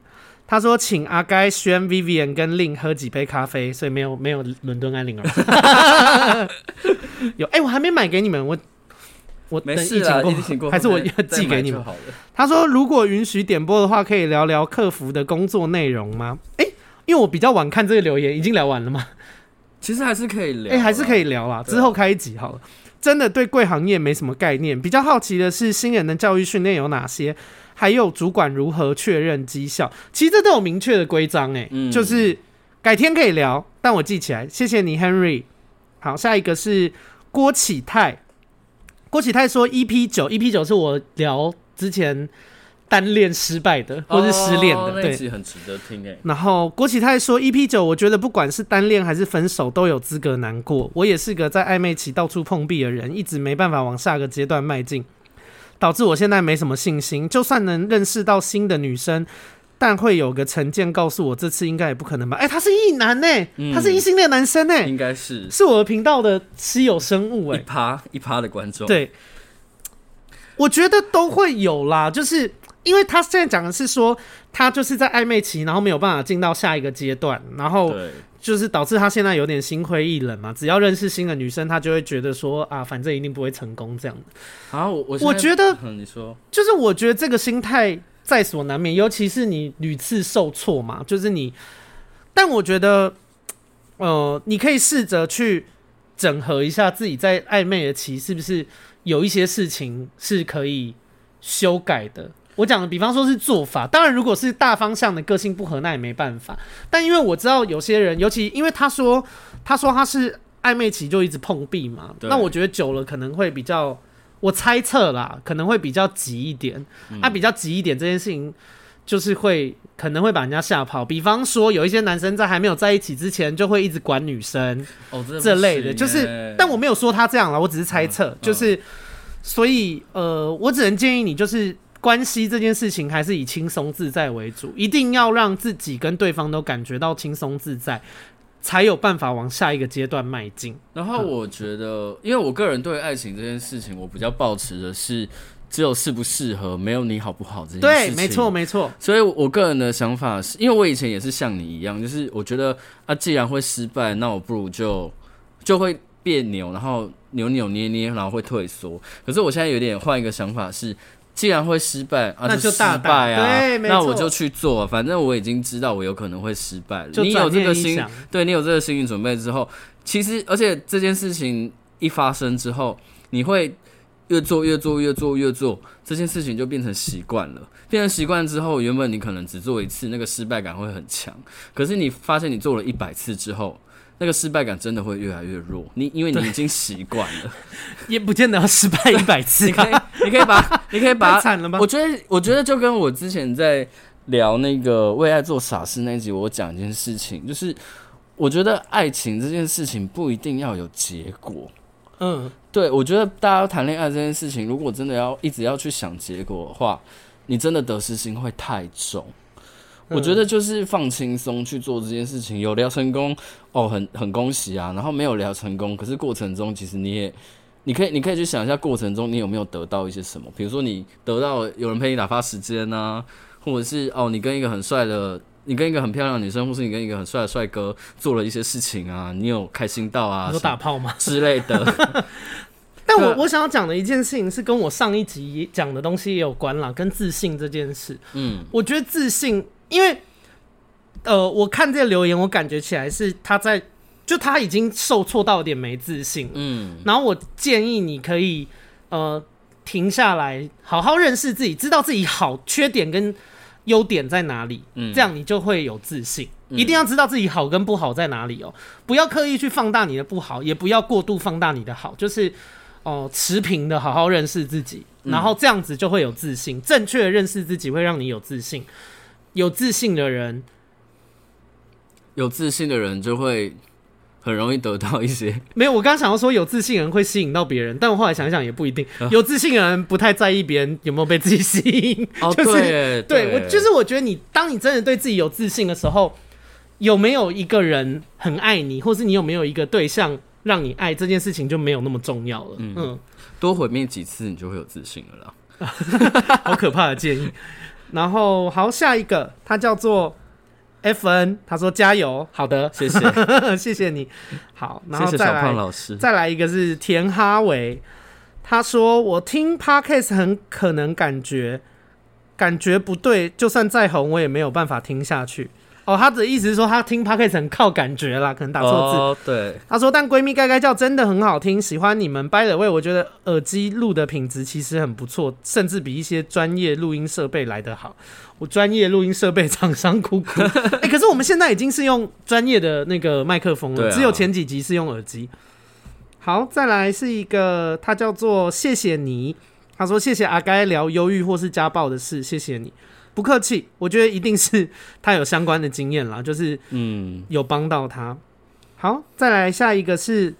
[SPEAKER 1] 他说请阿该、轩、Vivian 跟令喝几杯咖啡，所以没有没有伦敦安令儿。 有哎、我还没买给你们，我我
[SPEAKER 2] 没
[SPEAKER 1] 等
[SPEAKER 2] 事
[SPEAKER 1] 疫情
[SPEAKER 2] 啦，
[SPEAKER 1] 过
[SPEAKER 2] 疫情过后
[SPEAKER 1] 还是我
[SPEAKER 2] 再 再
[SPEAKER 1] 寄给
[SPEAKER 2] 买
[SPEAKER 1] 你
[SPEAKER 2] 就
[SPEAKER 1] 们。
[SPEAKER 2] 好了
[SPEAKER 1] 他说如果允许点播的话，可以聊聊客服的工作内容吗？哎、因为我比较晚看这个留言，已经聊完了吗？
[SPEAKER 2] 其实还是可以聊
[SPEAKER 1] 哎、
[SPEAKER 2] 啦，
[SPEAKER 1] 还是可以聊啦，
[SPEAKER 2] 对啊
[SPEAKER 1] 之后开一集好了。真的对贵行业没什么概念，比较好奇的是新人的教育训练有哪些，还有主管如何确认绩效。其实这都有明确的规章、欸，哎、
[SPEAKER 2] 嗯
[SPEAKER 1] 就是改天可以聊，但我记起来，谢谢你，Henry。好，下一个是郭启泰，郭启泰说 EP 九，EP 九是我聊之前单恋失败的或是失恋的，
[SPEAKER 2] 哦那
[SPEAKER 1] 对
[SPEAKER 2] 一，集很值得听哎。
[SPEAKER 1] 然后郭启泰说，EP 九，我觉得不管是单恋还是分手，都有资格难过。我也是个在暧昧期到处碰壁的人，一直没办法往下个阶段迈进，导致我现在没什么信心。就算能认识到新的女生，但会有个成见告诉我，这次应该也不可能吧？哎、他是异男呢、
[SPEAKER 2] 嗯
[SPEAKER 1] 他是异性恋男生呢、欸
[SPEAKER 2] 应该是
[SPEAKER 1] 是我的频道的稀有生物哎、
[SPEAKER 2] 一趴一趴的观众，，
[SPEAKER 1] 对，我觉得都会有啦，就是因为他现在讲的是说，他就是在暧昧期，然后没有办法进到下一个阶段，然后
[SPEAKER 2] 对，
[SPEAKER 1] 就是导致他现在有点心灰意冷嘛。啊只要认识新的女生，他就会觉得说啊，反正一定不会成功这样。
[SPEAKER 2] 啊，我我
[SPEAKER 1] 我
[SPEAKER 2] 现在
[SPEAKER 1] 觉得
[SPEAKER 2] 嗯，你说
[SPEAKER 1] 就是我觉得这个心态在所难免，尤其是你屡次受挫嘛，就是你。但我觉得，呃，你可以试着去整合一下自己在暧昧的期是不是有一些事情是可以修改的。我讲的，比方说是做法，当然如果是大方向的个性不合，那也没办法。但因为我知道有些人，尤其因为他说他说他是暧昧期就一直碰壁嘛，
[SPEAKER 2] 对
[SPEAKER 1] 那我觉得久了可能会比较，我猜测啦，可能会比较急一点。啊，比较急一点这件事情，就是会可能会把人家吓跑。比方说，有一些男生在还没有在一起之前，就会一直管女生，
[SPEAKER 2] 哦，这
[SPEAKER 1] 这类的，就是，
[SPEAKER 2] 哎
[SPEAKER 1] 但我没有说他这样了，我只是猜
[SPEAKER 2] 嗯
[SPEAKER 1] 测，就是，所以呃，我只能建议你，就是关系这件事情还是以轻松自在为主，一定要让自己跟对方都感觉到轻松自在，才有办法往下一个阶段迈进。
[SPEAKER 2] 然后我觉得，因为我个人对爱情这件事情，我比较抱持的是只有适不适合，没有你好不好这件事
[SPEAKER 1] 对
[SPEAKER 2] 情。，
[SPEAKER 1] 没错，。没 错，
[SPEAKER 2] 所以，我个人的想法是，因为我以前也是像你一样，就是我觉得啊，既然会失败，那我不如就就会别扭，然后扭扭捏捏，然后会退缩。可是我现在有点换一个想法是。既然会失败，啊、
[SPEAKER 1] 那
[SPEAKER 2] 就
[SPEAKER 1] 就
[SPEAKER 2] 失
[SPEAKER 1] 大胆
[SPEAKER 2] 败啊，
[SPEAKER 1] 对没
[SPEAKER 2] 那我
[SPEAKER 1] 错
[SPEAKER 2] 就去做、反正我已经知道我有可能会失败了。
[SPEAKER 1] 就
[SPEAKER 2] 你有
[SPEAKER 1] 转
[SPEAKER 2] 这个
[SPEAKER 1] 念一
[SPEAKER 2] 心
[SPEAKER 1] 想，
[SPEAKER 2] 对你有这个心理准备之后，其实而且这件事情一发生之后，你会越做越做越做越做，这件事情就变成习惯了。变成习惯之后，原本你可能只做一次，那个失败感会很强。可是你发现你做了一百次之后，那个失败感真的会越来越弱。你因为你已经习惯了，
[SPEAKER 1] 也不见得要失败一百次
[SPEAKER 2] 你可
[SPEAKER 1] 啊，
[SPEAKER 2] 以你可以把你可以把
[SPEAKER 1] 太惨了吧
[SPEAKER 2] 我？觉得，我觉得就跟我之前在聊那个为爱做傻事那一集，我讲一件事情，就是我觉得爱情这件事情不一定要有结果。
[SPEAKER 1] 嗯，
[SPEAKER 2] 对，我觉得大家谈恋爱这件事情，如果真的要一直要去想结果的话，你真的得失心会太重。
[SPEAKER 1] 嗯
[SPEAKER 2] 我觉得就是放轻松去做这件事情，有聊成功哦，很很恭喜啊。然后没有聊成功，可是过程中其实你也，你可以你可以去想一下过程中你有没有得到一些什么，比如说你得到有人陪你打发时间呐、或者是哦你跟一个很帅的，你跟一个很漂亮的女生，或是你跟一个很帅的帅哥做了一些事情啊，你有开心到啊
[SPEAKER 1] 你说
[SPEAKER 2] 什么
[SPEAKER 1] 打炮吗？
[SPEAKER 2] 之类的。
[SPEAKER 1] 但
[SPEAKER 2] 对
[SPEAKER 1] 我
[SPEAKER 2] 啊
[SPEAKER 1] 我想要讲的一件事情是跟我上一集讲的东西也有关啦，跟自信这件事。
[SPEAKER 2] 嗯，
[SPEAKER 1] 我觉得自信，因为呃，我看这个留言，我感觉起来是他在，就他已经受挫到有点没自信了。
[SPEAKER 2] 嗯，
[SPEAKER 1] 然后我建议你可以呃停下来，好好认识自己，知道自己好缺点跟优点在哪里，
[SPEAKER 2] 嗯
[SPEAKER 1] 这样你就会有自信。一定要知道自己好跟不好在哪里哦，不要刻意去放大你的不好，也不要过度放大你的好，就是哦、持平的好好认识自己，
[SPEAKER 2] 嗯
[SPEAKER 1] 然后这样子就会有自信。正确的认识自己会让你有自信，有自信的人
[SPEAKER 2] 有自信的人就会很容易得到一些，
[SPEAKER 1] 没有，我刚想要说有自信的人会吸引到别人，但我后来想一想也不一定，
[SPEAKER 2] 啊
[SPEAKER 1] 有自信的人不太在意别人有没有被自己 吸引。
[SPEAKER 2] 哦，
[SPEAKER 1] 就是
[SPEAKER 2] 对
[SPEAKER 1] 对我就是我觉得你，当你真的对自己有自信的时候，有没有一个人很爱你，或是你有没有一个对象让你爱，这件事情就没有那么重要了。嗯，
[SPEAKER 2] 多毁灭几次，你就会有自信了啦。
[SPEAKER 1] 好可怕的建议。然后好，下一个，他叫做 F N，他说加油，好的，
[SPEAKER 2] 谢 谢，
[SPEAKER 1] 谢谢你。好，然
[SPEAKER 2] 谢
[SPEAKER 1] 后
[SPEAKER 2] 谢
[SPEAKER 1] 再
[SPEAKER 2] 小
[SPEAKER 1] 来
[SPEAKER 2] 胖老师。
[SPEAKER 1] 再来一个是田哈维，他说我听 podcast 很可能感觉感觉不对，就算再红我也没有办法听下去。哦，他的意思是说他听 podcast 很靠感觉啦，可能打错字。
[SPEAKER 2] 哦，对，
[SPEAKER 1] 他说：“但闺蜜盖盖叫真的很好听，喜欢你们。By the way，我觉得耳机录的品质其实很不错，甚至比一些专业录音设备来得好。我专业录音设备厂商哭 哭。哎、可是我们现在已经是用专业的那个麦克风了，
[SPEAKER 2] 对啊
[SPEAKER 1] 只有前几集是用耳机。好，再来是一个，他叫做谢谢你。他说谢谢阿该聊忧郁或是家暴的事，谢谢你，不客气。我觉得一定是他有相关的经验啦，就是
[SPEAKER 2] 嗯，
[SPEAKER 1] 有帮到他。好，再来下一个是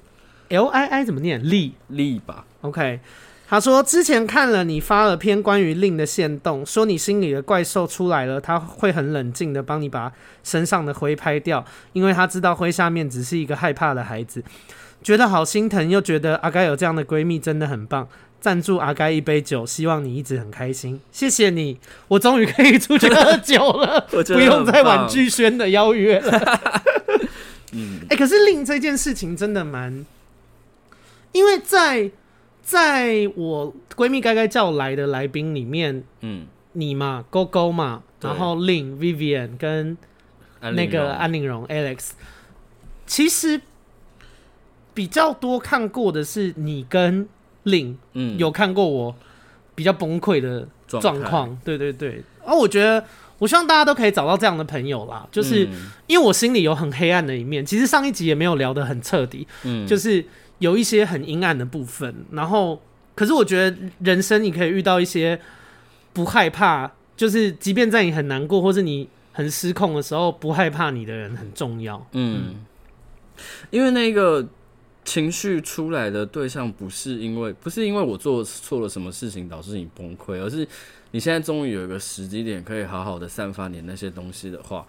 [SPEAKER 1] L I I 怎么念？利
[SPEAKER 2] 力吧，
[SPEAKER 1] ，OK。他说之前看了你发了篇关于令的线动，说你心里的怪兽出来了，他会很冷静的帮你把身上的灰拍掉，因为他知道灰下面只是一个害怕的孩子，觉得好心疼，又觉得阿该有这样的闺蜜真的很棒。赞助阿该一杯酒，希望你一直很开心。谢谢你，我终于可以出去喝酒了。
[SPEAKER 2] 我
[SPEAKER 1] 不用再婉，拒轩的邀约了。
[SPEAKER 2] 嗯
[SPEAKER 1] 哎、可是令这件事情真的蛮，因为在在我闺蜜该该叫来的来宾里面，
[SPEAKER 2] 嗯，
[SPEAKER 1] 你嘛，勾勾嘛，
[SPEAKER 2] 对
[SPEAKER 1] 然后令 Vivian 跟
[SPEAKER 2] 安
[SPEAKER 1] 那
[SPEAKER 2] 陵
[SPEAKER 1] 个啊
[SPEAKER 2] 容
[SPEAKER 1] 安陵容 Alex，其实比较多看过的是你跟令
[SPEAKER 2] 嗯
[SPEAKER 1] 有看过我比较崩溃的状
[SPEAKER 2] 态，
[SPEAKER 1] 况，对对对。而、我觉得，我希望大家都可以找到这样的朋友啦，就是
[SPEAKER 2] 嗯
[SPEAKER 1] 因为我心里有很黑暗的一面，其实上一集也没有聊得很彻底，
[SPEAKER 2] 嗯
[SPEAKER 1] 就是有一些很阴暗的部分。然后，可是我觉得人生你可以遇到一些不害怕，就是即便在你很难过或是你很失控的时候，不害怕你的人很重要。
[SPEAKER 2] 嗯，因为那个情绪出来的对象不是因为不是因为我做错了什么事情导致你崩溃，而是你现在终于有一个时机点可以好好的散发你那些东西的话，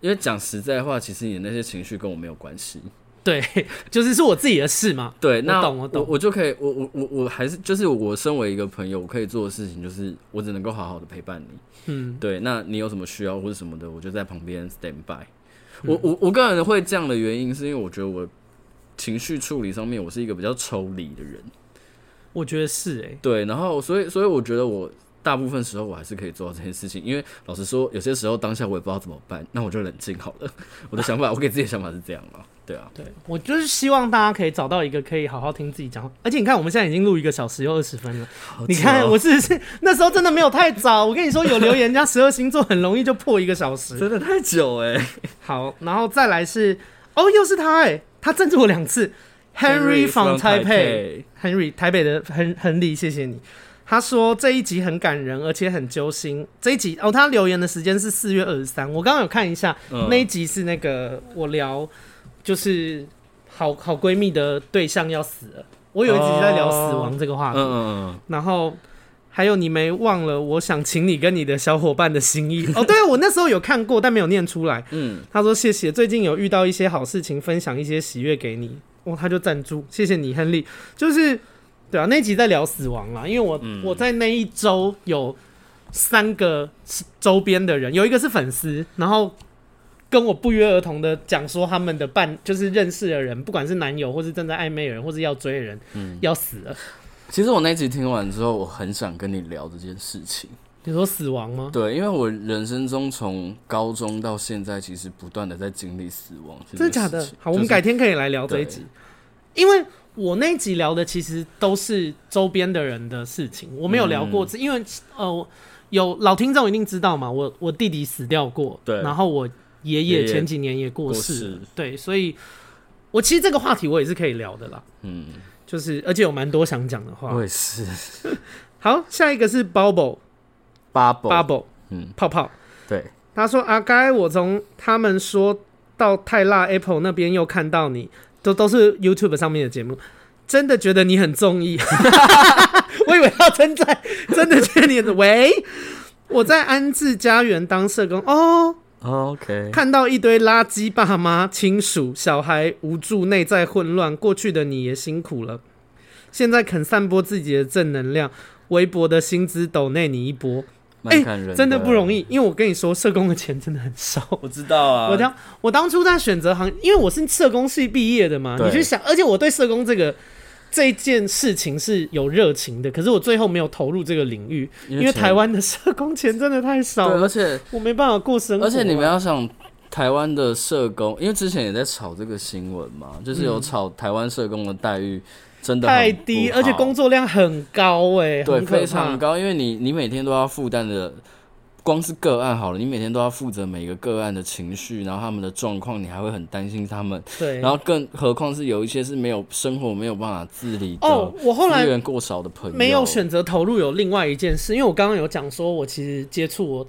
[SPEAKER 2] 因为讲实在话，其实你那些情绪跟我没有关系。
[SPEAKER 1] 对，就是是我自己的事嘛。
[SPEAKER 2] 对，
[SPEAKER 1] 我
[SPEAKER 2] 那
[SPEAKER 1] 懂我懂
[SPEAKER 2] 我就可以，我我我我还是就是我身为一个朋友，我可以做的事情就是我只能够好好的陪伴你。
[SPEAKER 1] 嗯，
[SPEAKER 2] 对，那你有什么需要或者什么的，我就在旁边 stand by。我
[SPEAKER 1] 嗯
[SPEAKER 2] 我我个人会这样的原因，是因为我觉得我情绪处理上面，我是一个比较抽离的人。
[SPEAKER 1] 我觉得是哎、
[SPEAKER 2] 对，然后所以所以我觉得我大部分时候我还是可以做到这件事情，因为老实说，有些时候当下我也不知道怎么办，那我就冷静好了。我的想法，我给自己的想法是这样啊，对啊，
[SPEAKER 1] 对，我就是希望大家可以找到一个可以好好听自己讲话，而且你看我们现在已经录一个小时又二十分了，你看 我是不是那时候真的没有太早？我跟你说有留言，人家十二星座很容易就破一个小时。
[SPEAKER 2] 真的太久哎、
[SPEAKER 1] 欸好，然后再来是哦，又是他哎、他赞助我两次，Henry from Taipei。Henry 台北的亨亨利，谢谢你。他说这一集很感人，而且很揪心。这一集哦，他留言的时间是四月二十三，我刚刚有看一下，
[SPEAKER 2] 嗯
[SPEAKER 1] 那一集是那个我聊就是好好闺蜜的对象要死了，我有一集在聊死亡这个话
[SPEAKER 2] 嗯
[SPEAKER 1] 题，
[SPEAKER 2] 嗯
[SPEAKER 1] 然后。还有你没忘了，我想请你跟你的小伙伴的心意哦。对，我那时候有看过，但没有念出来。
[SPEAKER 2] 嗯，
[SPEAKER 1] 他说谢谢，最近有遇到一些好事情，分享一些喜悦给你，哇，他就赞助，谢谢你，亨利。就是对啊，那一集在聊死亡啦，因为我、我在那一周有三个是周边的人，有一个是粉丝，然后跟我不约而同的讲说他们的伴就是认识的人，不管是男友或是正在暧昧的人，或是要追的人，要死了。
[SPEAKER 2] 其实我那集听完之后，我很想跟你聊这件事情。
[SPEAKER 1] 你说死亡吗？
[SPEAKER 2] 对，因为我人生中从高中到现在，其实不断的在经历死亡这
[SPEAKER 1] 真
[SPEAKER 2] 件事情。
[SPEAKER 1] 的假的？好，
[SPEAKER 2] 就
[SPEAKER 1] 我们
[SPEAKER 2] 是
[SPEAKER 1] 改天可以来聊这一
[SPEAKER 2] 对
[SPEAKER 1] 集，因为我那一集聊的其实都是周边的人的事情，我没有聊过，
[SPEAKER 2] 嗯
[SPEAKER 1] 因为呃，我有老听众一定知道嘛，我我弟弟死掉过，
[SPEAKER 2] 对
[SPEAKER 1] 然后我爷
[SPEAKER 2] 爷
[SPEAKER 1] 爷
[SPEAKER 2] 爷
[SPEAKER 1] 前几年也过
[SPEAKER 2] 过
[SPEAKER 1] 世了
[SPEAKER 2] 世，
[SPEAKER 1] 对，所以我其实这个话题我也是可以聊的啦，
[SPEAKER 2] 嗯，
[SPEAKER 1] 就是而且有蛮多想讲的话
[SPEAKER 2] 我。也是。
[SPEAKER 1] 好，下一个是 Bubble
[SPEAKER 2] Bubble，,
[SPEAKER 1] Bubble
[SPEAKER 2] 嗯，
[SPEAKER 1] 泡泡，
[SPEAKER 2] 对，
[SPEAKER 1] 他说：“阿该，我从他们说到泰辣 Apple 那边又看到你，都都是 YouTube 上面的节目，真的觉得你很综艺。 我以为要称赞，真的觉得你很喂。我在安置家园当社工哦，
[SPEAKER 2] OK，
[SPEAKER 1] 看到一堆垃圾爸妈、亲属、小孩无助、内在混乱，过去的你也辛苦了，现在肯散播自己的正能量，微薄的薪资抖内你一波，
[SPEAKER 2] 蛮感人、
[SPEAKER 1] 哎真的不容
[SPEAKER 2] 易。
[SPEAKER 1] 易。因为我跟你说，社工的钱真的很 少。”
[SPEAKER 2] 我知道啊，
[SPEAKER 1] 我当我当初在选择行，因为我是社工系毕业的嘛，
[SPEAKER 2] 对
[SPEAKER 1] 你去想，而且我对社工这个这件事情是有热情的，可是我最后没有投入这个领域，因为
[SPEAKER 2] 前
[SPEAKER 1] 台湾的社工钱真的太少
[SPEAKER 2] 对，
[SPEAKER 1] 了，
[SPEAKER 2] 而且
[SPEAKER 1] 我没办法过生活啊。
[SPEAKER 2] 而且你们要想。台湾的社工，因为之前也在炒这个新闻嘛，就是有炒台湾社工的待遇真的很
[SPEAKER 1] 嗯太低，
[SPEAKER 2] 不
[SPEAKER 1] 而且
[SPEAKER 2] 好
[SPEAKER 1] 工作量很高哎、
[SPEAKER 2] 对，
[SPEAKER 1] 很可怕
[SPEAKER 2] 非常高，因为你你每天都要负担的，光是个案好了，你每天都要负责每个个案的情绪，然后他们的状况，你还会很担心他们，
[SPEAKER 1] 对。
[SPEAKER 2] 然后更何况是有一些是没有生活没有办法自理的，
[SPEAKER 1] 哦，我后来
[SPEAKER 2] 资源过少的朋友，
[SPEAKER 1] 没有选择投入有另外一件事，因为我刚刚有讲说，我其实接触我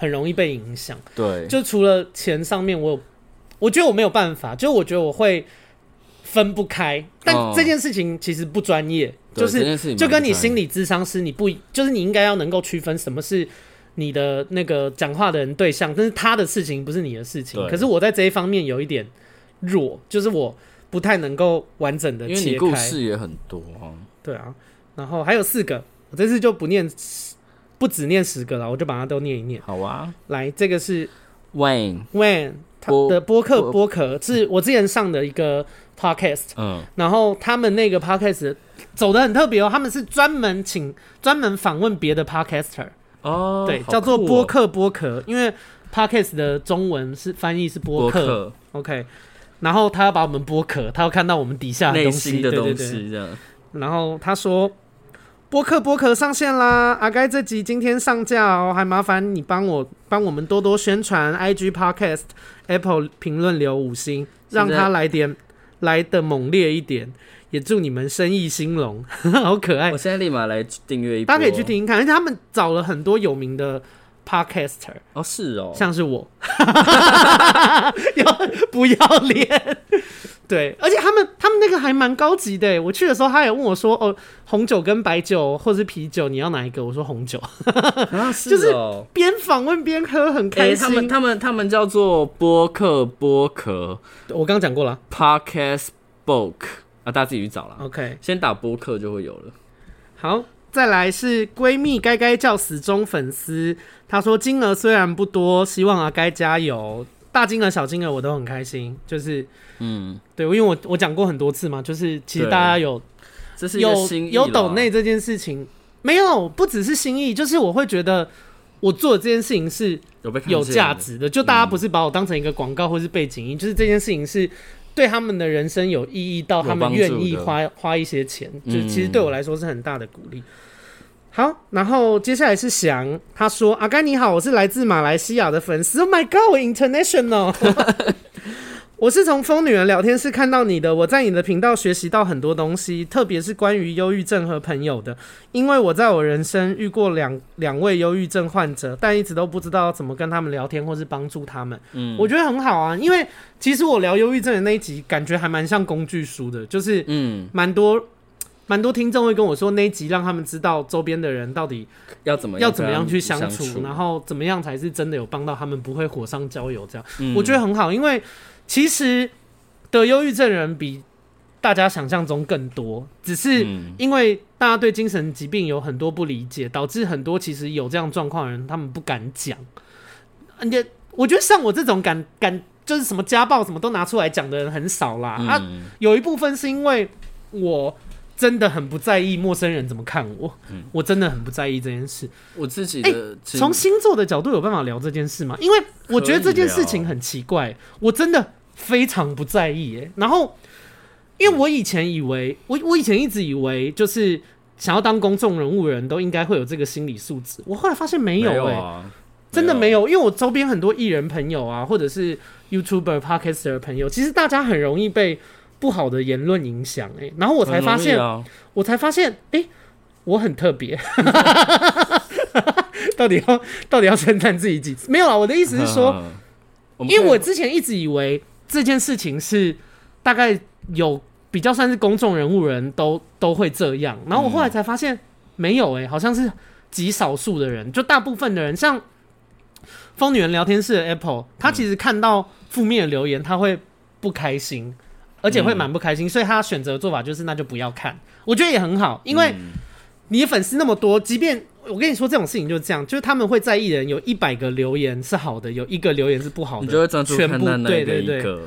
[SPEAKER 1] 很容易被影响。
[SPEAKER 2] 对，
[SPEAKER 1] 就除了钱上面，我有，我觉得我没有办法，就我觉得我会分不开。但
[SPEAKER 2] 哦
[SPEAKER 1] 这件事情其实不专业，
[SPEAKER 2] 对
[SPEAKER 1] 就
[SPEAKER 2] 这
[SPEAKER 1] 是
[SPEAKER 2] 件事情
[SPEAKER 1] 就跟你心
[SPEAKER 2] 理
[SPEAKER 1] 理智商师，你不就是你应该要能够区分什么是你的那个讲话的人对象，但是他的事情不是你的事情。
[SPEAKER 2] 对
[SPEAKER 1] 可是我在这一方面有一点弱，就是我不太能够完整的
[SPEAKER 2] 因为
[SPEAKER 1] 切
[SPEAKER 2] 你故
[SPEAKER 1] 开。
[SPEAKER 2] 事也很多啊，
[SPEAKER 1] 对啊，然后还有四个，我这次就不念，不只念十个了，我就把它都念一念。
[SPEAKER 2] 好啊
[SPEAKER 1] 来，这个是
[SPEAKER 2] ，Wayne，
[SPEAKER 1] When 他
[SPEAKER 2] 播
[SPEAKER 1] 的播客
[SPEAKER 2] 播
[SPEAKER 1] 播客是我之前上的一个 podcast，
[SPEAKER 2] 嗯，
[SPEAKER 1] 然后他们那个 podcast 走的很特别哦，他们是专门请专门访问别的 podcaster，
[SPEAKER 2] 哦，
[SPEAKER 1] 对，
[SPEAKER 2] 好
[SPEAKER 1] 叫做
[SPEAKER 2] 酷哦
[SPEAKER 1] 播客播客，因为 podcast 的中文是翻译是播
[SPEAKER 2] 播
[SPEAKER 1] 客 o k 然后他要把我们播客，他要看到我们底下的
[SPEAKER 2] 内
[SPEAKER 1] 东西，
[SPEAKER 2] 心的
[SPEAKER 1] 对
[SPEAKER 2] 东
[SPEAKER 1] 对对。
[SPEAKER 2] 西这样。
[SPEAKER 1] 然后他说：“播客播客上线啦，阿该这集今天上架哦，还麻烦你帮我帮我们多多宣传 IG Podcast Apple 评论留五星，
[SPEAKER 2] 现
[SPEAKER 1] 让
[SPEAKER 2] 在
[SPEAKER 1] 他来点来的猛烈一点，也祝你们生意兴隆， 好可爱
[SPEAKER 2] 哎我。现在立马来订阅一波，
[SPEAKER 1] 大家可以去听听看，而且他们找了很多有名的 podcaster，
[SPEAKER 2] 哦，是 哦，
[SPEAKER 1] 像是我， 要不要脸？对，而且他们他们那个还蛮高级的。欸我去的时候，他也问我说：“哦，红酒跟白酒或是啤酒，你要哪一个？”我说红酒。
[SPEAKER 2] 啊，是
[SPEAKER 1] 就是
[SPEAKER 2] 哦。
[SPEAKER 1] 边访问边喝，很
[SPEAKER 2] 哎、
[SPEAKER 1] 开
[SPEAKER 2] 他
[SPEAKER 1] 心。
[SPEAKER 2] 们他们他们叫做播客播客
[SPEAKER 1] 我刚刚讲过了
[SPEAKER 2] podcast book 啊，大家自己去找啦。
[SPEAKER 1] ，OK，
[SPEAKER 2] 先打播客就会有了。
[SPEAKER 1] 好。再来是闺蜜该该叫死忠粉丝，她说金额虽然不多，希望阿该加油，大金额小金额我都很开心。就是
[SPEAKER 2] 嗯，
[SPEAKER 1] 对，因为我我讲过很多次嘛，就是其实
[SPEAKER 2] 对
[SPEAKER 1] 大家有
[SPEAKER 2] 这是一个
[SPEAKER 1] 有
[SPEAKER 2] 新意啦
[SPEAKER 1] 有抖内这件事情，没有不只是心意，就是我会觉得我做的这件事情是
[SPEAKER 2] 有被看见嗯
[SPEAKER 1] 有
[SPEAKER 2] 的
[SPEAKER 1] 价，值的，就大家不是把我当成一个广告或是背景音，就是这件事情是对他们的人生有意义，到他们愿意
[SPEAKER 2] 有帮助的
[SPEAKER 1] 花花一些钱，就
[SPEAKER 2] 嗯
[SPEAKER 1] 其实对我来说是很大的鼓励。好，然后接下来是翔，他说：“阿甘你好，我是来自马来西亚的粉丝。Oh my god，我 international。”我是从疯女人聊天室看到你的，我在你的频道学习到很多东西，特别是关于忧郁症和朋友的，因为我在我人生遇过两两位忧郁症患者，但一直都不知道怎么跟他们聊天或是帮助他们。嗯，我觉得很好啊，因为其实我聊忧郁症的那一集，感觉还蛮像工具书的，就是
[SPEAKER 2] 嗯，
[SPEAKER 1] 蛮多蛮多听众会跟我说那一集让他们知道周边的人到底
[SPEAKER 2] 要怎么
[SPEAKER 1] 要怎么样去
[SPEAKER 2] 相
[SPEAKER 1] 相
[SPEAKER 2] 处，
[SPEAKER 1] 处，然
[SPEAKER 2] 后
[SPEAKER 1] 后怎么样才是真的有帮到他们，不会火上浇油这样。
[SPEAKER 2] 嗯
[SPEAKER 1] 我觉得很好，因为其实得忧郁症人比大家想象中更多，只是
[SPEAKER 2] 嗯
[SPEAKER 1] 因为大家对精神疾病有很多不理解，导致很多其实有这样状况的人，他们不敢讲。而且我觉得像我这种敢敢就是什么家暴什么都拿出来讲的人很少啦。啊，
[SPEAKER 2] 嗯
[SPEAKER 1] 有一部分是因为我真的很不在意陌生人怎么看我，
[SPEAKER 2] 嗯
[SPEAKER 1] 我真的很不在意这件事。
[SPEAKER 2] 我自己的经
[SPEAKER 1] 从星座的角度有办法聊这件事吗？因为我觉得这件事情很奇怪，我真的非常不在意耶。然后，因为我以前以为，我我以前一直以为，就是想要当公众人物的人都应该会有这个心理素质。我后来发现没
[SPEAKER 2] 没
[SPEAKER 1] 有
[SPEAKER 2] 有
[SPEAKER 1] 哎、
[SPEAKER 2] 啊，
[SPEAKER 1] 真的没有，因为我周边很多艺人朋友啊，或者是 YouTuber、Podcaster 的朋友，其实大家很容易被不好的言论影响哎、然后我
[SPEAKER 2] 我
[SPEAKER 1] 才发现，
[SPEAKER 2] 啊，
[SPEAKER 1] 我才发现，哎、我很特别。 到底要到底要称赞自己几次？没有啊，我的意思是 说，
[SPEAKER 2] 嗯，们
[SPEAKER 1] 因为我
[SPEAKER 2] 可以
[SPEAKER 1] 之前一直以为这件事情是大概有比较算是公众人物人都都会这样，然后我后来才发现没有哎、好像是极少数的人，就大部分的人，像疯女人聊天室的 Apple，他其实看到负面的留言，他会不开心，而
[SPEAKER 2] 嗯
[SPEAKER 1] 且会蛮不开心，所以他选择的做法就是那就不要看，我觉得也很好，因为
[SPEAKER 2] 嗯
[SPEAKER 1] 你粉丝那么多，即便我跟你说这种事情就是这样，就是他们会在意的人有一百个留言是好的，有一个留言是不好的，
[SPEAKER 2] 你就会专注
[SPEAKER 1] 全
[SPEAKER 2] 看
[SPEAKER 1] 部
[SPEAKER 2] 到那
[SPEAKER 1] 对
[SPEAKER 2] 一个
[SPEAKER 1] 对对
[SPEAKER 2] 一个。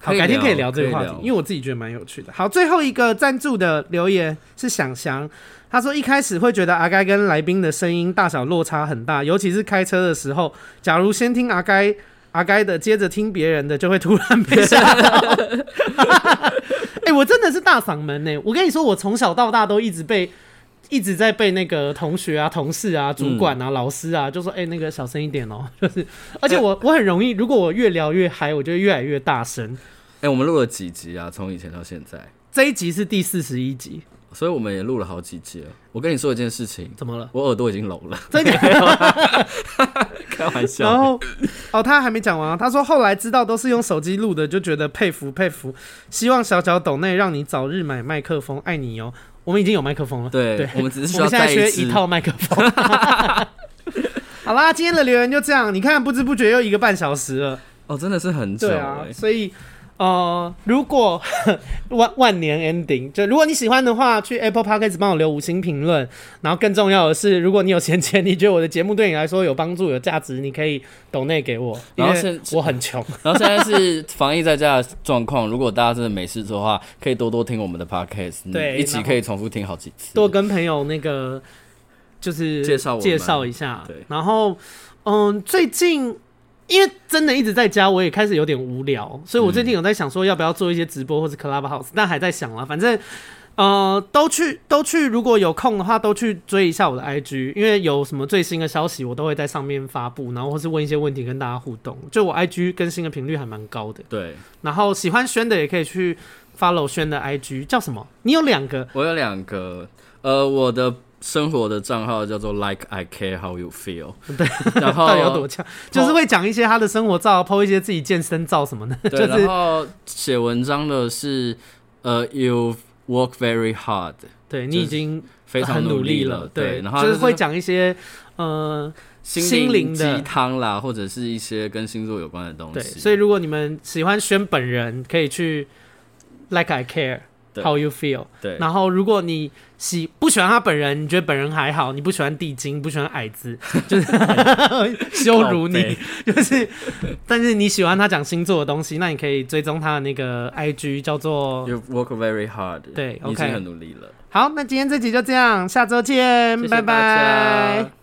[SPEAKER 1] 好，改天可以聊这个话题，因为
[SPEAKER 2] 为
[SPEAKER 1] 我自己觉得蛮有趣的。好，最后一个赞助的留言是想翔，他说一开始会觉得阿该跟来宾的声音大小落差很大，尤其是开车的时候，假如先听阿该。阿该的，接着听别人的，就会突然被吓到。 哎、我真的是大嗓门呢、我跟你说，我从小到大都一直被，一直在被那个同学啊、同事啊、主管啊、老师啊，就说：“哎、那个小声一点哦、就是，而且我我很容易，如果我越聊越嗨，我就越来越大声。
[SPEAKER 2] 哎，我们录了几集啊？从以前到现在，
[SPEAKER 1] 这一集是第四十一集，
[SPEAKER 2] 所以我们也录了好几集了。我跟你说一件事情，
[SPEAKER 1] 怎么 了？
[SPEAKER 2] 我耳朵已经聋了，
[SPEAKER 1] 这个，
[SPEAKER 2] 开玩
[SPEAKER 1] 然
[SPEAKER 2] 笑。
[SPEAKER 1] 后哦，他还没讲完啊。他说后来知道都是用手机录的，就觉得佩服佩服。希望小小抖内让你早日买麦克风，爱你哟。我们已经有麦克风了，
[SPEAKER 2] 对
[SPEAKER 1] 对，
[SPEAKER 2] 我们只是需
[SPEAKER 1] 我们
[SPEAKER 2] 要
[SPEAKER 1] 现在
[SPEAKER 2] 带
[SPEAKER 1] 缺
[SPEAKER 2] 支
[SPEAKER 1] 一套麦克风。 好啦，今天的留言就这样。你看，不知不觉又一个半小时了。
[SPEAKER 2] 哦，真的是很久
[SPEAKER 1] 对啊
[SPEAKER 2] 哎，。
[SPEAKER 1] 所以呃，如果 万万年 ending，就如果你喜欢的话，去 Apple Podcast 帮我留五星评论。然后更重要的是，如果你有闲钱，你觉得我的节目对你来说有帮助、有价值，你可以抖内给我，因
[SPEAKER 2] 然后
[SPEAKER 1] 为
[SPEAKER 2] 现
[SPEAKER 1] 我很穷。
[SPEAKER 2] 然后现在是防疫在家的状况，如果大家真的没事做的话，可以多多听我们的 podcast，
[SPEAKER 1] 对
[SPEAKER 2] 你一集可以重复听好几次。
[SPEAKER 1] 多跟朋友那个就是
[SPEAKER 2] 介绍我们
[SPEAKER 1] 介绍一下
[SPEAKER 2] 对。
[SPEAKER 1] 然后，嗯，最近因为真的一直在家，我也开始有点无聊，所以我最近有在想说要不要做一些直播或是 Clubhouse，但还在想啦，反正。呃，都去都去，如果有空的话，都去追一下我的 IG，因为有什么最新的消息，我都会在上面发布，然后或是问一些问题跟大家互动。就我 IG 更新的频率还蛮高的，
[SPEAKER 2] 对
[SPEAKER 1] 然后喜欢轩的也可以去 follow 轩的 IG，叫什么？你有两个，
[SPEAKER 2] 我有两个，呃，我的生活的账号叫做 Like I Care How You Feel，对，然
[SPEAKER 1] 到底有多
[SPEAKER 2] 后
[SPEAKER 1] 强？就是会讲一些他的生活照，PO 一些自己健身照什么的， 就
[SPEAKER 2] 对，然
[SPEAKER 1] 是
[SPEAKER 2] 后写文章的是呃 You Work Very Hard，
[SPEAKER 1] 对你已经
[SPEAKER 2] 非常
[SPEAKER 1] 很努
[SPEAKER 2] 力
[SPEAKER 1] 了，
[SPEAKER 2] 对，然后
[SPEAKER 1] 就是
[SPEAKER 2] 它
[SPEAKER 1] 会讲一些呃，心
[SPEAKER 2] 心
[SPEAKER 1] 灵
[SPEAKER 2] 灵
[SPEAKER 1] 的
[SPEAKER 2] 鸡汤啦，或者是一些跟星座有关的东
[SPEAKER 1] 对，
[SPEAKER 2] 西，
[SPEAKER 1] 所以如果你们喜欢轩本人，可以去 Like I Care。
[SPEAKER 2] 对
[SPEAKER 1] How you feel？
[SPEAKER 2] 对，
[SPEAKER 1] 然后，如果你喜不喜欢他本人，你觉得本人还好，你不喜欢地精，不喜欢矮子， 就是羞辱你， 就是。但是你喜欢他讲星座的东西，那你可以追踪他的那个 IG，叫做
[SPEAKER 2] You Work Very Hard，
[SPEAKER 1] 对
[SPEAKER 2] 你已
[SPEAKER 1] OK
[SPEAKER 2] 经很努力了，
[SPEAKER 1] 好，那今天这集就这样，下周见，
[SPEAKER 2] 谢谢
[SPEAKER 1] 嗯拜
[SPEAKER 2] 大
[SPEAKER 1] 拜
[SPEAKER 2] 家。